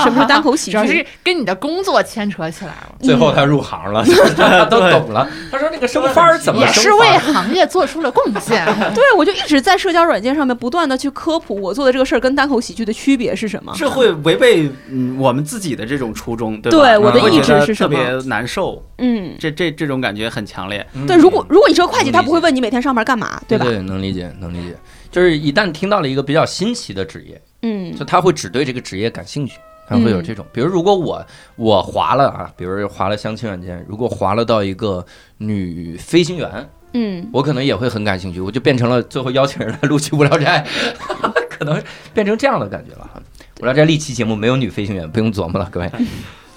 Speaker 6: 什么是单口喜
Speaker 7: 主要
Speaker 6: 剧
Speaker 7: 是。跟你的工作牵扯起来了，
Speaker 1: 最后他入行了，他 *laughs* 都懂了。他说那个升班儿怎么
Speaker 7: 也
Speaker 1: 升
Speaker 7: 是
Speaker 1: 法
Speaker 7: 为行业做出了贡献。
Speaker 6: 对，我就一直在社交软件上面不断的去科普我做的这个事儿跟单口喜剧的区别是什么。
Speaker 3: 是会违背嗯我们自己的这种初衷，对吧？
Speaker 6: 对我的
Speaker 3: 你会
Speaker 1: 意
Speaker 3: 觉得
Speaker 6: 志是
Speaker 3: 特
Speaker 6: 什么
Speaker 3: 别难受，
Speaker 6: 嗯，
Speaker 3: 这这这种感觉很强烈。
Speaker 1: 嗯
Speaker 6: 对，如果如果你是个会计，
Speaker 3: 能
Speaker 6: 他
Speaker 3: 理
Speaker 6: 不会
Speaker 3: 解
Speaker 6: 问你每天上班干嘛，
Speaker 1: 对
Speaker 6: 吧？
Speaker 1: 对，能理解，能理解。就是一旦听到了一个比较新奇的职业，
Speaker 6: 嗯
Speaker 1: 就他会只对这个职业感兴趣，他会有这种。比如，如果我我划了啊，比如划了相亲软件，如果划了到一个女飞行员，
Speaker 6: 嗯，
Speaker 1: 我可能也会很感兴趣，我就变成了最后邀请人来录取无聊斋， *laughs* 可能变成这样的感觉了哈。无聊斋历期节目没有女飞行员，不用琢磨了，各位。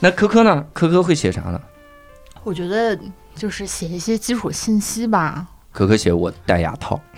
Speaker 1: 那科科呢？科科会写啥呢？
Speaker 7: *laughs* 我觉得就是写一些基础信息吧。
Speaker 1: 可可写我戴牙套， *laughs*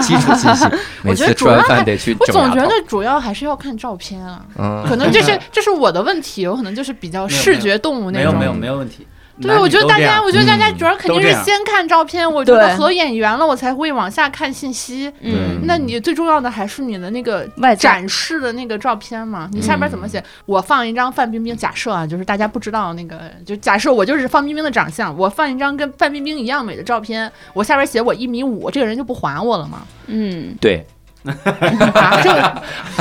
Speaker 1: 基础信息，每
Speaker 7: 我觉
Speaker 1: 次吃
Speaker 7: 得主
Speaker 1: 完
Speaker 7: 要
Speaker 1: 饭
Speaker 7: 还
Speaker 1: 得去
Speaker 7: 我
Speaker 1: 整
Speaker 7: 总
Speaker 1: 牙
Speaker 7: 觉
Speaker 1: 套。
Speaker 7: 得主要还是要看照片啊，
Speaker 1: 嗯，
Speaker 7: 可
Speaker 3: *laughs*
Speaker 7: 能这是这是我的问题，我可能就是比较
Speaker 3: 没有
Speaker 7: 视觉动物
Speaker 3: 没
Speaker 7: 那
Speaker 3: 有
Speaker 7: 种。
Speaker 3: 没有没有问题。
Speaker 7: 对，我觉得大家，我觉得大家
Speaker 1: 嗯
Speaker 7: 主要肯定
Speaker 3: 都这
Speaker 7: 是
Speaker 3: 样
Speaker 7: 先看照片，我觉得
Speaker 6: 对
Speaker 7: 合眼缘了，我才会往下看信息。
Speaker 1: 嗯
Speaker 7: 那你最重要的还是你的那个
Speaker 6: 外在
Speaker 7: 展示的那个照片嘛？你下边怎么写？我放一张范冰冰，假设啊，就是大家不知道那个，就假设我就是范冰冰的长相，我放一张跟范冰冰一样美的照片，我下边写我一米五，这个人就不还我了吗？
Speaker 6: 嗯
Speaker 1: 对，
Speaker 7: 啊，这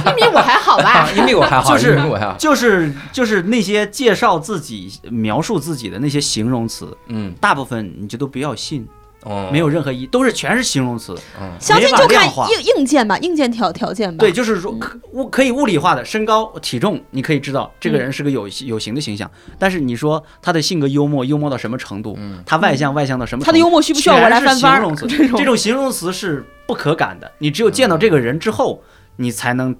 Speaker 7: 一米五还好
Speaker 1: *laughs*
Speaker 7: 吧？
Speaker 1: 因为我还好，
Speaker 3: 就是
Speaker 1: 因为我还好，
Speaker 3: 就是就是那些介绍自己、描述自己的那些形容词，
Speaker 1: 嗯，
Speaker 3: 大部分你就都不要信，
Speaker 1: 哦，
Speaker 3: 没有任何意，都是全是形容词。
Speaker 6: 相亲
Speaker 3: 没法
Speaker 6: 就看
Speaker 3: 量化
Speaker 6: 硬硬件吧，硬件条条件吧。
Speaker 3: 对，，就是说可物可以物理化的身高、体重，你可以知道这个人是个有有形的形象。但是你说他的性格幽默，幽默到什么程度？
Speaker 1: 嗯
Speaker 3: 他外向，外向到什么程度？
Speaker 6: 他的幽默需不需要我来翻番
Speaker 3: 全是形
Speaker 6: 儿
Speaker 3: 容？词
Speaker 6: 这种
Speaker 3: 这种形容词是不可感的，你只有见到这个人之后，你才能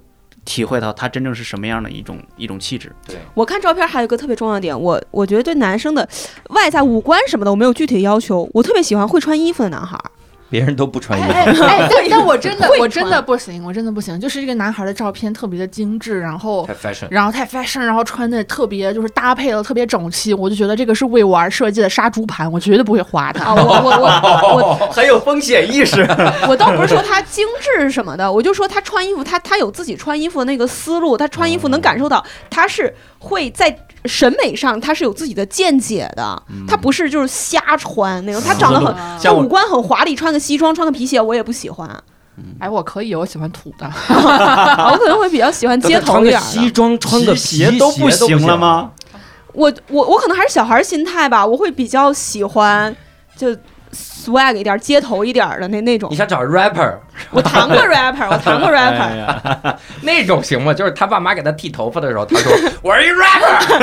Speaker 3: 体会到他真正是什么样的一种一种气质。
Speaker 6: 我看照片还有一个特别重要的点，我我觉得对男生的外在五官什么的，我没有具体的要求，我特别喜欢会穿衣服的男孩儿。
Speaker 1: 别人都不穿
Speaker 7: 哎
Speaker 1: 衣
Speaker 7: 哎
Speaker 1: 服，
Speaker 7: 哎！但但我真的
Speaker 6: 会
Speaker 7: 我真的
Speaker 6: 穿
Speaker 7: 不行，我真的不行。就是这个男孩的照片特别的精致，然后
Speaker 1: *laughs* 太 fashion。
Speaker 7: 然后太 fashion，然后穿的特别就是搭配的特别整齐，我就觉得这个是为我而设计的杀猪盘，我绝对不会划它。
Speaker 6: 啊，我我我我
Speaker 3: *laughs* 很有风险意识。
Speaker 6: *laughs* 我倒不是说他精致什么的，我就说他穿衣服，他他有自己穿衣服的那个思路，他穿衣服能感受到他是会在审美上他是有自己的见解的，他不是就是瞎穿那种，他长得
Speaker 1: 嗯 *laughs*
Speaker 6: 很。
Speaker 7: 啊
Speaker 6: 他
Speaker 3: 像我
Speaker 6: 五官很华丽，穿个西装，穿个皮鞋，我也不喜欢。
Speaker 7: *laughs* 哎，我可以，我喜欢土的。
Speaker 6: 啊我可能会比较喜欢街头
Speaker 1: 穿
Speaker 6: 一
Speaker 1: 个
Speaker 6: 点
Speaker 1: 西
Speaker 6: 的。
Speaker 1: 装，穿个皮
Speaker 3: 鞋都
Speaker 1: 不
Speaker 3: 行了？吗？
Speaker 6: 我我我可能还是小孩儿心态吧，我会比较喜欢就 swag 一点、街头一点的那那种
Speaker 1: 你。想找 rapper
Speaker 6: 我谈过 rapper，我谈过 rapper，
Speaker 1: *laughs* 那种行吗？就是他爸妈给他剃头发的时候，他
Speaker 6: *laughs*
Speaker 1: 说我是一 rapper，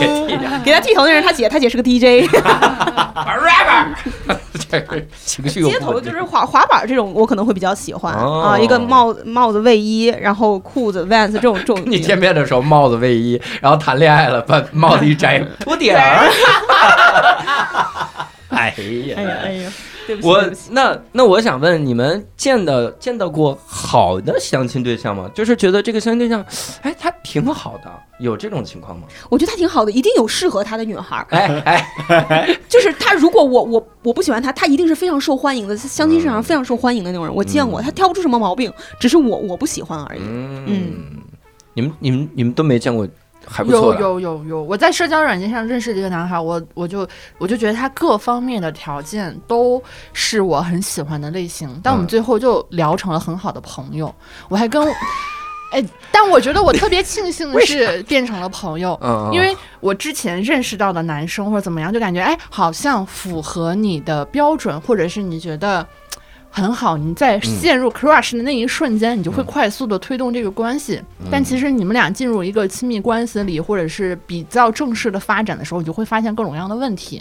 Speaker 1: 给剃掉，
Speaker 6: 给他剃头那人他姐，他姐是个 DJ。
Speaker 1: 我是 rapper，这个 *laughs* 情绪又
Speaker 6: 街
Speaker 1: 不
Speaker 6: 头
Speaker 1: 稳
Speaker 6: 就
Speaker 1: 定
Speaker 6: 是滑滑板这种，我可能会比较喜欢、
Speaker 1: 哦。
Speaker 6: 啊，一个帽子帽子卫衣，然后裤子 Vans 这种这种
Speaker 1: *laughs* 你见面的时候帽子卫衣，然后谈恋爱了把帽子一
Speaker 6: *laughs*
Speaker 1: 摘，秃顶儿。 *laughs* 哎呀
Speaker 6: 哎呀哎呀，对不起，
Speaker 1: 我
Speaker 6: 对不起
Speaker 1: 那那我想问，你们见到见到过好的相亲对象吗？就是觉得这个相亲对象，哎，他挺好的，有这种情况吗？
Speaker 6: 我觉得他挺好的，一定有适合他的女孩儿。
Speaker 1: 哎哎，
Speaker 6: 就是他，如果我我我不喜欢他，他一定是非常受欢迎的，在相亲市场上非常受欢迎的那种人。我见
Speaker 1: 嗯
Speaker 6: 过，他挑不出什么毛病，只是我我不喜欢而已。
Speaker 1: 嗯
Speaker 6: 嗯，
Speaker 1: 你们你们你们都没见过，还不错
Speaker 7: 有
Speaker 1: 的。
Speaker 7: 有有有，我在社交软件上认识这个男孩，我我就我就觉得他各方面的条件都是我很喜欢的类型，但我们
Speaker 1: 嗯
Speaker 7: 最后就聊成了很好的朋友。我还跟，哎，但我觉得我特别庆幸的是变成了朋友。
Speaker 1: 嗯，嗯
Speaker 7: 因为我之前认识到的男生或者怎么样，就感觉哎，好像符合你的标准，或者是你觉得很好。你在陷入 crush 的那一瞬间，你就会
Speaker 1: 嗯
Speaker 7: 快速的推动这个关系。但其实你们俩进入一个亲密关系里，或者是比较正式的发展的时候，你就会发现各种各样的问题。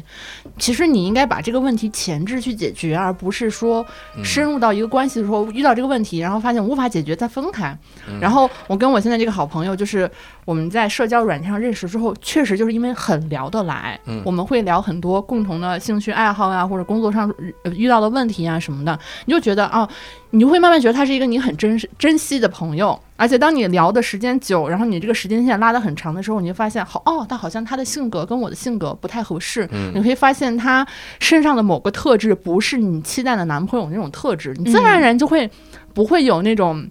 Speaker 7: 其实你应该把这个问题前置去解决，而不是说深入到一个关系的时候遇到这个问题，然后发现无法解决再分开。然后我跟我现在这个好朋友，就是我们在社交软件上认识之后，确实就是因为很聊得来，
Speaker 1: 嗯
Speaker 7: 我们会聊很多共同的兴趣爱好啊，或者工作上呃遇到的问题啊什么的，你就觉得哦，你就会慢慢觉得他是一个你很珍视珍惜的朋友。而且当你聊的时间久，然后你这个时间线拉得很长的时候，你就发现好哦，他好像他的性格跟我的性格不太合适，
Speaker 6: 嗯
Speaker 7: 你会发现他身上的某个特质不是你期待的男朋友那种特质，你自然而然就会不会有那种。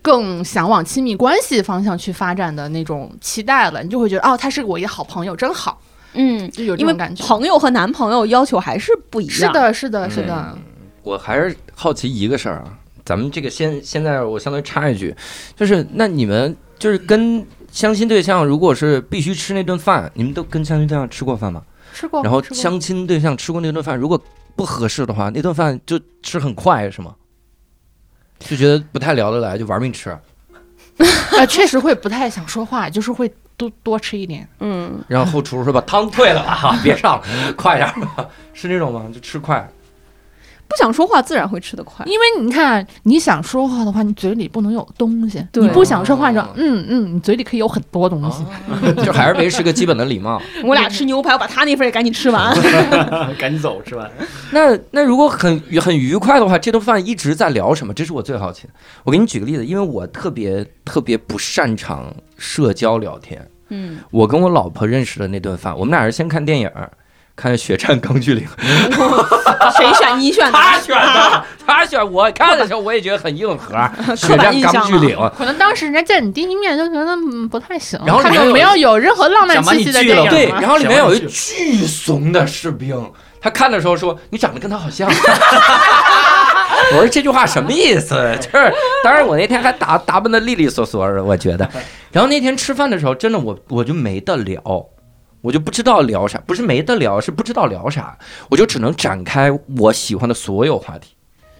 Speaker 7: 更想往亲密关系方向去发展的那种期待了，你就会觉得哦，他是我一个好朋友，真好，
Speaker 6: 嗯，
Speaker 7: 就有这
Speaker 6: 因为
Speaker 7: 种感觉。
Speaker 6: 朋友和男朋友要求还是不一样。
Speaker 7: 是，的，是的，是的
Speaker 1: 嗯，我还是好奇一个事儿啊，咱们这个先现在我相当于插一句，就是那你们就是跟相亲对象如果是必须吃那顿饭，你们都跟相亲对象吃过饭吗？
Speaker 7: 吃过，
Speaker 1: 然后
Speaker 7: 哦吃过
Speaker 1: 相亲对象吃过那顿饭，如果不合适的话，那顿饭就吃很快是吗？就觉得不太聊得来，就玩命吃，
Speaker 7: 呃，确实会不太想说话，就是会多多吃一点。
Speaker 8: 嗯，
Speaker 1: 然后后厨师说把汤退了吧， *laughs* 哈别上了，快点儿吧，是那种吗？就吃快，
Speaker 5: 不想说话自然会吃得
Speaker 7: *laughs*
Speaker 5: 快。
Speaker 7: 因为你看，你想说话的话，你嘴里不能有东西；
Speaker 5: 对
Speaker 7: 你不想说话的时
Speaker 1: 哦
Speaker 7: 候，嗯嗯，你嘴里可以有很多东西。
Speaker 1: 就还是维持个基本的礼貌。
Speaker 6: 我俩吃牛排，我把他那份也赶紧吃完。
Speaker 3: *laughs* 赶紧走吃完。
Speaker 1: *laughs* 那那如果很很愉快的话，这顿饭一直在聊什么？这是我最好奇的。我给你举个例子，因为我特别特别不擅长社交聊天。
Speaker 5: 嗯，
Speaker 1: 我跟我老婆认识的那顿饭，我们俩是先看电影儿，看《血战钢锯岭》，
Speaker 6: *laughs* 谁选
Speaker 1: *laughs*
Speaker 6: 你选的？
Speaker 1: 她选的，她选。我看的时候我也觉得很硬核， *laughs* 《血
Speaker 6: 刻板
Speaker 1: 战
Speaker 6: 印
Speaker 1: 钢
Speaker 6: 象
Speaker 1: 锯
Speaker 6: 嘛
Speaker 1: 岭》。
Speaker 7: 可能当时人家见你第一面就觉得嗯不太行，
Speaker 1: 然后
Speaker 7: 看
Speaker 1: 里
Speaker 7: 到
Speaker 1: 面有
Speaker 7: 没有有任何浪漫
Speaker 3: 想把
Speaker 7: 气
Speaker 3: 你
Speaker 7: 息的
Speaker 3: 拒
Speaker 7: 电
Speaker 3: 了
Speaker 1: 对，
Speaker 7: 影吗？
Speaker 1: 然后里面有一
Speaker 3: 小玩
Speaker 1: 巨怂的士兵，他看的时候说：“你长得跟他好像。” *laughs* 我说这句话什么意思？就是，当然我那天还答答问的利利索索的，我觉得。然后那天吃饭的时候，真的我我就没得聊，我就不知道聊啥，不是没得聊，是不知道聊啥，我就只能展开我喜欢的所有话题。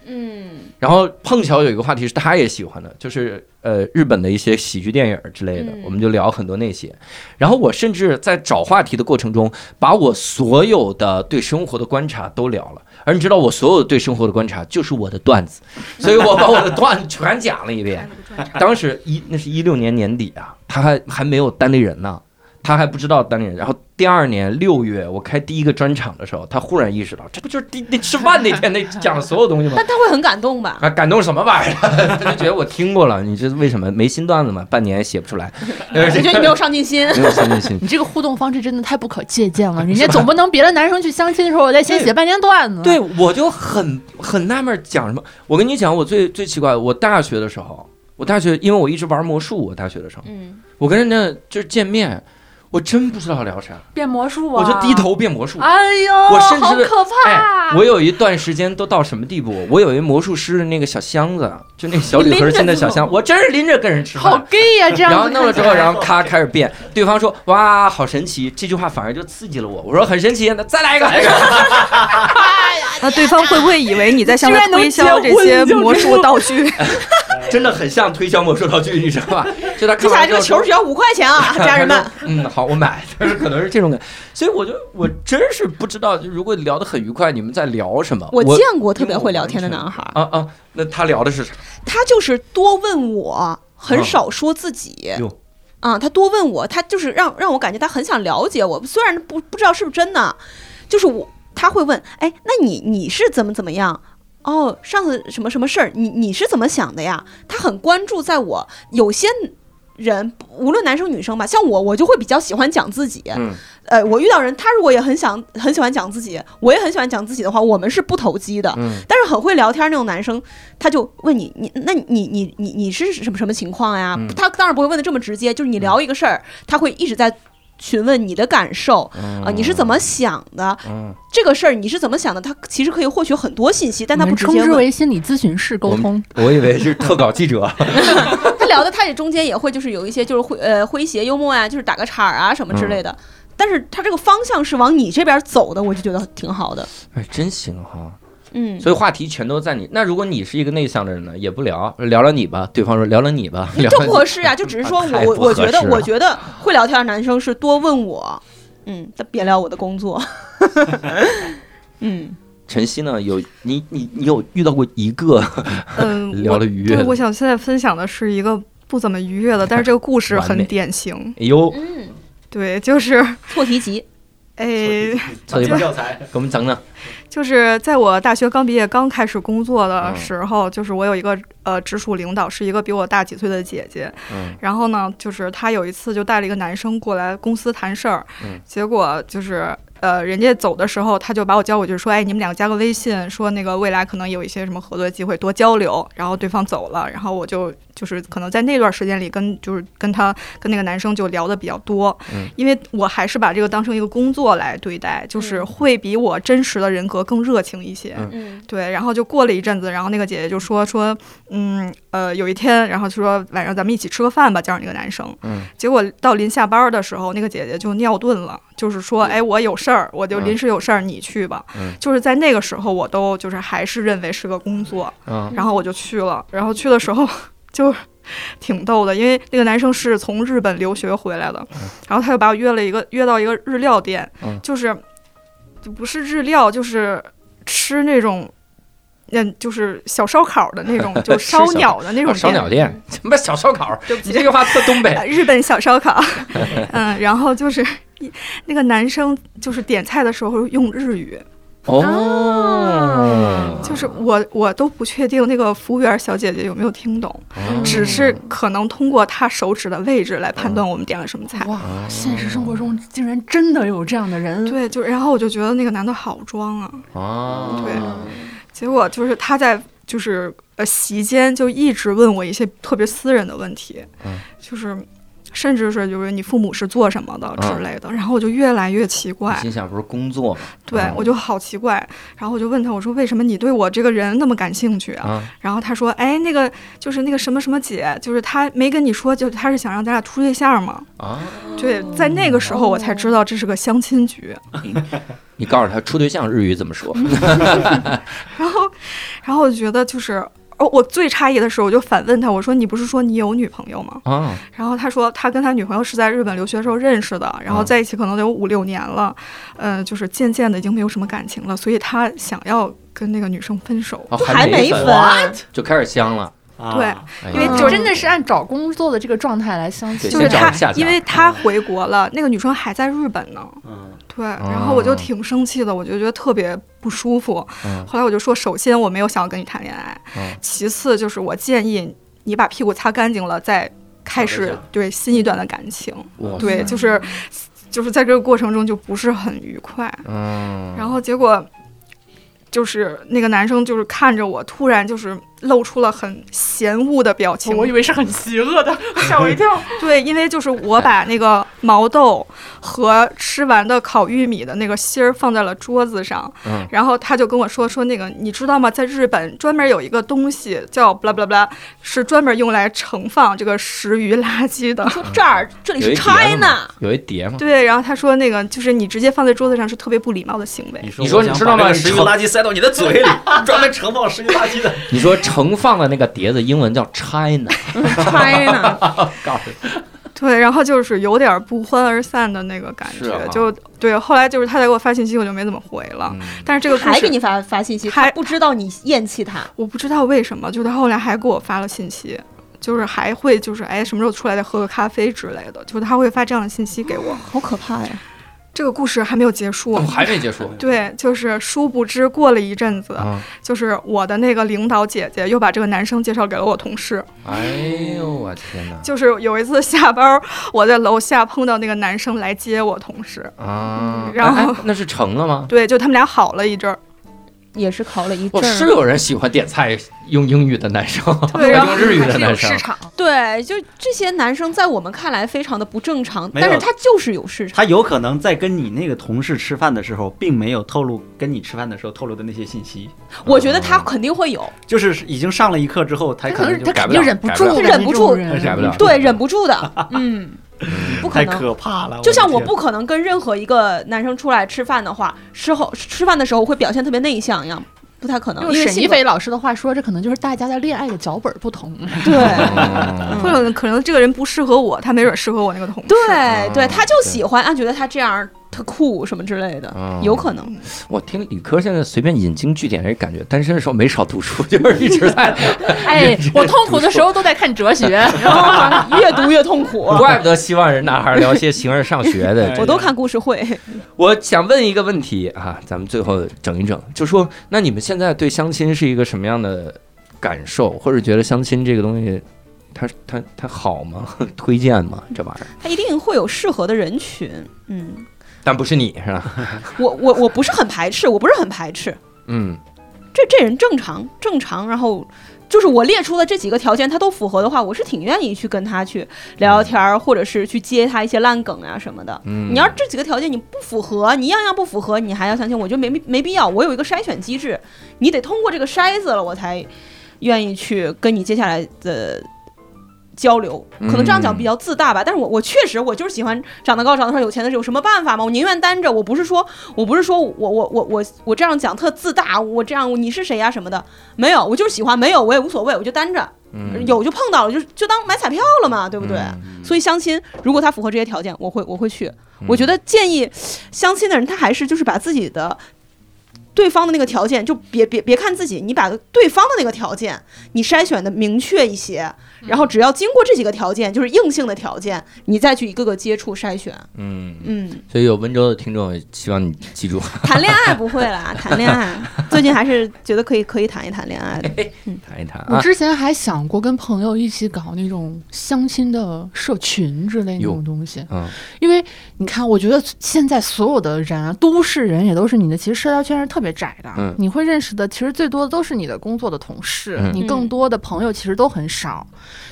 Speaker 5: 嗯，
Speaker 1: 然后碰巧有一个话题是他也喜欢的，就是呃日本的一些喜剧电影之类的，
Speaker 5: 嗯
Speaker 1: 我们就聊很多那些。然后我甚至在找话题的过程中，把我所有的对生活的观察都聊了。而你知道，我所有对生活的观察就是我的段 *laughs* 子，所以我把我的段子全讲了一遍。当时一那是一六年年底啊，他还还没有单立人呢，他还不知道单立人。然后第二年六月，我开第一个专场的时候，他忽然意识到，这不就是第那吃饭那天那讲的所有东西吗？
Speaker 6: 但他会很感动吧？
Speaker 1: 啊，感动什么玩意儿？ *laughs* 他就觉得我听过了，你这为什么没新段子嘛？半年也写不出来，
Speaker 6: 我觉得你没有上进心。
Speaker 1: 没有上进心。
Speaker 7: 你这个互动方式真的太不可借鉴了，人家总不能别的男生去相亲的时候，我再先写半天段
Speaker 1: *laughs*
Speaker 7: 子。
Speaker 1: 对，我就很很纳闷，讲什么？我跟你讲，我最最奇怪的，我大学的时候，我大学因为我一直玩魔术，我大学的时候，
Speaker 5: 嗯，
Speaker 1: 我跟人家就是见面，我真不知道聊啥，
Speaker 7: 变魔术
Speaker 1: 我
Speaker 7: 啊！
Speaker 1: 就低。头变魔术。
Speaker 7: 哎呦，
Speaker 1: 我甚至
Speaker 7: 好可
Speaker 1: *laughs*
Speaker 7: 怕！啊
Speaker 1: 哎，我有一段时间都到什么地步？我有一魔术师的那个小箱子，就那小铝盒心的小箱，我真是拎着跟人吃饭。
Speaker 7: 好 gay 呀、这样子
Speaker 1: 然后弄了之
Speaker 7: 看
Speaker 1: 后，
Speaker 7: 起来
Speaker 1: 然后咔开始变，对方说哇好神奇，这句话反而就刺激了我。我说很神奇，那再来一个。
Speaker 8: 那对方会不会以为你在向他推销这些魔术道
Speaker 1: *laughs*
Speaker 8: 具？
Speaker 1: *laughs* 真的很像推销魔术道具，你知道吧？就他
Speaker 6: 接
Speaker 1: 看
Speaker 6: 下来
Speaker 1: 完
Speaker 6: 这个球只要五块钱 *laughs* 啊，
Speaker 1: *laughs*
Speaker 6: 家人们。，
Speaker 1: 嗯，好，我买，就是可能是这种感觉。所以我就我真是不知道，如果聊得很愉快，你们在聊什么？
Speaker 6: 我
Speaker 1: 我
Speaker 6: 见过特别会聊天的男孩，
Speaker 1: 啊啊，那他聊的是啥？
Speaker 6: 他就是多问我，很少说自己
Speaker 1: 啊哟。
Speaker 6: 啊，他多问我，他就是让让我感觉他很想了解我，虽然不不知道是不是真的，就是我他会问，哎，那你你是怎么怎么样？哦，上次什么什么事儿，你你是怎么想的呀？他很关注在我，有些人无论男生女生吧，像我，我就会比较喜欢讲自己。
Speaker 1: 嗯，
Speaker 6: 呃，我遇到人，他如果也很想很喜欢讲自己，我也很喜欢讲自己的话，我们是不投机的。
Speaker 1: 嗯
Speaker 6: 但是很会聊天那种男生，他就问你，你那你你你你你是什么什么情况呀？
Speaker 1: 嗯
Speaker 6: 他当然不会问的这么直接，就是你聊一个事儿，他会一直在询问你的感受啊、你是怎么想的？
Speaker 1: 嗯，
Speaker 6: 这个事儿你是怎么想的？他其实可以获取很多信息，但他
Speaker 7: 我
Speaker 6: 不
Speaker 7: 们
Speaker 6: 直
Speaker 7: 称
Speaker 6: 接
Speaker 7: 之
Speaker 6: 问。
Speaker 7: 为心理咨询室沟通。
Speaker 1: *laughs* 我以为是特稿记者。
Speaker 6: *laughs* 他聊的他也中间也会就是有一些就是诙呃诙谐幽默呀、就是打个岔儿啊什么之类的。但是他这个方向是往你这边走的，我就觉得挺好的。
Speaker 1: *laughs* 哎，真行哈。
Speaker 6: 嗯，
Speaker 1: 所以话题全都在你。那如果你是一个内向的人呢，也不聊，聊聊你吧。对方说聊聊你吧， *laughs* 聊
Speaker 6: 这
Speaker 1: 聊
Speaker 6: 不
Speaker 1: 你
Speaker 6: 合适呀、就只是说
Speaker 1: 啊太
Speaker 6: 我我
Speaker 1: 不
Speaker 6: 我
Speaker 1: 合
Speaker 6: 觉得
Speaker 1: 适了
Speaker 6: 我觉得会聊天的男生是多问我，嗯，但别聊我的工作。 *laughs* 嗯，
Speaker 1: 晨曦呢？有你你你有遇到过一个 *laughs*
Speaker 8: 嗯，我
Speaker 1: 聊了愉悦
Speaker 8: 对，
Speaker 1: 的？
Speaker 8: 我想现在分享的是一个不怎么愉悦的，但是这个故事
Speaker 1: 完美
Speaker 8: 很典型。
Speaker 1: 哎呦，
Speaker 5: 嗯，
Speaker 8: 对，就是
Speaker 6: 错题集，
Speaker 8: 诶，
Speaker 1: 小一半
Speaker 3: 教材
Speaker 1: 给我们讲讲。
Speaker 8: 哎就是在我大学刚毕业、刚开始工作的时候，就是我有一个呃直属领导，是一个比我大几岁的姐姐。
Speaker 1: 嗯
Speaker 8: 然后呢，就是她有一次就带了一个男生过来公司谈事儿，
Speaker 1: 嗯
Speaker 8: 结果就是。呃，人家走的时候，他就把我叫过去说：“哎，你们俩加个微信，说那个未来可能有一些什么合作机会，多交流。”然后对方走了，然后我就就是可能在那段时间里跟就是跟他跟那个男生就聊的比较多，
Speaker 1: 嗯
Speaker 8: 因为我还是把这个当成一个工作来对待，就是会比我真实的人格更热情一些。
Speaker 1: 嗯
Speaker 5: 嗯
Speaker 8: 对，然后就过了一阵子，然后那个姐姐就说说，嗯呃，有一天，然后就说晚上咱们一起吃个饭吧，叫上那个男生。
Speaker 1: 嗯，
Speaker 8: 结果到临下班儿的时候，那个姐姐就尿遁了，就是说，哎，我有事儿，我就临时有事儿，你去吧。
Speaker 1: 嗯
Speaker 8: 就是在那个时候，我都就是还是认为是个工作，
Speaker 1: 嗯
Speaker 8: 然后我就去了，然后去的时候就。挺逗的，因为那个男生是从日本留学回来的，然后他又把我约了一个约到一个日料店，
Speaker 1: 嗯
Speaker 8: 就是就不是日料，就是吃那种，嗯，就是小烧烤的那
Speaker 1: *laughs*
Speaker 8: 种，就
Speaker 1: 吃小
Speaker 8: 烧
Speaker 1: 哦
Speaker 8: 鸟的那种
Speaker 1: 烧
Speaker 8: 店，
Speaker 1: 鸟店，什么小烧烤，
Speaker 8: 对不
Speaker 1: 你
Speaker 8: 起
Speaker 1: 这句话特东北
Speaker 8: 呃日本小烧烤，
Speaker 1: *laughs*
Speaker 8: 嗯，然后就是一那个男生就是点菜的时候用日语，
Speaker 1: 哦，
Speaker 8: 就是我我都不确定那个服务员小姐姐有没有听懂，啊只是可能通过她手指的位置来判
Speaker 1: 哦
Speaker 8: 断我们点了什么菜。
Speaker 7: 哇，现实生活中竟然真的有这样的人，
Speaker 8: 对，就然后我就觉得那个男的好装啊，
Speaker 1: 哦，
Speaker 8: 对结果就是他在就是呃席间就一直问我一些特别私人的问题，
Speaker 1: 嗯
Speaker 8: 就是甚至是就是你父母是做什么的之类的，然后我就越来越奇怪
Speaker 1: 嗯你，心想不是工作吗？
Speaker 8: 对、
Speaker 1: 嗯
Speaker 8: 我就好奇怪，然后我就问他我说为什么你对我这个人那么感兴趣啊？
Speaker 1: 啊，
Speaker 8: 然后他说哎那个就是那个什么什么姐，就是他没跟你说，就他是想让咱俩处对象吗？
Speaker 1: 啊，
Speaker 8: 对，在那个时候我才知道这是个相亲局，
Speaker 1: 你告诉他处对象日语怎么说？
Speaker 8: 嗯然后然后我就觉得就是。哦，我最诧异的是，我就反问他，我说：“你不是说你有女朋友吗？”
Speaker 1: 啊，
Speaker 8: 然后他说，他跟他女朋友是在日本留学时候认识的，然后在一起可能得有五六年了，呃，就是渐渐的已经没有什么感情了，所以他想要跟那个女生分手。
Speaker 1: 哦
Speaker 5: 还没
Speaker 1: 分
Speaker 5: 分，
Speaker 1: 就开始香了，
Speaker 8: 对
Speaker 3: 啊，
Speaker 1: 哎呀
Speaker 8: 因为
Speaker 7: 嗯
Speaker 8: 就是
Speaker 7: 真的是按找工作的这个状态来相
Speaker 1: 对
Speaker 7: 亲，
Speaker 8: 就是
Speaker 1: 先找
Speaker 8: 他
Speaker 1: 人下，家啊
Speaker 8: 因为他回国了，那个女生还在日本呢。
Speaker 3: 嗯，
Speaker 8: 对，
Speaker 1: 哦
Speaker 8: 然后我就挺生气的，我就觉得特别不舒服。
Speaker 1: 嗯
Speaker 8: 后来我就说，首先我没有想要跟你谈恋爱，
Speaker 1: 嗯
Speaker 8: 其次就是我建议你把屁股擦干净了再开
Speaker 3: 找对
Speaker 8: 始
Speaker 3: 象
Speaker 8: 对新一段的感情。
Speaker 1: 哇
Speaker 8: 对，
Speaker 1: 塞
Speaker 8: 就是就是在这个过程中就不是很愉快。
Speaker 1: 嗯，
Speaker 8: 然后结果就是那个男生就是看着我，突然就是露出了很嫌恶的表情。
Speaker 7: 我以为是很邪恶的， *laughs* 吓我一跳。
Speaker 8: *laughs* 对，因为就是我把那个毛豆和吃完的烤玉米的那个芯儿放在了桌子上，
Speaker 1: 嗯
Speaker 8: 然后他就跟我说说那个你知道吗？在日本专门有一个东西叫 blah blah blah，是专门用来盛放这个食鱼垃圾
Speaker 7: *laughs*
Speaker 8: 的。
Speaker 5: 说这儿这里
Speaker 1: 有
Speaker 5: 是
Speaker 1: 一碟嘛
Speaker 5: China，
Speaker 1: 有一碟嘛，
Speaker 8: 对，然后他说那个就是你直接放在桌子上是特别不礼貌的行为。
Speaker 1: 你说
Speaker 3: 我
Speaker 1: 你
Speaker 3: 想
Speaker 1: 知道
Speaker 3: 把
Speaker 1: 吗
Speaker 3: 这个食
Speaker 1: 盛
Speaker 3: 用垃圾塞到你的嘴 *laughs* 里，专门盛放食用垃圾的，
Speaker 1: 你说盛放的那个碟子英文叫 China，
Speaker 5: China，
Speaker 1: *laughs* 告诉你
Speaker 8: 对，然后就是有点不欢而散的那个感
Speaker 1: 是
Speaker 8: 觉，
Speaker 1: 啊嗯
Speaker 8: 就对。后来就是他再给我发信息，我就没怎么回了。但是这个故
Speaker 5: 还给
Speaker 8: 事
Speaker 5: 你发发信息，
Speaker 8: 还
Speaker 5: 他不知道你厌弃他，
Speaker 8: 我不知道为什么，就是他后来还给我发了信息，就是还会就是哎什么时候出来再喝个咖啡之类的，就是他会发这样的信息给我。
Speaker 5: 好可怕呀！
Speaker 8: 这个故事还没有结束。
Speaker 1: 哦还没结束
Speaker 8: 对，就是殊不知过了一阵子，
Speaker 1: 啊，
Speaker 8: 就是我的那个领导姐姐又把这个男生介绍给了我同事。
Speaker 1: 哎呦我天哪，
Speaker 8: 就是有一次下班儿，我在楼下碰到那个男生来接我同事，
Speaker 1: 啊，
Speaker 8: 然后
Speaker 1: 哎哎那是成了吗？
Speaker 8: 对，就他们俩好了一阵儿。
Speaker 5: 也是考了一
Speaker 1: 哦，
Speaker 5: 阵
Speaker 1: 是
Speaker 5: 儿，
Speaker 1: 有人喜欢点菜用英语的男生，
Speaker 8: 对然后
Speaker 1: 用日语的男生，
Speaker 7: 场，
Speaker 5: 对，就这些男生在我们看来非常的不正常，
Speaker 3: 没有
Speaker 5: 但是他就是有市场。
Speaker 3: 他有可能在跟你那个同事吃饭的时候，并没有透露跟你吃饭的时候透露的那些信息，
Speaker 5: 我觉得他肯定会有，
Speaker 3: 就是已经上了一课之后，他
Speaker 7: 他
Speaker 3: 可
Speaker 7: 可能
Speaker 3: 能
Speaker 7: 是他
Speaker 3: 就
Speaker 1: 改不
Speaker 7: 肯定
Speaker 1: 了
Speaker 7: 忍不
Speaker 1: 改不
Speaker 7: 住
Speaker 1: 了
Speaker 7: 的
Speaker 5: 忍
Speaker 7: 那
Speaker 5: 不
Speaker 7: 种
Speaker 5: 住
Speaker 7: 人，
Speaker 1: 改不了
Speaker 5: 对，忍不住的，
Speaker 1: *laughs*
Speaker 5: 嗯，不可
Speaker 3: 太
Speaker 5: 能。
Speaker 3: 可怕了。
Speaker 5: 就像我
Speaker 3: 的天
Speaker 5: 不可能跟任何一个男生出来吃饭的话，事后吃饭的时候会表现特别内向一样，不太可能。
Speaker 7: 用
Speaker 5: 因为
Speaker 7: 沈
Speaker 5: 性
Speaker 7: 一
Speaker 5: 格
Speaker 7: 菲老师的话说，这可能就是大家的恋爱的脚本不 *laughs* 同。
Speaker 5: 对
Speaker 1: 嗯
Speaker 8: 或者可能这个人不适合我，他没准适合我那个同事。
Speaker 5: 对
Speaker 1: 啊
Speaker 5: 对，他就
Speaker 1: 对
Speaker 5: 喜欢，啊，觉得他这样特酷什么之类的，
Speaker 1: 嗯
Speaker 5: 有可能。
Speaker 1: *laughs* 我听理科现在随便引经据典，人感觉单身的时候没少读书，就是一直在，
Speaker 7: 哎，我痛苦的时候都在看哲 *laughs* 学，
Speaker 1: 啊
Speaker 5: 然
Speaker 7: *laughs*
Speaker 5: 后越读越痛苦。
Speaker 1: *laughs* 怪不得希望人男孩聊些形而上学的。
Speaker 5: 我都看故事会，
Speaker 1: 我想问一个问题啊，咱们最后整一整，就说那你们现在对相亲是一个什么样的感受，或者觉得相亲这个东西，它它 *laughs* 它好吗？推荐吗？这玩意儿？
Speaker 5: 他一定会有适合的人群。嗯，
Speaker 1: 但不是你是吧？
Speaker 6: 我我我不是很排斥，我不是很排斥，
Speaker 1: 嗯，
Speaker 6: 这这人正常正常，然后就是我列出的这几个条件他都符合的话，我是挺愿意去跟他去聊聊天儿，或者是去接他一些烂梗啊什么的。
Speaker 1: 嗯
Speaker 6: 你要是这几个条件你不符合，你样样不符合，你还要相亲，我觉得没没必要。我有一个筛选机制，你得通过这个筛子了，我才愿意去跟你接下来的交流。可能这样讲比较自
Speaker 1: 嗯
Speaker 6: 大吧，但是我我确实我就是喜欢长得高、长得帅、有钱的，有什么办法吗？我宁愿单着，我不是说我不是说我我我我我这样讲特自大，我这样你是谁呀、啊什么的，没有，我就是喜欢，没有我也无所谓，我就单着，
Speaker 1: 嗯
Speaker 6: 有就碰到了，就就当买彩票了嘛，对不对？
Speaker 1: 嗯
Speaker 6: 所以相亲，如果他符合这些条件，我会我会去。
Speaker 1: 嗯
Speaker 6: 我觉得建议相亲的人，他还是就是把自己的对方的那个条件，就别别别看自己，你把对方的那个条件，你筛选的明确一些，然后只要经过这几个条件，就是硬性的条件，你再去一个个接触筛选。
Speaker 1: 嗯，
Speaker 6: 嗯，
Speaker 1: 所以有温州的听众，希望你记住，
Speaker 6: *laughs*
Speaker 1: 啊
Speaker 6: 谈恋爱不会啦，谈恋爱最近还是觉得可以可以谈一谈恋爱的。
Speaker 1: 谈一谈
Speaker 7: 我
Speaker 1: 啊。
Speaker 7: 之前还想过跟朋友一起搞那种相亲的社群之类那
Speaker 1: 哟
Speaker 7: 种东西，
Speaker 1: 嗯，
Speaker 7: 因为你看，我觉得现在所有的人啊，都市人也都是你的，其实社交圈是特别窄的。
Speaker 1: 嗯
Speaker 7: 你会认识的，其实最多的都是你的工作的同事，
Speaker 1: 嗯
Speaker 7: 你更多的朋友其实都很少。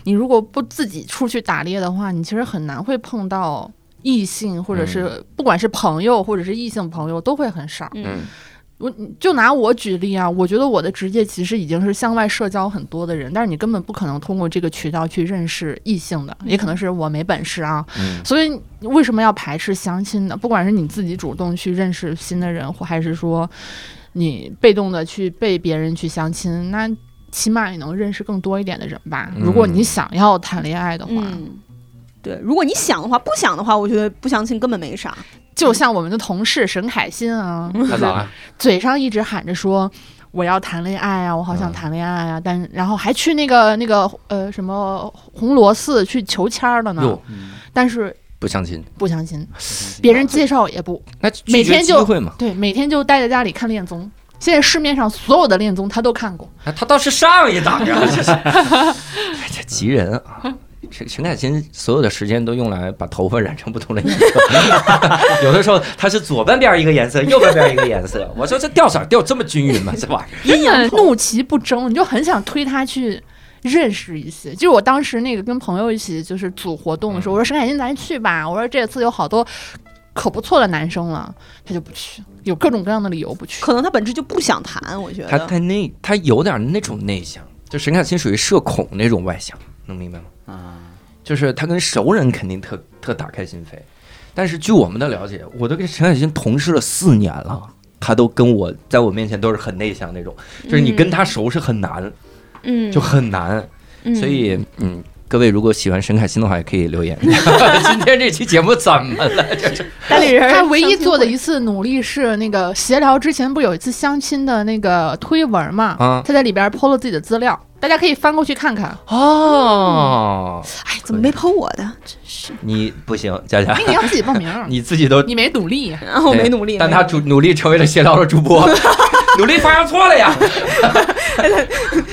Speaker 7: 你如果不自己出去打猎的话，你其实很难会碰到异性，或者是不管是朋友或者是异性朋友都会很少。
Speaker 1: 嗯
Speaker 7: 我就拿我举例啊，我觉得我的职业其实已经是向外社交很多的人，但是你根本不可能通过这个渠道去认识异性的，也可能是我没本事啊。
Speaker 1: 嗯
Speaker 7: 所以为什么要排斥相亲呢？不管是你自己主动去认识新的人，或还是说你被动的去被别人去相亲，那起码你能认识更多一点的人吧。
Speaker 1: 嗯
Speaker 7: 如果你想要谈恋爱的话，
Speaker 6: 嗯，对，如果你想的话，不想的话，我觉得不相亲根本没啥。
Speaker 7: 就像我们的同事沈凯欣啊，
Speaker 1: 太早了，
Speaker 7: 嘴上一直喊着说。我要谈恋爱啊！我好想
Speaker 1: 嗯
Speaker 7: 谈恋爱啊！但然后还去那个那个呃什么红螺寺去求签儿
Speaker 6: 嗯
Speaker 7: 了呢
Speaker 1: 哟，，
Speaker 7: 但是
Speaker 1: 不相亲，
Speaker 7: 不相亲，别人介绍也不，
Speaker 1: 那
Speaker 7: 每天
Speaker 1: 拒
Speaker 7: 就
Speaker 1: 绝机会嘛，
Speaker 7: 对，每天就待在家里看恋综。现在市面上所有的恋综他都看过，
Speaker 1: 啊他倒是上一档呀，这是，哎 *laughs* 这急人 *laughs* 啊。陈陈凯欣所有的时间都用来把头发染成不同的颜 *laughs* 色，有的时候他是左半边一个颜色，右半边一个颜色。我说这掉色儿掉这么均匀吗？这玩意儿，
Speaker 7: 阴阳怒其不争，你就很想推他去认识一些。嗯就是我当时那个跟朋友一起就是组活动的时候，我说沈凯欣咱去吧，我说这次有好多可不错的男生了，他就不去，有各种各样的理由不去。
Speaker 6: 可能他本质就不想谈，我觉
Speaker 1: 他
Speaker 6: 得。
Speaker 1: 太内，他有点那种内向，就沈凯欣属于社恐那种外向，能明白吗？
Speaker 3: 啊，
Speaker 1: 就是他跟熟人肯定特特打开心扉，但是据我们的了解，我都跟陈凯欣同事了四年了，他都跟我在我面前都是很内向那种，就是你跟他熟是很难，
Speaker 6: 嗯，
Speaker 1: 就很难，
Speaker 6: 嗯
Speaker 1: 所以嗯。各位如果喜欢沈凯欣的话，也可以
Speaker 6: *laughs*
Speaker 1: 留言。今天这期节目怎么了？这是
Speaker 6: 单立人
Speaker 7: 他唯一做的一次努力是那个闲聊之前不有一次相亲的那个推文嘛，
Speaker 1: 啊
Speaker 7: 他在里边 PO 了自己的资料，大家可以翻过去看 *laughs* 看。
Speaker 1: 哦，
Speaker 6: 哎，怎么没剖我的？真是，
Speaker 1: *laughs* 你不行，佳佳，
Speaker 6: 哎
Speaker 7: 那，哎你要自己报名儿
Speaker 1: 你自己都
Speaker 7: 你没努力。
Speaker 6: 然后我没努力，
Speaker 1: 哎但
Speaker 6: 没
Speaker 1: 他
Speaker 6: 努
Speaker 1: 主努力成为了闲聊的主播，努力方向错了呀！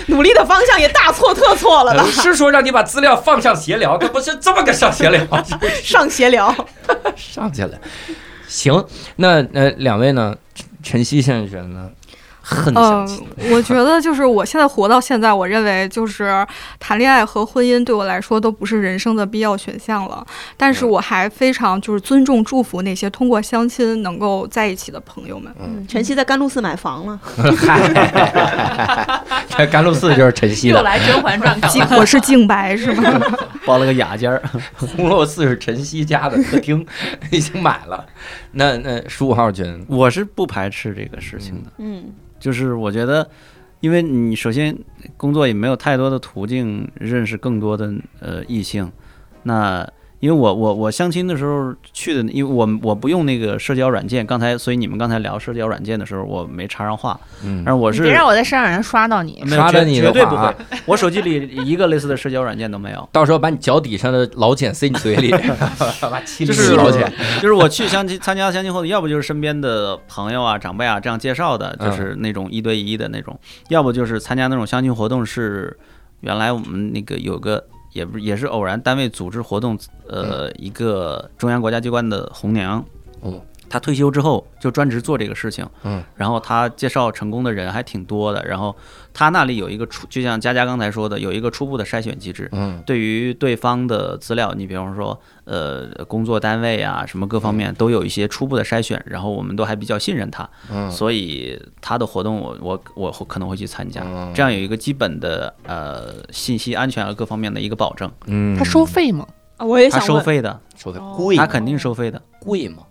Speaker 6: 努力的方向也大错特错了吧？
Speaker 1: 是说让你把资料放上闲聊，可不是这么个上闲聊，
Speaker 6: 上闲聊，
Speaker 1: 上去了。行，那呃，两位呢？陈晨曦先生觉得呢？很
Speaker 8: 嗯
Speaker 1: 相亲，，
Speaker 8: 我觉得就是我现在活到现在，我认为就是谈恋爱和婚姻对我来说都不是人生的必要选项了。但
Speaker 1: 嗯
Speaker 8: 是我还非常就是尊重、祝福那些通过相亲能够在一起的朋友们。
Speaker 6: 晨曦在甘露寺买房了，
Speaker 1: 这甘露寺就是晨曦
Speaker 7: 又
Speaker 1: 的，
Speaker 7: 来《甄嬛
Speaker 1: 嗯
Speaker 8: *laughs*
Speaker 7: 传》看
Speaker 8: 净
Speaker 1: *laughs*
Speaker 8: 我是净白是吗？
Speaker 3: 包了个雅间儿， *laughs*
Speaker 1: 红螺寺是晨曦家的客厅， *laughs* 已经买了。那那十五号觉得呢，
Speaker 3: 我是不排斥这个事情的，
Speaker 6: 嗯
Speaker 3: 就是我觉得。因为你首先工作也没有太多的途径认识更多的呃异性，那因为我我我相亲的时候去的，因为我我不用那个社交软件，刚才所以你们刚才聊社交软件的时候我没插上话，
Speaker 1: 嗯
Speaker 3: 但是我
Speaker 7: 你
Speaker 3: 是嗯
Speaker 7: 别让我在身上人刷到你。
Speaker 3: 没有
Speaker 1: 刷
Speaker 3: 绝
Speaker 1: 着你
Speaker 3: 绝
Speaker 1: 的
Speaker 3: 对
Speaker 1: 话
Speaker 3: 不
Speaker 1: 啊
Speaker 3: 会，我手机里一个类似的社交软件都没有。
Speaker 1: 到时候把你脚底上的老茧塞你嘴里，把七
Speaker 3: 就
Speaker 1: 厘
Speaker 3: 是
Speaker 1: 米老茧，
Speaker 3: *laughs* 就是我去相亲参加相亲活动，要不就是身边的朋友啊、长辈啊这样介绍的，
Speaker 1: 嗯
Speaker 3: 就是那种一对一的那种；要不就是参加那种相亲活动是原来我们那个有个也不是也是偶然单位组织活动，呃，一个中央国家机关的红娘
Speaker 1: 嗯哦，
Speaker 3: 他退休之后就专职做这个事情，
Speaker 1: 嗯，
Speaker 3: 然后他介绍成功的人还挺多的，然后他那里有一个初，就像佳佳刚才说的，有一个初步的筛选机制，
Speaker 1: 嗯，
Speaker 3: 对于对方的资料，你比方说呃工作单位啊什么各方面都有一些初步的筛选，然后我们都还比较信任他，
Speaker 1: 嗯
Speaker 3: 所以他的活动我我我会可能会去参加，
Speaker 1: 嗯
Speaker 3: 这样有一个基本的呃信息安全和各方面的一个保证，
Speaker 1: 嗯
Speaker 7: 他收费吗？
Speaker 5: 啊我也
Speaker 3: 他
Speaker 5: 想
Speaker 3: 收
Speaker 5: 问，
Speaker 3: 费的，
Speaker 1: 收的
Speaker 5: 哦
Speaker 1: 贵
Speaker 3: 他
Speaker 1: 吗
Speaker 3: 肯定收费的。
Speaker 1: 贵吗？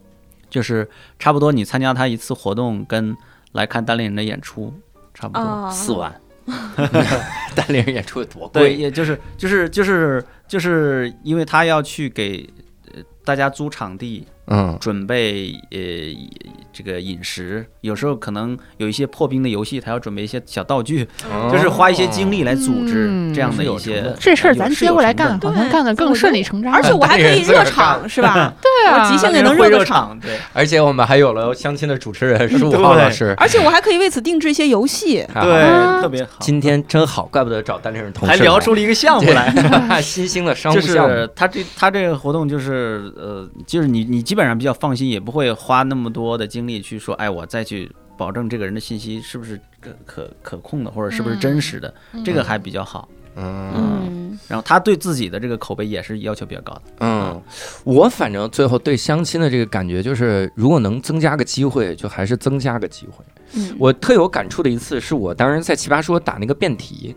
Speaker 3: 就是差不多你参加他一次活动，跟来看单立人的演出差不多
Speaker 5: 啊
Speaker 3: 四万。
Speaker 1: *laughs* 单立人演出有多
Speaker 3: 对，
Speaker 1: 贵？
Speaker 3: 也就是就是就是就是因为他要去给呃大家租场地，
Speaker 1: 嗯
Speaker 3: 准备呃这个饮食，有时候可能有一些破冰的游戏，他要准备一些小道具，
Speaker 1: 嗯
Speaker 3: 就是花一些精力来组织
Speaker 7: 嗯
Speaker 3: 这样的
Speaker 1: 哦是有
Speaker 3: 一些
Speaker 1: 成本的。
Speaker 7: 这事儿
Speaker 3: 哎有
Speaker 7: 咱
Speaker 3: 是
Speaker 7: 接
Speaker 3: 有
Speaker 7: 过来
Speaker 3: 成
Speaker 7: 干，
Speaker 3: 本的
Speaker 7: 好像
Speaker 5: 对
Speaker 7: 干得
Speaker 5: 我
Speaker 7: 更
Speaker 5: 觉
Speaker 7: 顺
Speaker 5: 得
Speaker 7: 理成章了。
Speaker 5: 而且我还可以
Speaker 1: *laughs* 哎
Speaker 5: 热场是吧？
Speaker 7: 对啊，
Speaker 5: 我即兴
Speaker 3: 那
Speaker 5: 也能
Speaker 3: 会
Speaker 5: 热
Speaker 3: 热
Speaker 5: 个场，
Speaker 3: 场，对
Speaker 1: 而且我们还有了相亲的主持 *laughs* 人是五号
Speaker 3: 对
Speaker 1: 老师，
Speaker 5: *laughs* 而且我还可以为此定制一些游戏。
Speaker 1: 太好了
Speaker 3: 对，特别好，
Speaker 1: 啊今天真好，怪不得找单立人同事
Speaker 3: 还
Speaker 1: 来
Speaker 3: 聊出了一个项目 *laughs* 来。
Speaker 1: 对 *laughs* 新兴的商务
Speaker 3: 就
Speaker 1: 项目
Speaker 3: 是。他这他这个活动就是呃，就是你你基本上比较放心，也不会花那么多的精力去说，哎，我再去保证这个人的信息是不是可可可控的，或者是不是真实的，这个还比较好。
Speaker 1: 嗯
Speaker 5: 嗯，
Speaker 3: 然后他对自己的这个口碑也是要求比较高的。
Speaker 1: 嗯，我反正最后对相亲的这个感觉就是，如果能增加个机会，就还是增加个机会。
Speaker 5: 嗯
Speaker 1: 我特有感触的一次是我当时在奇葩说打那个辩题，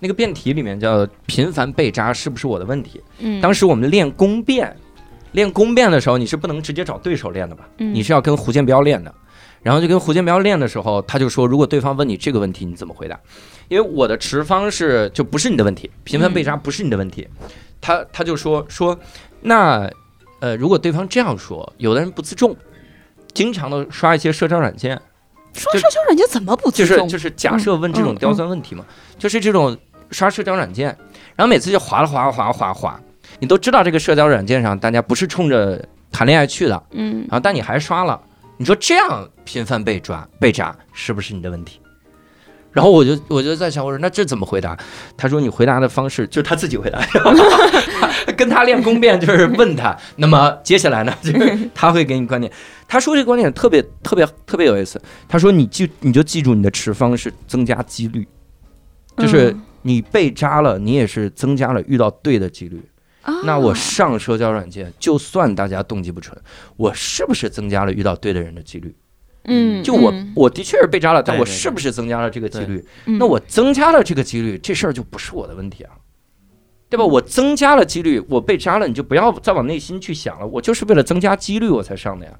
Speaker 1: 那个辩题里面叫“频繁被扎是不是我的问题”。
Speaker 5: 嗯
Speaker 1: 当时我们练攻辩，练攻辩的时候你是不能直接找对手练的吧？
Speaker 5: 嗯
Speaker 1: 你是要跟胡建彪练的。然后就跟胡建彪练的时候，他就说，如果对方问你这个问题，你怎么回答？因为我的持方是就不是你的问题，频繁被扎不是你的问题。
Speaker 5: 嗯
Speaker 1: 他他就说说，那呃，如果对方这样说，有的人不自重，经常的刷一些社交软件，
Speaker 5: 说
Speaker 1: 就
Speaker 5: 社交软件怎么不
Speaker 1: 就
Speaker 5: 自
Speaker 1: 是
Speaker 5: 重？嗯
Speaker 1: 就是假设问这种刁钻问题嘛，就是这种刷社交软件，然后每次就划了划划划划，你都知道这个社交软件上大家不是冲着谈恋爱去的，
Speaker 5: 嗯
Speaker 1: 然后但你还刷了，你说这样频繁被抓被扎是不是你的问题？然后我就我就在想，我说那这怎么回答？他说你回答的方式就是他自己回答， *laughs* 跟他练功辩就是问他。那么接下来呢，就是他会给你观点。他说这个观点特别特别特别有意思。他说你记你就记住你的持方是增加几率，就是你被扎了，你也是增加了遇到对的几率。
Speaker 5: 啊哦
Speaker 1: 那我上社交软件，就算大家动机不纯，我是不是增加了遇到对的人的几率？
Speaker 5: 嗯，
Speaker 1: 就我
Speaker 7: 嗯
Speaker 1: 我的确是被扎了，但
Speaker 3: 对
Speaker 1: 我
Speaker 3: 对对
Speaker 1: 是不是增加了这个几率？
Speaker 5: 嗯
Speaker 1: 那我增加了这个几率，这事儿就不是我的问题啊，对吧？我增加了几率，我被扎了，你就不要再往内心去想了，我就是为了增加几率我才上的呀，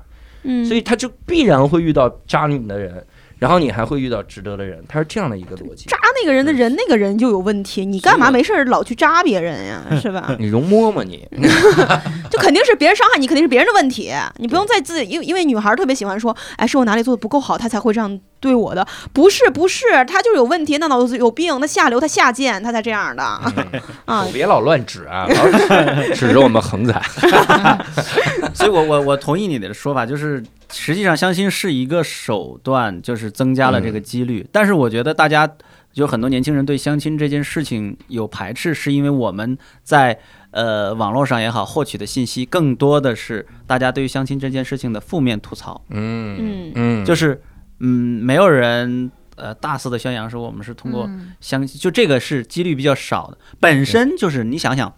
Speaker 5: 嗯
Speaker 1: 所以他就必然会遇到扎你的人。然后你还会遇到值得的人，他是这样的一个逻辑。
Speaker 5: 扎那个人的人，那个人就有问题，你干嘛没事儿老去扎别人呀？
Speaker 1: *laughs*
Speaker 5: 是吧？
Speaker 1: 你容嬷嬷你，
Speaker 5: *laughs* 就肯定是别人伤害你，肯定是别人的问题，你不用再自己，因为因为女孩儿特别喜欢说，哎，是我哪里做的不够好，她才会这样对我的，不是不是，她就是有问题，那脑子有病，那下流，她下贱，她才这
Speaker 3: *laughs*
Speaker 5: 样的 *laughs* 啊。
Speaker 1: 我别老乱指
Speaker 5: *laughs*
Speaker 1: 啊，老指着我们恒仔。
Speaker 3: 所以我我我同意你的说法，就是实际上相亲是一个手段，就是增加了这个几率。但是我觉得大家有很多年轻人对相亲这件事情有排斥，是因为我们在呃网络上也好获取的信息更多的是大家对于相亲这件事情的负面吐槽，
Speaker 1: 嗯
Speaker 5: 嗯
Speaker 1: 嗯，
Speaker 3: 就是嗯没有人。呃，大肆的宣扬说我们是通过
Speaker 7: 嗯
Speaker 3: 相，亲，就这个是几率比较少的。本身就是你想想，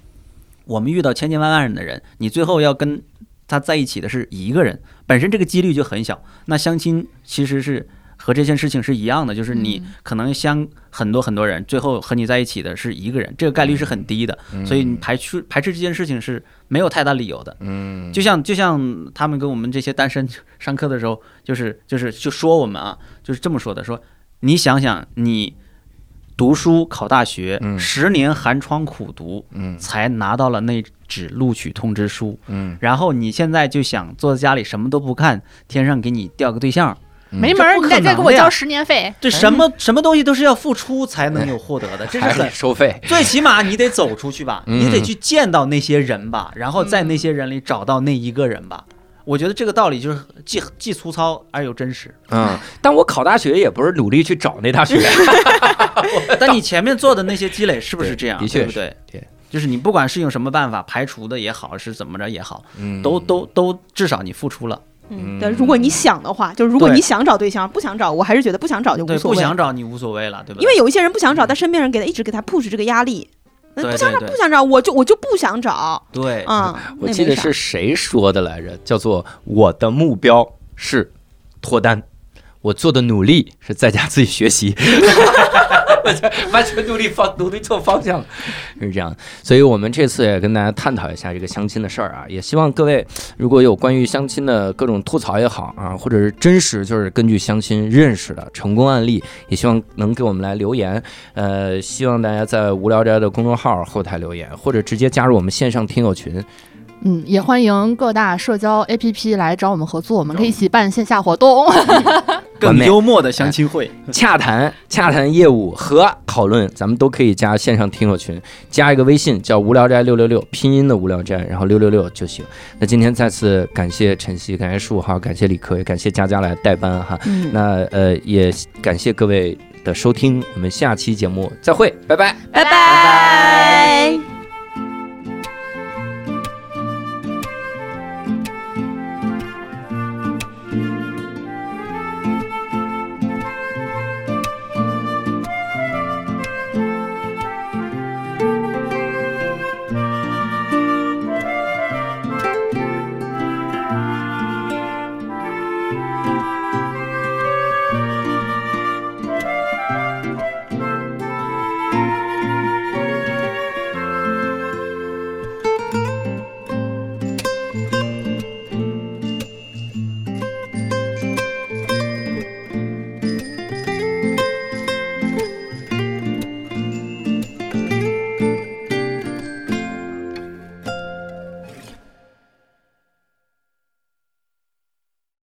Speaker 3: 我们遇到千千万万人的人，你最后要跟他在一起的是一个人，本身这个几率就很小。那相亲其实是和这件事情是一样的，就是你可能相很多很多人，最后和你在一起的是一个人，这个概率是很低的。所以你排斥排斥这件事情是没有太大理由的。
Speaker 1: 嗯，
Speaker 3: 就像就像他们跟我们这些单身上课的时候，就是就是就说我们啊，就是这么说的，说你想想你。读书考大学，
Speaker 1: 嗯
Speaker 3: 十年寒窗苦读，
Speaker 1: 嗯
Speaker 3: 才拿到了那纸录取通知书。
Speaker 1: 嗯
Speaker 3: 然后你现在就想坐在家里什么都不干，天上给你调个对象，
Speaker 1: 嗯
Speaker 7: 没门
Speaker 3: 这
Speaker 7: 儿，
Speaker 3: 不
Speaker 7: 你
Speaker 3: 可
Speaker 7: 得再
Speaker 3: 能
Speaker 7: 给我
Speaker 3: 的呀
Speaker 7: 交十年费。
Speaker 3: 这什么、什么东西都是要付出才能有获得的，这是
Speaker 1: 还得
Speaker 3: 很
Speaker 1: 收 *laughs* 费。
Speaker 3: 最起码你得走出去吧，
Speaker 1: 嗯
Speaker 3: 你得去见到那些人吧，然后在那些人里找到那一个人
Speaker 1: 嗯
Speaker 3: 吧。我觉得这个道理就是既既粗糙而又
Speaker 1: *laughs*
Speaker 3: 真实。
Speaker 1: 嗯，但我考大学也不是努力去找那
Speaker 3: *laughs*
Speaker 1: 大学。
Speaker 3: 但你前面做的那些积累是不是这样？
Speaker 1: 对的确
Speaker 3: 对不对？
Speaker 1: 对
Speaker 3: 就是你不管是用什么办法排除的也好，是怎么着也好，
Speaker 1: 嗯
Speaker 3: 都都都至少你付出了。
Speaker 5: 嗯，
Speaker 1: 嗯
Speaker 5: 但如果你想的话，就是如果
Speaker 3: 对
Speaker 5: 你想找对象，不想找，我还是觉得不想找就无
Speaker 3: 对，
Speaker 5: 所
Speaker 3: 不
Speaker 5: 谓。
Speaker 3: 想找你无所谓了，对吧？
Speaker 5: 因为有一些人不想找，但身边人给他一直给他 push 这个压力，那
Speaker 3: 对
Speaker 5: 不想
Speaker 3: 对
Speaker 5: 找
Speaker 3: 对
Speaker 5: 不想找，我就我就不想找
Speaker 3: 对，
Speaker 5: 啊。
Speaker 1: 我
Speaker 5: 那
Speaker 1: 记
Speaker 5: 没
Speaker 1: 得
Speaker 5: 啥
Speaker 1: 是谁说的来着？叫做我的目标是脱单，我做的努力是在家自己
Speaker 5: *laughs*
Speaker 1: 学习。完全努力方努力错方向了，是这样。所以我们这次也跟大家探讨一下这个相亲的事儿啊，也希望各位如果有关于相亲的各种吐槽也好啊，或者是真实就是根据相亲认识的成功案例，也希望能给我们来留言。呃，希望大家在无聊斋的公众号后台留言，或者直接加入我们线上听友群，
Speaker 7: 嗯，也欢迎各大社交 APP 来找我们合作，我们可以一起办线下活动。
Speaker 1: 完
Speaker 3: 更
Speaker 1: 美哎
Speaker 3: 幽默的相亲会，
Speaker 1: 洽谈、洽谈业务和讨论，咱们都可以加线上听友群，加一个微信叫“无聊斋六六六”，拼音的无聊斋，然后六六六就行。那今天再次感谢晨曦，感谢十五号，感谢李科，也感谢佳佳来代班哈。
Speaker 7: 嗯，
Speaker 1: 那呃，也感谢各位的收听，我们下期节目再会，拜拜。
Speaker 6: 拜拜